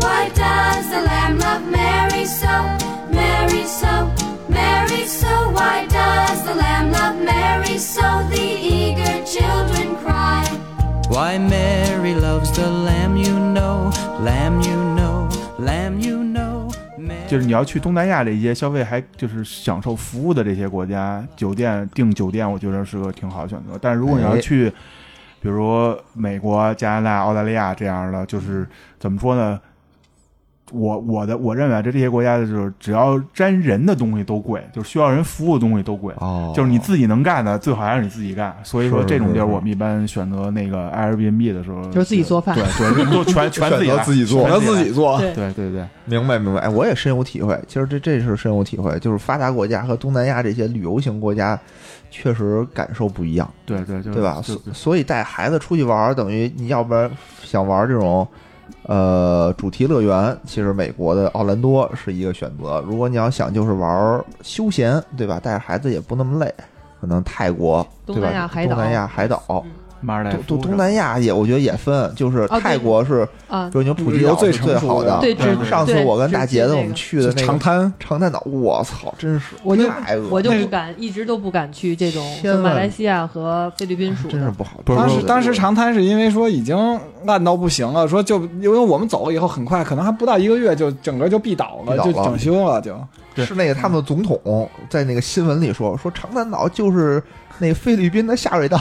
Speaker 6: Why does the lamb love Mary so, Mary so, Mary so? Why does the lamb love Mary so? The eager children cry.
Speaker 1: Why Mary loves the lamb, you know, lamb, you know, lamb, you know. Mary-
Speaker 5: 就是你要去东南亚这些消费还就是享受服务的这些国家，酒店订酒店，我觉得是个挺好的选择。但是如果你要
Speaker 2: 哎
Speaker 5: 去，比如说美国、加拿大、澳大利亚这样的，就是怎么说呢？我我的我认为啊这这些国家就是只要沾人的东西都贵，就是需要人服务的东西都贵。
Speaker 2: 哦
Speaker 5: 就是你自己能干的，最好还是你自己干。所以说
Speaker 2: 是
Speaker 5: 这种地儿，
Speaker 2: 是是
Speaker 5: 我们一般选择那个 Airbnb 的时候，
Speaker 4: 就是自己做饭
Speaker 5: 对对，都全全自己
Speaker 2: 选择
Speaker 5: 来
Speaker 2: 自己做
Speaker 5: 全
Speaker 2: 选择
Speaker 5: 自
Speaker 3: 自
Speaker 5: 己
Speaker 3: 己
Speaker 5: 来
Speaker 3: 做，
Speaker 4: 对
Speaker 5: 对对对。
Speaker 2: 明白明白，哎，我也深有体会。其实这这是深有体会，就是发达国家和东南亚这些旅游型国家，确实感受不一样，
Speaker 3: 嗯
Speaker 5: 对对，就是
Speaker 2: 对吧？
Speaker 5: 就
Speaker 2: 所所以带孩子出去玩儿，等于你要不然想玩儿这种呃，主题乐园其实美国的奥兰多是一个选择。如果你要想就是玩儿休闲，对吧？带着孩子也不那么累，可能泰国
Speaker 4: 东
Speaker 2: 对吧？
Speaker 4: 南亚海岛
Speaker 2: 东南亚海岛，
Speaker 4: 嗯
Speaker 5: 马尔代
Speaker 3: 哎
Speaker 2: 东
Speaker 5: 夫
Speaker 2: 东
Speaker 5: 是
Speaker 2: 东
Speaker 5: 吧
Speaker 2: 南亚也我觉得也分，就是
Speaker 4: 哦对
Speaker 2: 泰国是
Speaker 4: 啊，
Speaker 2: 热牛普吉
Speaker 3: 旅游
Speaker 2: 岛
Speaker 3: 最
Speaker 2: 是
Speaker 3: 成熟
Speaker 2: 最好的。
Speaker 4: 对只
Speaker 5: 对
Speaker 2: 上次
Speaker 4: 对
Speaker 2: 我跟大
Speaker 4: 只记
Speaker 2: 杰子
Speaker 4: 那
Speaker 2: 我
Speaker 4: 个
Speaker 2: 们去的那个
Speaker 3: 长滩，
Speaker 2: 长滩岛，我操，真是
Speaker 3: 我就
Speaker 2: 太恶
Speaker 4: 我就
Speaker 2: 心了
Speaker 4: 不敢，一直都不敢去这种
Speaker 2: 天
Speaker 4: 就马
Speaker 2: 呐
Speaker 4: 来西亚和菲律宾属
Speaker 2: 真是
Speaker 4: 的。
Speaker 2: 不好。
Speaker 5: 不是
Speaker 3: 当
Speaker 5: 不
Speaker 3: 时
Speaker 5: 是
Speaker 3: 当时长滩是因为说已经烂到不行了，说就因为我们走了以后，很快可能还不到一个月就整个就闭岛了，
Speaker 2: 闭岛
Speaker 3: 就
Speaker 2: 了
Speaker 3: 整修了就。
Speaker 5: 对
Speaker 2: 是那个他们的总统在那个新闻里说，说长滩岛就是那个菲律宾的下水
Speaker 3: (laughs)
Speaker 2: 道，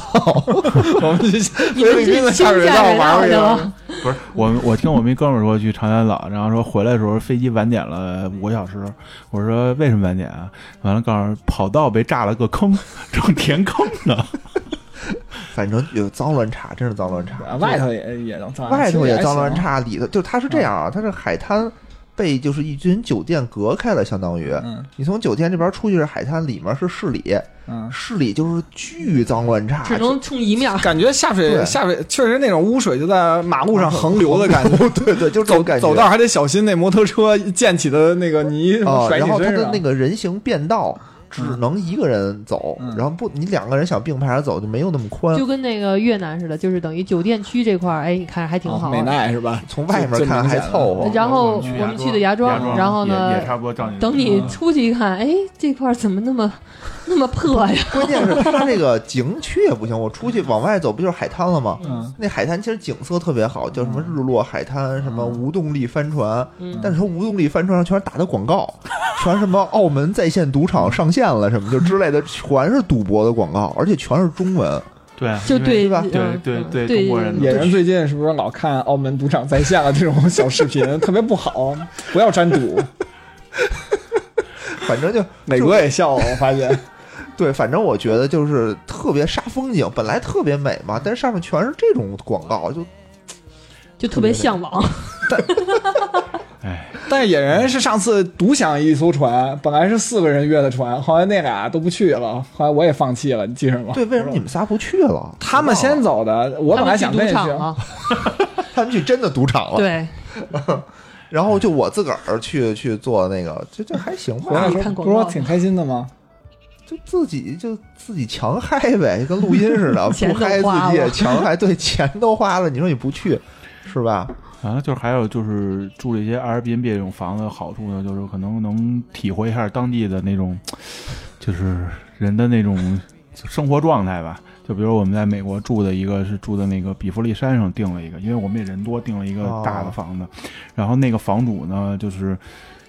Speaker 3: 我们去 (laughs)
Speaker 4: 你
Speaker 3: 菲
Speaker 4: 们
Speaker 3: 律
Speaker 4: 是
Speaker 3: 宾的
Speaker 4: 清
Speaker 3: 下水
Speaker 4: 下啊
Speaker 3: 道
Speaker 4: 水
Speaker 3: 玩
Speaker 4: 道
Speaker 3: 儿去
Speaker 4: 的
Speaker 3: 了啊
Speaker 4: 吗，？
Speaker 5: 不是我们，我听我们一哥们儿说去长滩岛，然后说回来的时候飞机晚点了五个小时。我说为什么晚点啊？完了告诉跑道被炸了个坑，正填坑呢。
Speaker 2: 反正有脏乱差，真是脏乱差。
Speaker 3: 啊外头也也啊能脏，
Speaker 2: 外头也脏乱
Speaker 3: 其实嗯
Speaker 2: 差，里头就它是这样啊，它是海滩被就是一群酒店隔开了，相当于
Speaker 3: 还行。嗯
Speaker 2: 你从酒店这边出去是海滩，里面是市里，
Speaker 3: 嗯，
Speaker 2: 市里就是巨脏乱差，
Speaker 4: 只能冲一面儿。
Speaker 3: 感觉下水
Speaker 2: 对
Speaker 3: 下水确实那种污水就在马路上横流的感觉，
Speaker 2: 就 (laughs) 对对，就这
Speaker 3: 走
Speaker 2: 种感觉。
Speaker 3: (laughs) 走道还得小心那摩托车溅起的那个泥
Speaker 2: 啊，
Speaker 3: 甩
Speaker 2: 然
Speaker 3: 你
Speaker 2: 后它
Speaker 3: 身
Speaker 2: 的
Speaker 3: 上
Speaker 2: 那。个人行便道只能一个人走，
Speaker 3: 嗯
Speaker 2: 然后不你两个人想并排着走就没有那么宽
Speaker 4: 就。跟那个越南似的，就是等于酒店区这块儿，哎，你看还挺好
Speaker 3: 哦美
Speaker 4: 玩。
Speaker 3: 奈是吧？
Speaker 2: 啊从外面
Speaker 3: 最
Speaker 2: 看还凑合，
Speaker 4: 然后我们去的芽庄然后呢
Speaker 5: 也也差不多照你
Speaker 4: 等
Speaker 3: 嗯
Speaker 4: 你出去一看，哎，这块儿怎么那么那么破呀？ (laughs)
Speaker 2: 关键是它这个景区也不行，我出去往外走不就是海滩了吗？
Speaker 3: 嗯
Speaker 2: 那海滩其实景色特别好，叫什么日落海滩，什么无动力帆船，
Speaker 4: 嗯
Speaker 2: 但是说无动力帆船上全是打的广告，全什么澳门在线赌场上线了什么就之类的，全是赌博的广告，而且全是中文。
Speaker 5: 对，
Speaker 4: 就对
Speaker 2: 是吧
Speaker 4: 嗯
Speaker 5: 对
Speaker 4: 嗯
Speaker 5: 对对
Speaker 4: 对
Speaker 5: 中国人
Speaker 3: 野人最近是不是老看澳门赌场在线了这种小视频，特别不好，不要沾赌。
Speaker 2: 反正就
Speaker 3: 美国也笑我，我发 (laughs) 现。
Speaker 2: 对，反正我觉得就是特别煞风景，本来特别美嘛，但是上面全是这种广告，就
Speaker 4: 就特别向往。
Speaker 5: 哎，
Speaker 3: 但是野人是上次独享一艘船，本来是四个人约的船，后来那俩都不去了，后来我也放弃了，你记着吗？
Speaker 2: 对，为什么你们仨不去了？
Speaker 3: 他们先走的，我
Speaker 4: 他
Speaker 3: 本
Speaker 4: 们
Speaker 3: 来
Speaker 4: 去
Speaker 3: 想
Speaker 4: 赌
Speaker 3: 跟你
Speaker 4: 场
Speaker 3: 去，哦
Speaker 4: 了，
Speaker 2: 他们去真的赌场了，
Speaker 4: 对，
Speaker 2: 然后就我自个儿去去做那个，这这还行
Speaker 3: 回
Speaker 2: 吧
Speaker 4: (laughs)
Speaker 3: 来
Speaker 4: 你
Speaker 3: 说
Speaker 4: 看
Speaker 3: 不
Speaker 4: 广
Speaker 3: 是
Speaker 4: 告
Speaker 3: 说挺开心的吗？
Speaker 2: 就自己就自己强嗨呗，就跟录音似的，
Speaker 4: (laughs) 钱
Speaker 2: 不
Speaker 4: 都
Speaker 2: 嗨
Speaker 4: 花
Speaker 2: 自己也
Speaker 4: 了
Speaker 2: 强嗨，对，钱都花了，你说你不去是吧？
Speaker 5: 完了就是还有就是住了一些 Airbnb 这种房子的好处呢，就是可能能体会一下当地的那种，就是人的那种生活状态吧。就比如我们在美国住的一个是住的那个比弗利山上订了一个，因为我们也人多订了一个
Speaker 2: 哦
Speaker 5: 大的房子，然后那个房主呢就是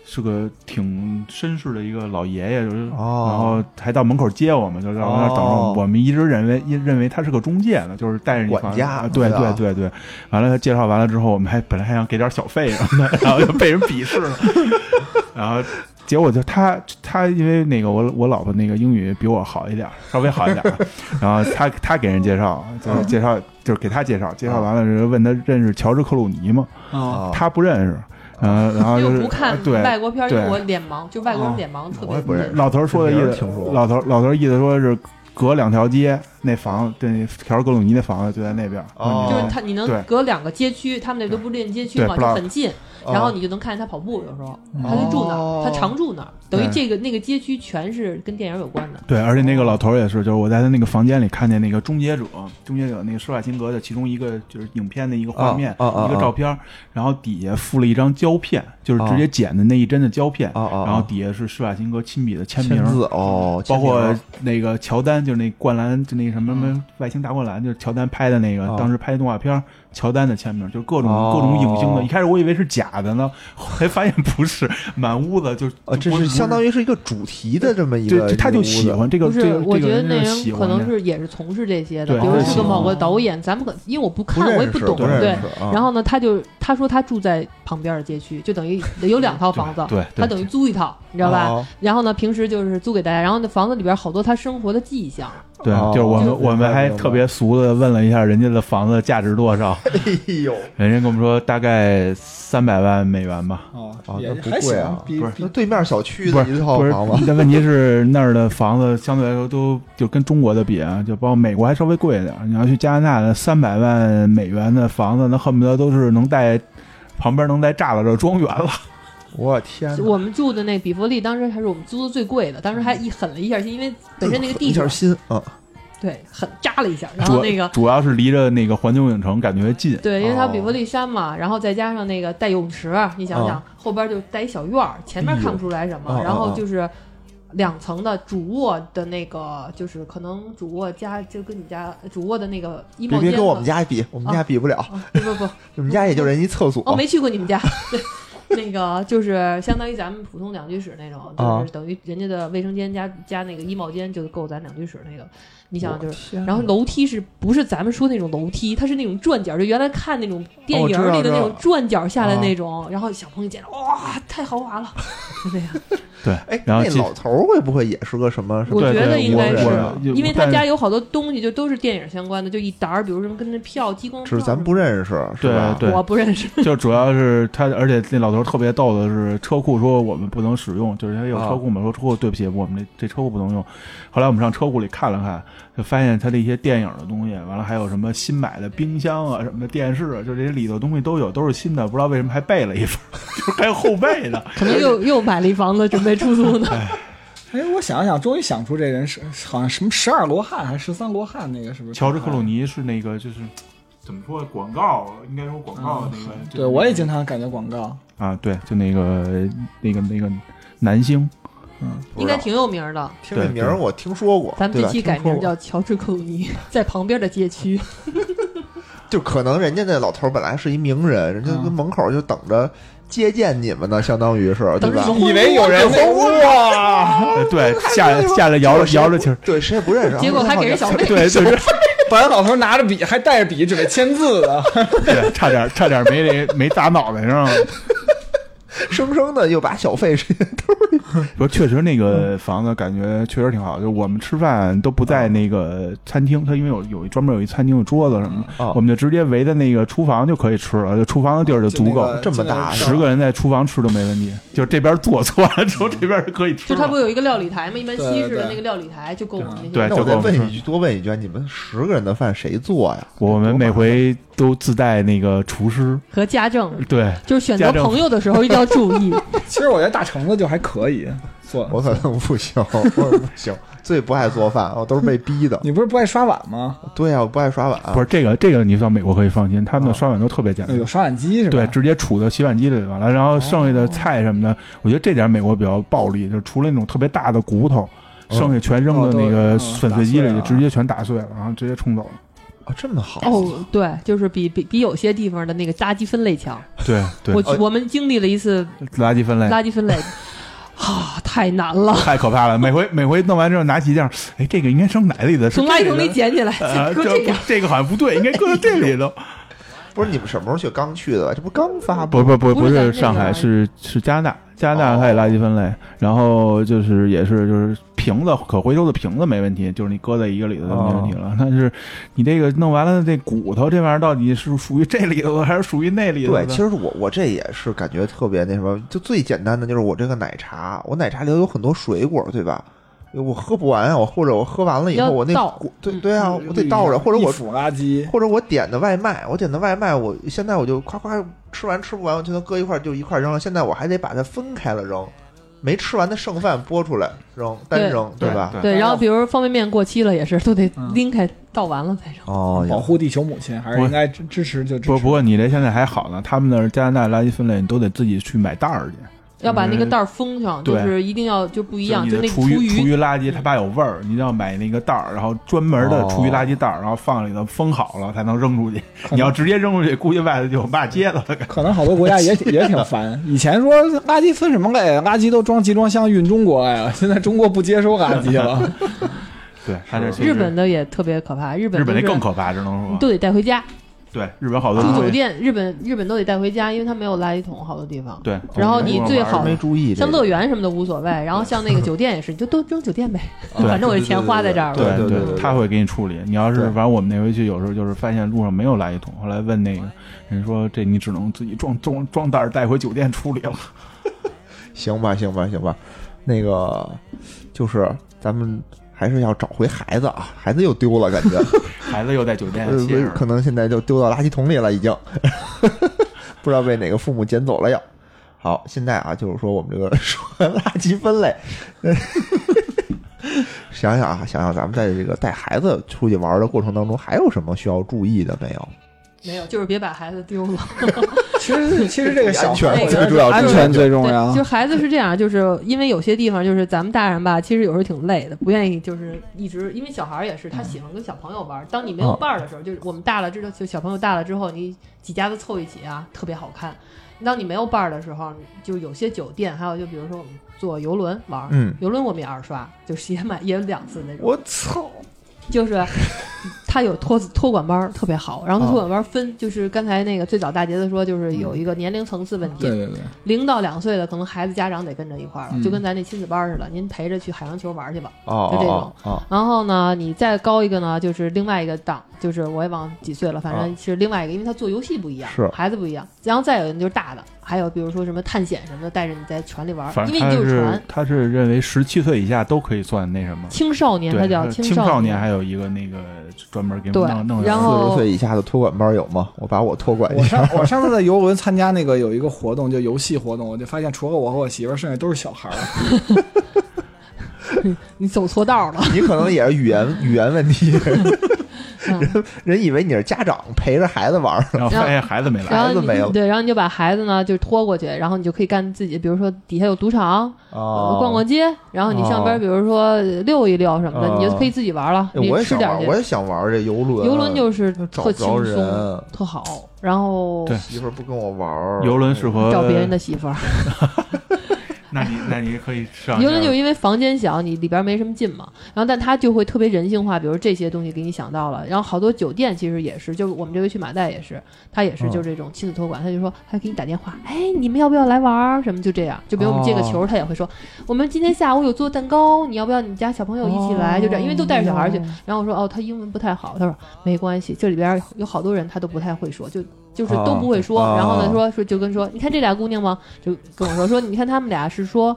Speaker 5: 是个挺绅士的一个老爷爷，就是、
Speaker 2: 哦
Speaker 5: 然后还到门口接我们，就让我们那儿等着我们。
Speaker 2: 哦
Speaker 5: 我们一直认为认为他是个中介呢，就是带着你
Speaker 2: 管
Speaker 5: 房
Speaker 2: 家
Speaker 5: 啊对
Speaker 2: 是吧
Speaker 5: 对对对。完了，介绍完了之后，我们还本来还想给点小费什么的， (laughs) 然后就被人鄙视了。然后结果就他他因为那个我我老婆那个英语比我好一点儿，稍微好一点儿，啊然后他他给人介绍，就是
Speaker 2: 嗯
Speaker 5: 介绍就是给他介绍，介绍完了之后问他认识乔治克鲁尼吗？
Speaker 4: 嗯
Speaker 2: 啊，
Speaker 5: 他不认识。嗯，然后
Speaker 4: 又
Speaker 5: 就是
Speaker 4: 不看
Speaker 5: 对
Speaker 4: 外国片儿，因为
Speaker 5: 对哦
Speaker 4: 我脸盲，就外国人脸盲特别。
Speaker 2: 我也不认识
Speaker 5: 老头儿说的意
Speaker 2: 这名
Speaker 5: 思
Speaker 2: 儿听说，过
Speaker 5: 老头儿老头儿意思说是隔两条街那房，对，那条格鲁尼那房子就在那边儿。嗯
Speaker 2: 哦
Speaker 4: 就是他，你
Speaker 5: 对
Speaker 4: 能隔两个街区，他们那都不练街区
Speaker 5: 对
Speaker 4: 嘛，
Speaker 5: 不
Speaker 4: 就
Speaker 5: 知道
Speaker 4: 很近，
Speaker 2: 哦
Speaker 4: 然后你就能看见他跑步，有时候他就住那
Speaker 2: 哦
Speaker 4: 儿，他常住那儿，等于
Speaker 5: 嗯对
Speaker 4: 这个那个街区全是跟电影有关的。
Speaker 5: 对，而且那个老头儿也是，就是我在他那个房间里看见那个《终结者》，《终结者》那个施瓦辛格的其中一个就是影片的一个画面，
Speaker 2: 啊啊啊
Speaker 5: 一个照片儿，然后底下附了一张胶片，就是直接剪的那一帧的胶片，
Speaker 2: 啊啊啊
Speaker 5: 然后底下是施瓦辛格亲笔的签名
Speaker 2: 签
Speaker 5: 儿，
Speaker 2: 字哦，
Speaker 5: 包括
Speaker 2: 签嗯
Speaker 5: 那个乔丹，就是那灌篮，就那什么什么外星大灌篮，就是乔丹拍的那个，
Speaker 2: 哦
Speaker 5: 当时拍的动画片儿，乔丹的签名，就是各种、
Speaker 2: 哦
Speaker 5: 各种影星的。一开始我以为是假的呢，后来发现不是，满屋子就
Speaker 2: 名啊，这是相当
Speaker 5: 于
Speaker 2: 于是一个主题的这么一
Speaker 5: 对，
Speaker 2: 个，
Speaker 5: 就他就喜欢这个，
Speaker 4: 不
Speaker 5: 这
Speaker 4: 是，
Speaker 5: 个
Speaker 4: 我
Speaker 5: 这
Speaker 4: 觉得
Speaker 5: 个
Speaker 4: 那
Speaker 5: 人就是喜
Speaker 4: 人可
Speaker 5: 欢
Speaker 4: 能
Speaker 5: 的。
Speaker 4: 是也是从事这些
Speaker 5: 对
Speaker 4: 的，比如
Speaker 5: 对
Speaker 4: 是个
Speaker 5: 哦
Speaker 4: 某个导演，咱们可因为我不看，我也不
Speaker 2: 不认识
Speaker 4: 懂，
Speaker 2: 不认
Speaker 4: 对
Speaker 2: 识。
Speaker 5: 嗯
Speaker 2: 啊
Speaker 4: 然后呢，他就他说他住在旁边的街区，就
Speaker 5: (laughs)
Speaker 4: 等于有两套房子，
Speaker 5: 对对
Speaker 4: 他等于租一套，你知道吧？
Speaker 2: 哦
Speaker 4: 然后呢，平时就是租给大家，然后那房子里边好多他生活的迹象，
Speaker 5: 对，
Speaker 2: 哦
Speaker 5: 就是我
Speaker 2: 就
Speaker 5: 们我们还特别俗的问了一下人家的房子价值多少，
Speaker 2: 哎呦，
Speaker 5: 人家跟我们说大概三百万美元吧。
Speaker 3: 哦
Speaker 2: 啊，
Speaker 3: 也
Speaker 2: 那不
Speaker 3: 还
Speaker 2: 贵
Speaker 3: 行
Speaker 2: 啊，
Speaker 3: 比
Speaker 5: 不是
Speaker 2: 那
Speaker 3: 比
Speaker 2: 对面小区
Speaker 5: 不
Speaker 2: 的
Speaker 5: 是
Speaker 2: 一套
Speaker 5: 不是
Speaker 2: 房子，
Speaker 5: 但问题是那儿的房子相对来说都就跟中国的比啊，就包括美国还稍微贵一点儿。你要去加拿大的三百万美元的房子，那恨不得都是能带旁边能再炸了这庄园了。
Speaker 2: 我天
Speaker 5: 嗯
Speaker 2: 哪，
Speaker 4: 我们住的那比佛利当时还是我们租的最贵的，当时还
Speaker 5: 嗯
Speaker 4: 一狠了一下心，因为本身那个地
Speaker 2: 一下
Speaker 4: 段
Speaker 2: 心啊，
Speaker 4: 对狠扎了一下，然
Speaker 5: 主
Speaker 4: 后那个
Speaker 5: 主要是离着那个环球影城感觉近，
Speaker 4: 对，因为
Speaker 2: 哦
Speaker 4: 它比佛利山嘛，然后再加上那个带泳池，你想想、后边就带一小院儿，前面看不出来什么，
Speaker 2: 哎呦
Speaker 4: 然
Speaker 2: 哦
Speaker 4: 后
Speaker 2: 哦哦
Speaker 4: 就是两层的主卧的那个，就是可能主卧加就跟你家主卧的那个衣
Speaker 2: 别
Speaker 4: 帽
Speaker 2: 别
Speaker 4: 间
Speaker 2: 跟我们
Speaker 4: 吧。
Speaker 2: 家比，我们家比不了，
Speaker 4: 哦不不不，
Speaker 2: 我们家也就人一厕所
Speaker 4: 哦，没去过你们家，对，那个就是相当于咱们普通两居室那种，
Speaker 2: 啊
Speaker 4: 就是等于人家的卫生间加加那个衣帽间就够咱两居室那个。你想想就
Speaker 2: 我
Speaker 4: 是，
Speaker 2: 天
Speaker 4: 然后楼梯是不是咱们说那种楼梯？它是那种转角，就原来看那种电影里的那
Speaker 2: 我知道知
Speaker 4: 种
Speaker 2: 道
Speaker 4: 转角下来那种。然后小朋友见着，哇，太豪华了，就那样。
Speaker 5: 对，
Speaker 2: 哎，
Speaker 5: 然后
Speaker 2: 那
Speaker 5: 进
Speaker 2: 老头儿会不会也是个什么什
Speaker 4: 我
Speaker 2: 么？啊
Speaker 5: 对
Speaker 4: 觉
Speaker 5: 对
Speaker 4: 得应该
Speaker 5: 我
Speaker 4: 是
Speaker 5: 我
Speaker 4: 因为他
Speaker 5: 但
Speaker 4: 家有好多东西，就都是电影相关的，就一沓儿，比如什么跟那票、激光
Speaker 2: 只
Speaker 4: 票
Speaker 2: 是
Speaker 4: 什
Speaker 2: 咱
Speaker 4: 么
Speaker 2: 不
Speaker 4: 的，
Speaker 2: 认识，是
Speaker 5: 对
Speaker 2: 吧？
Speaker 5: 对
Speaker 4: 我不认识。
Speaker 5: 就主要是他，而且那老头儿特别逗的是，车库说我们不能使用，就是因为有车库嘛，说车库对不起，我们这这车库不能用。后来我们上车库里看了看，就发现他的一些电影的东西，完了还有什么新买的冰箱啊、什么的电视啊，就这些里头东西都有，都是新的，不知道为什么还备了一份，就是还有后备的。
Speaker 4: 可能 (laughs) 又又买了一房子准备出租呢。
Speaker 3: 哎，我想想，终于想出这人是好像什么十二罗汉还是十三罗汉那个是不是？
Speaker 5: 乔治克鲁尼是那个就是怎么说广告，应该说广告那个，就是
Speaker 3: 对，我也经常感觉广告。
Speaker 5: 啊，对，就那个那个那个男星，
Speaker 2: 不
Speaker 4: 应
Speaker 2: 知道
Speaker 4: 该挺有名儿的。
Speaker 2: 听这
Speaker 5: 对
Speaker 2: 名儿
Speaker 5: 对
Speaker 2: 我听说过，
Speaker 4: 咱们
Speaker 2: 对
Speaker 4: 这
Speaker 2: 吧
Speaker 4: 期改
Speaker 2: 听说
Speaker 4: 名
Speaker 2: 过
Speaker 4: 叫乔治克鲁尼，在旁边的街
Speaker 2: (laughs)
Speaker 4: 区。
Speaker 2: 就可能人家那老头儿本来是一名人，人家
Speaker 4: 嗯
Speaker 2: 跟门口就等着接见你们呢，相当于是对
Speaker 4: 等着
Speaker 2: 吧
Speaker 4: 你？
Speaker 3: 以
Speaker 4: 们
Speaker 3: 为有人在哇，
Speaker 5: 呃对，下下来摇着摇着气儿。
Speaker 2: 对，谁也不认识，
Speaker 4: 结果还给人小费
Speaker 5: 对，就是
Speaker 3: 本来老头拿着笔还带着笔准备签字
Speaker 2: (laughs)
Speaker 3: 的，
Speaker 5: 对，差点差点没那没砸脑袋上。
Speaker 2: (laughs) 生生的又把小费
Speaker 5: (laughs)
Speaker 2: 谁
Speaker 5: 说确实那个房子感觉确实挺好，就我们吃饭都不在那个餐厅，它因为有有一专门有一餐厅有桌子什么的，
Speaker 2: 哦
Speaker 5: 我们就直接围在那个厨房就可以吃了，就厨房的地儿就足够。啊
Speaker 2: 这么大
Speaker 5: 十个人在厨房吃都没问题，就是这边做做完了之后，这边就可以吃
Speaker 4: 就它不
Speaker 5: 了。
Speaker 4: 是有一个料理台吗？一般
Speaker 3: 对
Speaker 4: 西式的
Speaker 3: 对
Speaker 4: 那个料理台就够我们那些。
Speaker 5: 对
Speaker 2: 那
Speaker 5: 就
Speaker 2: 我再
Speaker 5: 够
Speaker 2: 问
Speaker 5: 吃
Speaker 2: 一句，多问一句，啊你们十个人的饭谁做呀？
Speaker 5: 我们每回都自带那个厨师，
Speaker 4: 和家政，
Speaker 5: 对，
Speaker 4: 就是选
Speaker 5: 家
Speaker 4: 择
Speaker 5: 政
Speaker 4: 朋友的时候一定要注
Speaker 5: (laughs)
Speaker 4: 意。
Speaker 3: (laughs) 其实我觉得大橙子就还可以做。
Speaker 2: 我可能不行，我不行，最不爱做饭，我都是被逼
Speaker 5: (laughs)
Speaker 2: 的。
Speaker 3: 你不是不爱刷碗吗？
Speaker 2: 对啊呀、我不爱刷碗，
Speaker 5: 不是这个这个你到美国可以放心，他们的刷碗都特别简单
Speaker 3: 有。刷碗机是吧？
Speaker 5: 对，直接杵到洗碗机里完了，然后剩下的菜什么的，我觉得这点美国比较暴力，就是除了那种特别大的骨头，
Speaker 2: 嗯
Speaker 5: 剩下全扔
Speaker 3: 哦
Speaker 5: 到
Speaker 3: 都
Speaker 5: 那个
Speaker 3: 嗯
Speaker 5: 粉
Speaker 3: 打
Speaker 5: 碎机
Speaker 3: 碎
Speaker 5: 里，
Speaker 3: 了
Speaker 5: 就直接全哦打碎了，然后直接冲走了。
Speaker 2: 啊，这么好
Speaker 4: 哦，对，就是比比比有些地方的那个垃圾分类强。
Speaker 5: 对对哦哎
Speaker 4: 我，我们经历了一次
Speaker 5: 垃圾分类
Speaker 4: 垃圾分类，
Speaker 5: (laughs)
Speaker 4: 啊，太难了。
Speaker 5: 太可怕了，每回每回弄完之后拿起这样，哎，这个应该扔哪里的？是
Speaker 4: 从垃圾
Speaker 5: (laughs) 这
Speaker 4: 桶
Speaker 5: 个
Speaker 4: 里。捡起来，
Speaker 5: 呃，
Speaker 4: (laughs) 搁这
Speaker 5: 这
Speaker 4: 边
Speaker 5: 不。这个好像不对，应该搁到这里头。
Speaker 2: 不是你们什么时候去？刚去的吧？这不刚发布
Speaker 5: 不不不，
Speaker 4: 不
Speaker 5: 不
Speaker 4: 是咱
Speaker 5: 是
Speaker 4: 这
Speaker 5: 上
Speaker 4: 个
Speaker 5: 海，是是加拿大，加拿
Speaker 2: 哦
Speaker 5: 大还有垃圾分类，然后就是也是就是瓶子可回收的瓶子没问题，就是你搁在一个里头就没问题
Speaker 4: 哦
Speaker 5: 了。 (laughs) 但是你这个弄完了这骨头这玩意儿到底是属于这里头的还是属于那里头的？
Speaker 2: 对，其实我我这也是感觉特别那什么，就最简单的就是我这个奶茶，我奶茶里头有很多水果，对吧？我喝不完啊，我或者我喝完了以
Speaker 4: 要
Speaker 2: 后，我那
Speaker 4: 倒
Speaker 2: 果对
Speaker 4: 嗯
Speaker 2: 对啊，我得倒着，或者
Speaker 3: 一
Speaker 2: 我
Speaker 3: 腐垃圾，
Speaker 2: 或者我点的外卖，我点的外卖，我现在我就夸夸吃完吃不完，我就能搁一块儿就一块儿扔了。现在我还得把它分开了扔，没吃完的剩饭拨出来扔，单
Speaker 4: 对
Speaker 2: 扔，
Speaker 5: 对
Speaker 2: 吧？
Speaker 5: 对哦
Speaker 4: 对，然后比如方便面过期了也是，都得
Speaker 3: 嗯
Speaker 4: 拎开倒完了再扔。
Speaker 2: 哦
Speaker 3: 保护地球母亲，还是应该支支持就支
Speaker 5: 不
Speaker 3: 持。
Speaker 5: 不过你这现在还好呢，他们那儿加拿大垃圾分类你都得自己去买袋儿去，
Speaker 4: 要把那个
Speaker 5: 嗯
Speaker 4: 袋儿封上，就
Speaker 5: 对
Speaker 4: 是一定要就不一样，就
Speaker 5: 就
Speaker 4: 是那
Speaker 5: 你
Speaker 4: 个厨
Speaker 5: 的厨余厨
Speaker 4: 余
Speaker 5: 余垃圾它怕有味儿，你要买那个袋儿，然后专门的厨余
Speaker 2: 哦
Speaker 5: 垃圾袋儿，然后放里头封好了才能扔出去。你要直接扔出去，估计外头就有骂街的了。
Speaker 3: 可能好多国家也
Speaker 5: (laughs)
Speaker 3: 也挺烦。以前说垃圾分什么类，垃圾都装集装箱运中国呀， (laughs) 现在中国不接收垃圾
Speaker 5: (laughs)
Speaker 3: 了。
Speaker 5: 对，他这其实
Speaker 4: 日本的也特别可怕，日本
Speaker 5: 日本那
Speaker 4: 就是
Speaker 5: 更可怕，只能说
Speaker 4: 你都得带回家，
Speaker 5: 对日本好多
Speaker 4: 住
Speaker 5: 东
Speaker 4: 酒
Speaker 5: 西
Speaker 4: 店，日本日本都得带回家，因为它没有垃圾桶，好多地方。
Speaker 5: 对，
Speaker 4: 然后你最好
Speaker 2: 没注意这
Speaker 4: 像
Speaker 2: 个
Speaker 4: 乐园什么的无所谓，然后像那个酒店也是，你就都扔酒店呗，
Speaker 5: 对
Speaker 4: 反正我这钱花在这儿
Speaker 5: 对
Speaker 4: 了。
Speaker 2: 对对对
Speaker 5: 他会给你处理。你要是
Speaker 2: 对
Speaker 5: 反正我们那回去有时候就是发现路上没有垃圾桶，后来问那个人说这你只能自己装装装袋儿带回酒店处理了。
Speaker 2: 行吧，行吧，行吧，那个就是咱们还是要找回孩子啊，孩子又丢了，感
Speaker 4: (laughs)
Speaker 2: 觉
Speaker 5: 孩子又在酒店歇
Speaker 2: 呃
Speaker 4: 啊
Speaker 5: 着，
Speaker 2: 可能现在就丢到垃圾桶里了，已经。 (laughs) 不知道被哪个父母捡走了要。好，现在啊，就是说我们这个 (laughs) 说完垃圾分类， (laughs) 想想啊，想想咱们在这个带孩子出去玩的过程当中，还有什么需要注意的没有？
Speaker 4: 没有，就是别把孩子丢了。
Speaker 3: 其实其实这个小
Speaker 2: 安全
Speaker 3: 孩，我觉
Speaker 2: 最
Speaker 3: 得
Speaker 2: 主要
Speaker 3: 安全最重
Speaker 4: 对，
Speaker 3: 要
Speaker 4: 就。孩子是这样，就是因为有些地方就是咱们大人吧，其实有时候挺累的，不愿意就是一直，因为小孩儿也是他喜欢跟小朋友玩儿。当你没有伴儿的时候，就是我们大了知道，就小朋友大了之后，你几家子凑一起啊，特别好看。当你没有伴儿的时候，就有些酒店，还有就比如说我们坐游轮玩儿，
Speaker 2: 嗯
Speaker 4: 游轮我们也二刷，就是也买也有两次那种，
Speaker 3: 我操！
Speaker 4: 就是他有托托管班儿特别好，然后他托管班儿分，就是刚才那个最早大杰子说，就是有一个年龄层次问题，
Speaker 3: 对对对，
Speaker 4: 零到两岁的，可能孩子家长得跟着一块儿了，
Speaker 3: 嗯
Speaker 4: 就跟咱这亲子班儿似的，您陪着去海洋球玩儿去吧。
Speaker 2: 哦
Speaker 4: 就这
Speaker 2: 哦
Speaker 4: 种
Speaker 2: 哦哦，
Speaker 4: 然后呢，你再高一个呢，就是另外一个档，就是我也忘几岁了，反
Speaker 5: 啊
Speaker 4: 正是另外一个，因为他做游戏不一样，
Speaker 2: 是
Speaker 4: 孩子不一样。然后再有就是大的，还有比如说什么探险什么的，带着你在船里玩儿，
Speaker 5: 反
Speaker 4: 因
Speaker 5: 正
Speaker 4: 为
Speaker 5: 他
Speaker 4: 你就是船
Speaker 5: 是。他是认为十七岁以下都可以算那什么，
Speaker 4: 青少年，他
Speaker 5: 对，
Speaker 4: 叫
Speaker 5: 是
Speaker 4: 少
Speaker 5: 青少年，还有一个那个专门给
Speaker 4: 对
Speaker 5: 弄弄
Speaker 4: 然
Speaker 5: 的
Speaker 4: 后
Speaker 2: 四十岁以下的托管班有吗？我把我托管一
Speaker 3: 我
Speaker 2: 下
Speaker 3: (laughs) 上。我上次在游轮参加那个有一个活动，就游戏活动，我就发现除了我和我媳妇儿，剩下都是小孩儿。
Speaker 4: 你走错道儿了。
Speaker 2: 你可能也是语言语言问
Speaker 4: (laughs)
Speaker 2: 题，
Speaker 4: 嗯
Speaker 2: 人以为你是家长陪着孩子玩儿。
Speaker 5: 然
Speaker 4: 然
Speaker 5: 后发
Speaker 4: 后
Speaker 5: 现孩子没来，
Speaker 4: 然后
Speaker 2: 子
Speaker 4: 你
Speaker 2: 没有
Speaker 4: 对，然后你就把孩子呢就拖过去，然后你就可以干自己，比如说底下有赌场，
Speaker 2: 哦，
Speaker 4: 逛逛街，然后你上
Speaker 2: 哦
Speaker 4: 班，比如说溜一溜什么的，
Speaker 2: 哦
Speaker 4: 你就可以自己玩了。
Speaker 2: 哎
Speaker 4: 你
Speaker 2: 我也
Speaker 4: 吃
Speaker 2: 想
Speaker 4: 点儿
Speaker 2: 玩，我
Speaker 4: 去。
Speaker 2: 也想玩这游轮。
Speaker 4: 游轮就是
Speaker 2: 找
Speaker 4: 特
Speaker 2: 不着
Speaker 4: 轻松
Speaker 2: 人，
Speaker 4: 特好，然后
Speaker 5: 对
Speaker 2: 媳妇儿不跟我玩儿。
Speaker 5: 游轮适合
Speaker 4: 找别人的，媳妇儿。
Speaker 5: 那你那你可以上
Speaker 4: 游轮
Speaker 5: 一
Speaker 4: 就
Speaker 5: 下
Speaker 4: 因为房间小，你里边没什么劲嘛，然后但它就会特别人性化，比如这些东西给你想到了，然后好多酒店其实也是，就是我们这回去马代也是，他也是
Speaker 2: 嗯
Speaker 4: 就这种亲子托管，他就说还给你打电话，哎，你们要不要来玩儿什么就这样，就比如我们接个
Speaker 2: 哦
Speaker 4: 球，他也会说我们今天下午有做蛋糕，你要不要你们家小朋友一起来，就这样，因为都带着小孩儿去，然后我说哦，他英文不太好，他说没关系，这里边有好多人他都不太会说，就就是都不会说。
Speaker 2: 哦
Speaker 4: 然后呢
Speaker 2: 哦
Speaker 4: 说说就跟说，你看这俩姑娘吗？就跟我说说，你看他们俩是说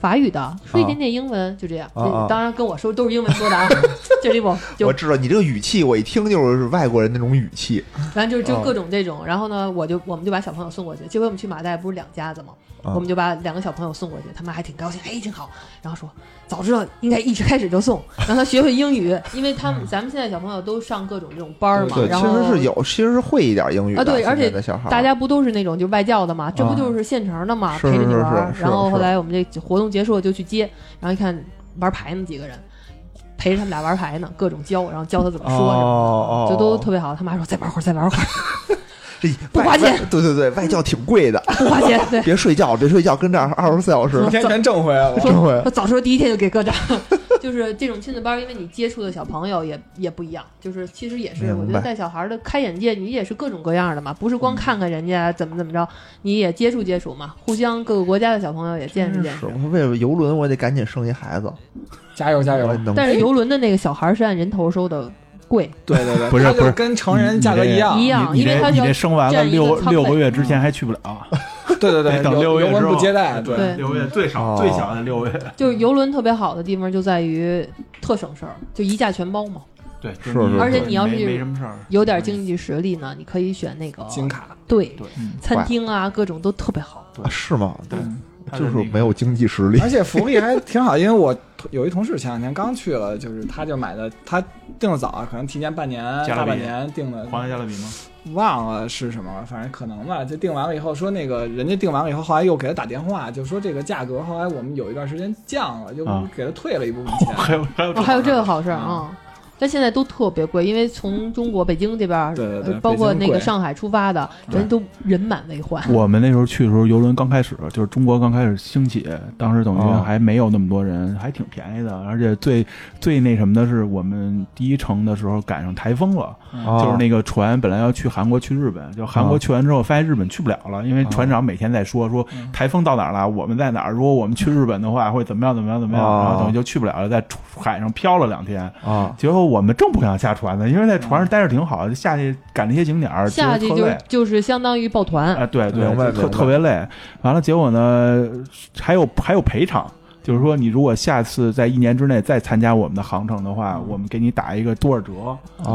Speaker 4: 法语的，
Speaker 2: 啊
Speaker 4: 说一点点英文，就这样。
Speaker 2: 哦哦
Speaker 4: 对当然跟我说都是英文说的
Speaker 2: (laughs)
Speaker 4: 啊，就这种就
Speaker 2: 我知道你这个语气，我一听就是外国人那种语气。
Speaker 4: 反正就就
Speaker 2: 哦
Speaker 4: 各种这种，然后呢，我就我们就把小朋友送过去。结果我们去马代不是两家子吗？
Speaker 2: 啊
Speaker 4: 我们就把两个小朋友送过去，他妈还挺高兴，哎，真好。然后说早知道应该一直开始就送，让他学会英语，因为
Speaker 2: 嗯
Speaker 4: 他们咱们现在小朋友都上各种这种班儿嘛，
Speaker 2: 对，
Speaker 4: 然
Speaker 2: 其
Speaker 4: 后
Speaker 2: 实是有，其实是会一点英语的。
Speaker 4: 啊对
Speaker 2: 现在
Speaker 4: 而且
Speaker 2: 的小孩儿
Speaker 4: 大家不都是那种就外教的嘛？这不就是现成的嘛？
Speaker 2: 啊是
Speaker 4: 陪着你
Speaker 2: 是
Speaker 4: 玩儿
Speaker 2: 是。是
Speaker 4: 然后
Speaker 2: 是
Speaker 4: 后来我们这活动结束了就去接，然后一看玩牌呢几个人，陪着他们俩玩牌呢，各种教，然后教他怎么
Speaker 2: 哦
Speaker 4: 说什么
Speaker 2: 哦，
Speaker 4: 的，就都
Speaker 2: 哦
Speaker 4: 特别好。他妈说再玩会儿，再玩会儿，
Speaker 2: 这
Speaker 4: 不
Speaker 2: 外
Speaker 4: 花钱
Speaker 2: 外对对对，外教挺贵
Speaker 4: (laughs)
Speaker 2: 的，
Speaker 4: 不花钱。对，
Speaker 2: 别睡觉，别睡觉，跟这儿二十四小时
Speaker 4: 嗯
Speaker 3: 一。天全挣回来了。
Speaker 2: 真会
Speaker 4: 说说早知道第一天就给各长。 (laughs) 就是这种亲子班儿，因为你接触的小朋友也也不一样，就是其实也是，
Speaker 2: 明白嗯
Speaker 4: 我觉得带小孩儿的开眼界，你也是各种各样的嘛，不是光看看人家怎么怎么着，你也接触接触嘛，互相各个国家的小朋友也见识见
Speaker 2: 是
Speaker 4: 识。
Speaker 2: 我为了游轮，我得赶紧生一孩子。
Speaker 3: (laughs) 加油加油
Speaker 2: 我！能
Speaker 4: 嗯但是游轮的那个小孩儿是按人头收的贵，
Speaker 3: (laughs) 对对对，
Speaker 5: 不是
Speaker 3: 它就
Speaker 5: 不是
Speaker 3: 跟成人价格一样。
Speaker 4: 一样
Speaker 5: 你
Speaker 4: 因为
Speaker 5: 这
Speaker 4: 他
Speaker 5: 你
Speaker 4: 就
Speaker 5: 这生完了
Speaker 4: 占一个
Speaker 5: 六
Speaker 4: 仓位嗯
Speaker 5: 六个月之前还去不了，啊
Speaker 3: 对对对，
Speaker 5: 得等六个月
Speaker 3: 游
Speaker 5: 之
Speaker 3: 轮
Speaker 5: 后
Speaker 3: 不接待，对
Speaker 4: 对
Speaker 5: 啊六个月最少
Speaker 2: 哦
Speaker 5: 最小的六个月，
Speaker 4: 就是游轮特别好的地方就在于特省事儿，就一价全包嘛。
Speaker 5: 对，
Speaker 2: 是
Speaker 5: 就是没
Speaker 2: 而且
Speaker 4: 你要是
Speaker 5: 没没什么事儿，
Speaker 4: 有点经济实力呢，你可以选那个
Speaker 3: 金卡。
Speaker 4: 对
Speaker 5: 哎对，
Speaker 4: 餐厅啊，各种都特别好。
Speaker 5: 对
Speaker 2: 啊是吗？
Speaker 5: 对，他
Speaker 2: 就是
Speaker 5: 那个哎
Speaker 2: 没有经济实力
Speaker 3: 而。且福利还挺好，因为我有一同事前两天刚去了，就是他就买的，他订的早，啊可能提前半年、
Speaker 5: 加勒
Speaker 3: 大
Speaker 5: 比
Speaker 3: 半年订的，
Speaker 5: 皇家加勒比吗？
Speaker 3: 忘了是什么了，反正可能吧。就订完了以后说那个人家订完了以后，后来又给他打电话，就说这个价格后来我们有一段时间降了，就
Speaker 5: 啊
Speaker 3: 给他退了一部分钱。
Speaker 5: 还有还有
Speaker 4: 哦，还有这
Speaker 5: 个
Speaker 4: 个好事儿啊、嗯但现在都特别贵，因为从中国北京这边儿，
Speaker 3: 对对对
Speaker 4: 呃包括
Speaker 3: 北
Speaker 4: 那
Speaker 3: 京
Speaker 4: 个
Speaker 3: 贵
Speaker 4: 上海出发的，人都人满为患。
Speaker 5: (laughs) 我们那时候去的时候，游轮刚开始，就是中国刚开始兴起，当时等于
Speaker 2: 哦
Speaker 5: 还没有那么多人，还挺便宜的。而且最最那什么的是，我们第一程的时候赶上台风了，
Speaker 2: 哦
Speaker 5: 就是那个船本来要去韩国去日本，就韩国去完之后发现日本去不了
Speaker 2: 哦
Speaker 5: 了，因为船长每天在说说台风到哪儿了，我们在哪儿，如果我们去日本的话会怎么样怎么样怎么样，
Speaker 2: 哦
Speaker 5: 然后等于就去不了了，在海上漂了两天。
Speaker 2: 啊，
Speaker 5: 结果我们正不想下船呢，因为在船上待着挺好，下去赶那些景点儿，
Speaker 4: 下去
Speaker 5: 觉得特
Speaker 4: 就
Speaker 5: 累
Speaker 4: 是就是相当于抱团，
Speaker 5: 啊，对对，
Speaker 2: 明白
Speaker 5: 就
Speaker 2: 明
Speaker 5: 特
Speaker 2: 白
Speaker 5: 特别累。完了，结果呢，还有还有赔偿，就是说你如果下次在一年之内再参加我们的航程的话，
Speaker 2: 嗯
Speaker 5: 我们给你打一个多少折？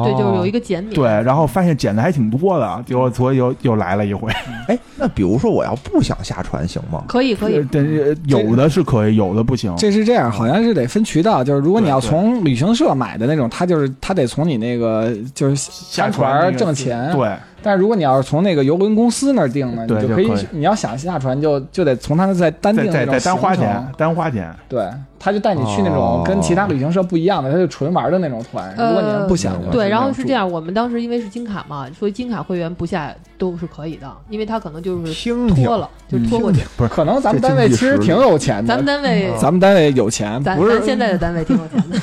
Speaker 4: 对，就是有一个减免。
Speaker 5: 对，然后发现减的还挺多的，啊结果所以又又来了一回。
Speaker 2: 哎，那比如说我要不想下船行吗？
Speaker 4: 可以可
Speaker 5: (laughs)
Speaker 4: 以，
Speaker 5: 但是有的是可以，有的不行。
Speaker 3: (laughs) 这是这样，好像是得分渠道，就是如果你要
Speaker 5: 对对
Speaker 3: 从旅行社买的那种，它就是它得从你那个就是下
Speaker 5: 那
Speaker 3: 船
Speaker 5: 个
Speaker 3: 挣
Speaker 5: 是
Speaker 3: 钱。。
Speaker 5: 对，
Speaker 3: 但是如果你要是从那个游轮公司那儿订的，
Speaker 5: 对
Speaker 3: 你就
Speaker 5: 就
Speaker 3: 可以
Speaker 5: 可以，
Speaker 3: 你要想下船就就得从他那再单订
Speaker 5: 再
Speaker 3: 那种
Speaker 5: 再再单花
Speaker 3: 行程
Speaker 5: 钱，单花钱。
Speaker 3: 对，他就带你去那种
Speaker 2: 哦
Speaker 3: 跟其他旅行社不一样的，他就纯玩的那种团。如果你们不想的话，
Speaker 4: 呃对，
Speaker 3: 就
Speaker 4: 然后
Speaker 3: 是
Speaker 4: 是这，样，我们当时因为是金卡嘛，所以金卡会员不下都是可以的，因为他可能就是
Speaker 2: 听听
Speaker 4: 拖了，就拖
Speaker 2: 嗯
Speaker 4: 过去。
Speaker 3: 可能咱们
Speaker 2: 这
Speaker 3: 单位
Speaker 2: 经
Speaker 3: 其
Speaker 2: 济
Speaker 3: 实
Speaker 2: 实力
Speaker 3: 挺有钱的，
Speaker 4: 咱们单位，
Speaker 3: 咱们单位有钱，
Speaker 4: 咱
Speaker 3: 不是
Speaker 4: 咱现在的单位挺有钱的。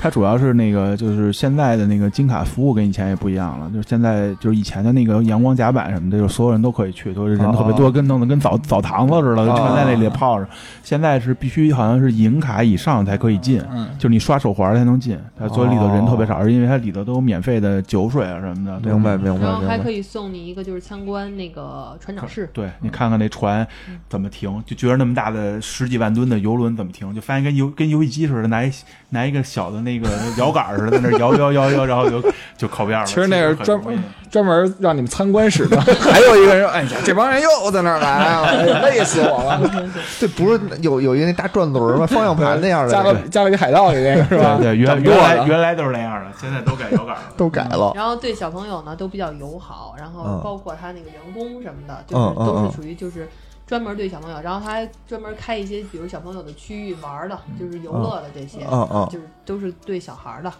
Speaker 5: 它主要是那个，就是现在的那个金卡服务跟以前也不一样了，就是现在就是以前的那个阳光甲板什么的，就是所有人都可以去，都是人特别多，跟弄得跟澡澡堂子似的，就全在那里泡着。现在是必须好像是银卡以上才可以进，
Speaker 3: 嗯
Speaker 5: 就是你刷手环才能进。它所以里头人特别少，是因为它里头都有免费的酒水啊什么的。
Speaker 2: 明白明白
Speaker 4: 然后
Speaker 2: 明
Speaker 4: 还
Speaker 2: 白
Speaker 4: 可。以送你一个就是参观那个船长室，
Speaker 5: 对你看看那船
Speaker 4: 嗯
Speaker 5: 怎么停，就觉得那么大的十几万吨的游轮怎么停，就发现跟游跟游戏机似的，拿一拿一个小的
Speaker 4: (laughs)
Speaker 5: 那个摇杆似的，在那摇摇摇摇，然后就就靠边了。
Speaker 3: 其实那是
Speaker 5: 很
Speaker 3: 专
Speaker 5: 容易
Speaker 3: 专门让你们参观使的。 (laughs) 还有一个人 (laughs) 说，哎呀，这帮人又在那儿来了，哎呀累死我了。
Speaker 2: 这不是有有一个那大转轮
Speaker 5: (laughs)
Speaker 2: 吗？方向盘那样
Speaker 3: 加
Speaker 2: 的
Speaker 3: 了加了一海盗里那个是吧？
Speaker 5: 对对，原
Speaker 3: 整啊多
Speaker 5: 原来
Speaker 3: 了
Speaker 5: 原来都是那样的，现在都改摇杆了。
Speaker 2: 都改了。
Speaker 4: 然后对小朋友呢都比较友好，然后
Speaker 2: 嗯
Speaker 4: 包括他那个员工什么的，
Speaker 2: 嗯
Speaker 4: 就是都
Speaker 2: 嗯嗯
Speaker 4: 是属于就是专门对小朋友，然后他还专门开一些比如小朋友的区域玩儿的，就是游乐的这些，
Speaker 2: 嗯嗯
Speaker 4: 就是都是对小孩儿的。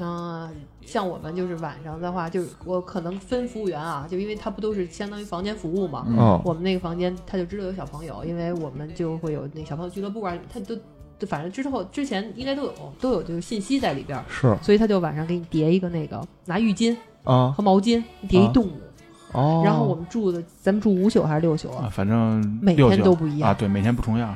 Speaker 4: 嗯，像我们就是晚上的话，就是我可能分服务员啊，就因为他不都是相当于房间服务嘛，
Speaker 2: 嗯
Speaker 4: 我们那个房间他就知道有小朋友，因为我们就会有那小朋友俱乐部啊，他都就反正之后之前应该都有都有就是信息在里边儿，
Speaker 2: 是
Speaker 4: 所以他就晚上给你叠一个那个拿浴巾
Speaker 2: 啊
Speaker 4: 和毛巾叠一
Speaker 2: 啊
Speaker 4: 动物，
Speaker 2: 哦。
Speaker 4: 然后我们住的咱们住五宿还是六宿啊？，
Speaker 5: 啊反正
Speaker 4: 每
Speaker 5: 六
Speaker 4: 天
Speaker 5: 九
Speaker 4: 都不一样
Speaker 5: 啊，对，每天不重样。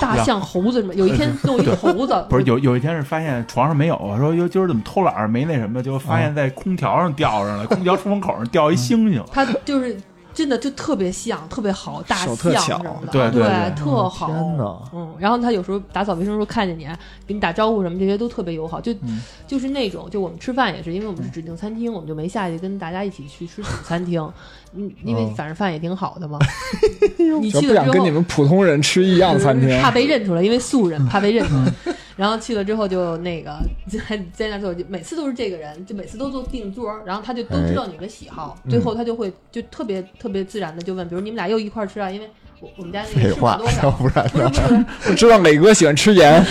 Speaker 4: 大
Speaker 5: 呀
Speaker 4: 象、猴子什么，有一天弄一个猴子，
Speaker 5: (laughs) 不是有有一天是发现床上没有，我说哟今儿怎么偷懒儿没那什么，结果发
Speaker 4: 嗯
Speaker 5: 现在空调上吊上了，空调出风口上吊一星星。
Speaker 4: 他就是真的就特别像，特别好，大
Speaker 3: 手
Speaker 4: 象
Speaker 3: 特
Speaker 4: 什
Speaker 3: 巧
Speaker 4: 么的，
Speaker 5: 对对对
Speaker 3: 哦
Speaker 4: 特好。
Speaker 2: 天哪！
Speaker 4: 嗯，然后他有时候打扫卫生的时候看见你，啊给你打招呼什么，这些都特别友好，就、
Speaker 3: 嗯
Speaker 4: 就是那种，就我们吃饭也是，因为我们是指定餐厅，我们就没下去跟大家一起去吃主餐厅，嗯，因为反正饭也挺好
Speaker 3: (laughs)
Speaker 4: 的嘛。你
Speaker 3: 就
Speaker 4: 去
Speaker 3: 不
Speaker 4: 了
Speaker 3: 想
Speaker 4: 之
Speaker 3: 跟
Speaker 4: 后
Speaker 3: 你，们普通人吃一样餐厅。
Speaker 4: 怕被认出来，因为素人怕被认出来。
Speaker 2: 嗯
Speaker 4: (laughs) 然后去了之后就那个在在那坐，就每次都是这个人，就每次都坐定桌，然后他就都知
Speaker 2: 哎
Speaker 4: 道你的喜好，最后他就会就特别特别自然的就问，比如你们俩又一块儿吃啊，因为我我们家那个
Speaker 2: 废
Speaker 4: 翅
Speaker 2: 话
Speaker 4: 膀多，少
Speaker 2: 要？不然
Speaker 4: 不是不是，
Speaker 3: 我知道磊哥喜欢吃盐，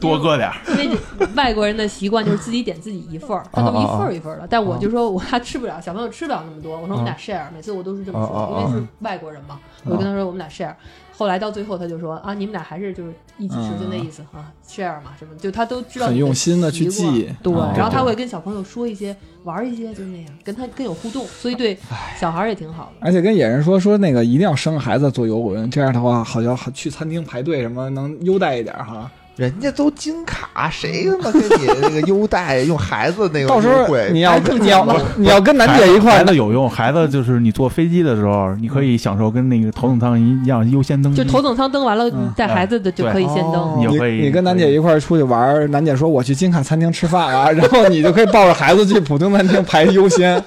Speaker 5: 多搁点儿，
Speaker 4: 因为外国人的习惯就是自己点自己一份儿，他都一份儿一份儿的。但我就说我还吃不了，小朋友吃不了那么多。我说我们俩 share，每次我都是这么
Speaker 2: 啊啊
Speaker 4: 说，
Speaker 2: 啊
Speaker 4: 因为是外国人嘛，我就跟他说我们俩 share。后来到最后他就说啊，你们俩还是就是一起吃，
Speaker 3: 嗯
Speaker 4: 就那意思啊，share 嘛什么，就他都知道
Speaker 3: 很
Speaker 4: 你的
Speaker 3: 用心地去
Speaker 4: 习惯
Speaker 3: 记
Speaker 4: 对，
Speaker 3: 啊
Speaker 4: 然后他
Speaker 3: 对
Speaker 4: 会跟小朋友说一些玩儿一些，就那样跟他更有互动，所以对小孩儿也挺好的。
Speaker 3: 而且跟野人说说那个一定要生孩子坐游轮，这样的话好像去餐厅排队什么能优待一点哈。
Speaker 2: (laughs) 人家都金卡，谁他妈跟你那个优待用孩子那个
Speaker 3: 到时候
Speaker 2: 优惠
Speaker 3: 你要
Speaker 2: 白挣
Speaker 3: 你要
Speaker 2: 钱吗
Speaker 3: 你要跟楠姐一块
Speaker 5: 孩
Speaker 3: 儿
Speaker 5: 子，有用，孩子就是你坐飞机的时候，你可以享受跟那个头等舱一样优先登机，
Speaker 4: 就头等舱登完了
Speaker 3: 嗯，
Speaker 4: 带孩子的就可以先登。
Speaker 5: 你
Speaker 3: 你
Speaker 5: 也可以，
Speaker 3: 你跟楠姐一
Speaker 5: 块
Speaker 3: 块儿出去玩儿，楠姐说我去金卡餐厅吃饭啊，然后你就可以抱着孩子去普通餐厅排优先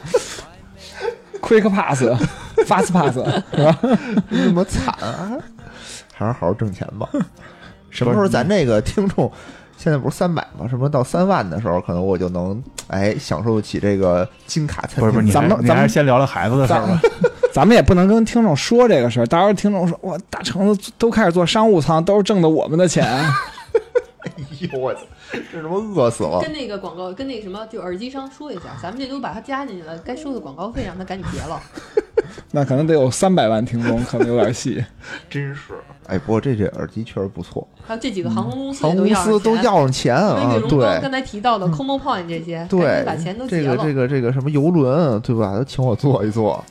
Speaker 3: ，Quick Pass、Fast (laughs) Pass 是吧？
Speaker 2: 那么惨啊，还是好好挣钱吧。 (laughs) 什么时候咱这个听众现在不是三百吗？什么到三万的时候，可能我就能哎享受起这个金卡餐厅。
Speaker 5: 不是不是，你
Speaker 3: 咱们
Speaker 5: 还你
Speaker 3: 咱
Speaker 5: 还
Speaker 3: 们
Speaker 5: 是先聊聊孩子的事儿吧。
Speaker 3: 咱们也不能跟听众说这个事儿，到时候听众说哇，大橙子都开始坐商务舱，都是挣的我们的钱，
Speaker 2: 哎呦我，这他妈饿死了
Speaker 4: 跟！那个广告，跟那个什么，就耳机商说一
Speaker 2: 啊
Speaker 4: 下，咱们这都把它加进去了，该收的广告费让他 (laughs) 赶紧结了。
Speaker 3: 那可能得有三百万听众，可能有点戏。
Speaker 2: 真是，哎，不过这这耳机确实不错，
Speaker 4: 还有这几个航空公司
Speaker 2: 嗯航
Speaker 4: 也
Speaker 2: 空公
Speaker 4: 要啊
Speaker 2: 司都
Speaker 4: 要
Speaker 2: 要上钱
Speaker 4: 上
Speaker 2: 啊
Speaker 4: 钱，因为，羽绒
Speaker 2: 对嗯
Speaker 4: 刚刚才提到的 Como Point 这些，赶
Speaker 2: 对
Speaker 4: 紧把钱都，结
Speaker 2: 这个
Speaker 4: 了。
Speaker 2: 这个这个什么游轮啊对吧？都请我坐一坐，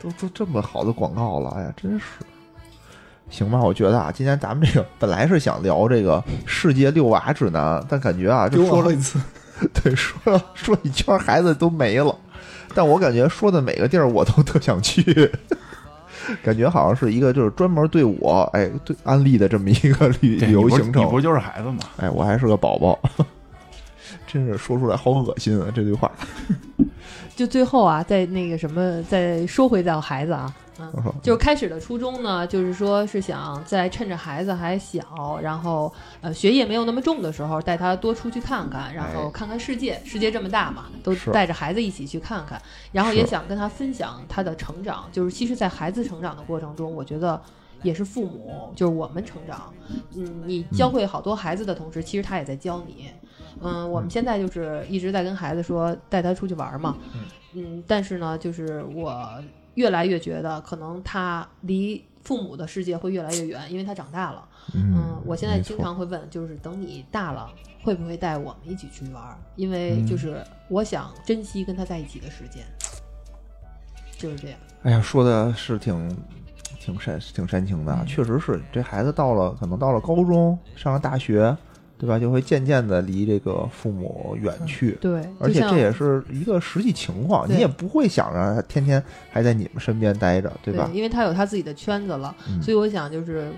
Speaker 2: 都都这么好的广告了，哎呀，真是。行吧，我觉得啊，今天咱们这个本来是想聊这个世界六娃指南，但感觉啊，这说了
Speaker 3: 一次，
Speaker 2: 对，说了说一圈儿孩子都没了，但我感觉说的每个地儿我都特想去， (laughs) 感觉好像是一个就是专门对我哎对安利的这么一个旅
Speaker 5: 对
Speaker 2: 旅游
Speaker 5: 你不是
Speaker 2: 行程
Speaker 5: 你。不就是孩子吗？
Speaker 2: 哎，我还是个宝宝， (laughs) 真是说出来好恶心啊！这句话，
Speaker 4: 就最后啊，在那个什么，再说回到孩子啊，嗯
Speaker 2: 我，说
Speaker 4: 就是开始的初衷呢，就是说是想在趁着孩子还小，然后呃学业没有那么重的时候，带他多出去看看，然后看看世界。世界这么大嘛，都
Speaker 2: 是
Speaker 4: 带着孩子一起去看看，然后也
Speaker 2: 是
Speaker 4: 想跟他分享他的成长。就是其实，在孩子成长的过程中，我觉得。也是父母，就是我们成长，嗯，你教会好多孩子的同时，其实他也在教你。嗯，我们现在就是一直在跟孩子说，带他出去玩嘛。嗯，但是呢，就是我越来越觉得，可能他离父母的世界会越来越远，因为他长大了。嗯，我现在
Speaker 2: 没
Speaker 4: 经
Speaker 2: 错
Speaker 4: 常会问，就是等你大了，会不会带我们一起去玩儿？因为
Speaker 2: 嗯
Speaker 4: 就是我想珍惜跟他在一起的时间，就是这样。
Speaker 2: 哎呀，说的是挺挺煽挺煽情的啊，确实是这孩子到了可能到了高中，上了大学，对吧？就会渐渐的离这个父母远去。
Speaker 4: 对，
Speaker 2: 而且这也是一个实际情况，
Speaker 4: 嗯对
Speaker 2: 你也不会想让他天天还在你们身边待着，对吧？
Speaker 4: 因为他有他自己的圈子了，
Speaker 2: 嗯
Speaker 4: 所以我想就是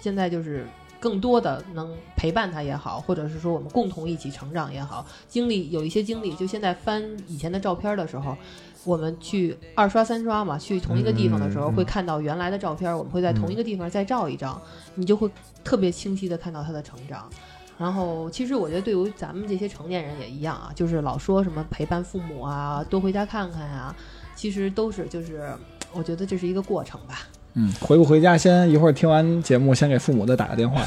Speaker 4: 现在就是更多的能陪伴他也好，或者是说我们共同一起成长也好，经历有一些经历，就现在翻以前的照片的时候。我们去二刷三刷嘛，去同一个地方的时
Speaker 2: 嗯嗯
Speaker 4: 候，
Speaker 2: 嗯
Speaker 4: 会看到原来的照片，我们会在
Speaker 2: 嗯
Speaker 4: 同一个地方再照一张，你就会特别清晰的看到他的成长。然后，其实我觉得对于咱们这些成年人也一样啊，就是老说什么陪伴父母啊，多回家看看呀、其实都是就是，我觉得这是一个过程吧。
Speaker 3: 嗯回不回家先一会儿听完节目，先给父母再打个电话。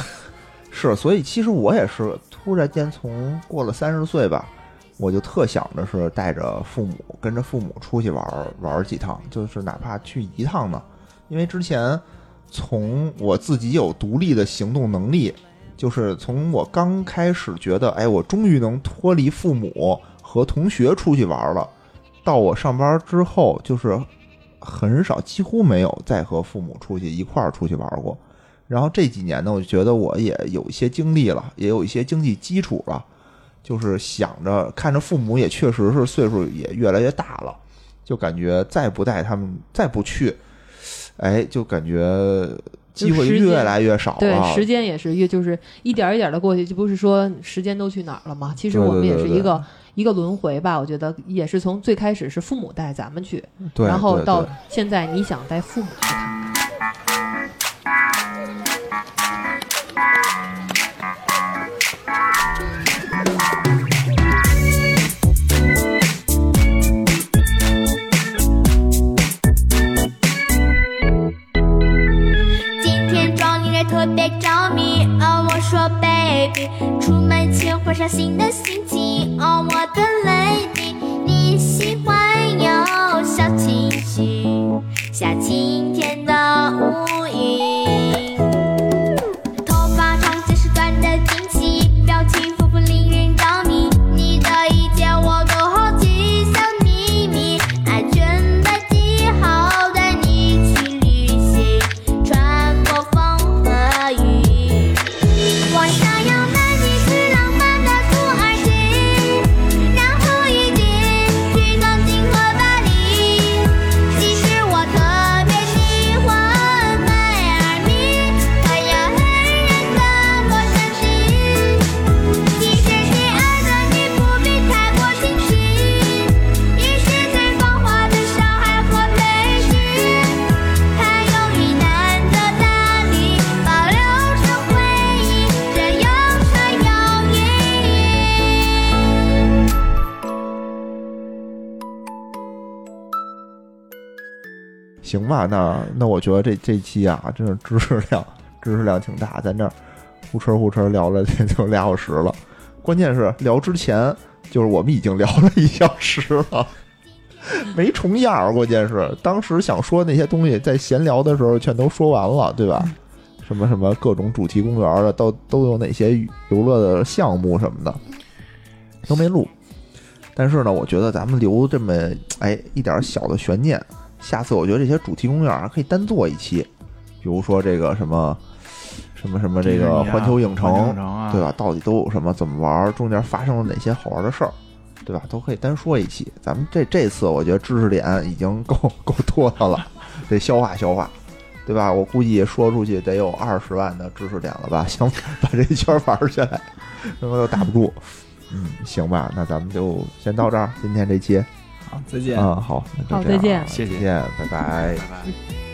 Speaker 2: 是，所以其实我也是突然间从过了三十岁吧，我就特想着是带着父母跟着父母出去玩儿玩儿几趟，就是哪怕去一趟呢，因为之前从我自己有独立的行动能力，就是从我刚开始觉得，哎，我终于能脱离父母和同学出去玩儿了，到我上班之后，就是很少，几乎没有再和父母出去一块儿出去玩儿过。然后这几年呢，我觉得我也有一些经历了，也有一些经济基础了，就是想着看着父母也确实是岁数也越来越大了，就感觉再不带他们，再不去，哎，就感觉机会
Speaker 4: 就时间
Speaker 2: 越来越少了。
Speaker 4: 对，时间也是越就是一点儿一点的过去，就不是说时间都去哪儿了嘛。其实
Speaker 2: 对
Speaker 4: 我们
Speaker 2: 对
Speaker 4: 也
Speaker 2: 对
Speaker 4: 是
Speaker 2: 对
Speaker 4: 一个一个轮回吧，我觉得也是从最开始是父母带咱们去，
Speaker 2: 对
Speaker 4: 然后
Speaker 2: 对
Speaker 4: 到
Speaker 2: 对
Speaker 4: 现在你想带父母去看看。
Speaker 6: 今天庄女人特别着迷，哦，我说 baby，出门前换上新的心情，哦，我的 lady，你喜欢有小情绪，下晴天的乌云。头发长见识短的惊喜，表情丰富令人着迷。你的一切我都好奇，小秘密，安全的记号带你去旅行，穿过风和雨。我想要和你去浪漫的土耳其，然后一起去东京和巴黎。其实我特别喜欢迈阿密，还有黑人的洛杉矶。其实亲爱的，你不必太过惊喜，一是最繁华的上海和北京，还有云南的大理，保留着回忆，这有什么意义？
Speaker 2: 行吧，那那我觉得这这期啊，真是知识量知识量挺大，咱这儿呼哧呼哧聊了 (laughs) 这就俩小时了。关键是聊之前，就是我们已经聊了一小时了，没重样儿。关键是当时想说那些东西，在闲聊的时候全都说完了，对吧？什么什么各种主题公园的，都都有哪些游乐的项目什么的，都没录。但是呢，我觉得咱们留这么哎一点儿小的悬念，下次我觉得这些主题公园啊可以单做一期，比如说这个什么什么什么这
Speaker 5: 迪士尼
Speaker 2: 个
Speaker 5: 啊
Speaker 2: 环球影
Speaker 5: 环球
Speaker 2: 城
Speaker 5: 影城啊，
Speaker 2: 对吧？到底都有什么？怎么玩？中间发生了哪些好玩的事儿？对吧？都可以单说一期。咱们这这次我觉得知识点已经够 (laughs) 够多的了，得消化消化，对吧？我估计也说出去得有二十万的知识点了吧？ (laughs) 想把这一圈玩下来，他妈都打不住。嗯，行吧，那咱们就先到这儿，今天这期
Speaker 3: 好，再见。
Speaker 2: 嗯，好，那就
Speaker 4: 好
Speaker 2: 这样
Speaker 4: 再见
Speaker 2: 啊再
Speaker 5: 谢谢
Speaker 2: 见，拜拜。
Speaker 5: 拜拜。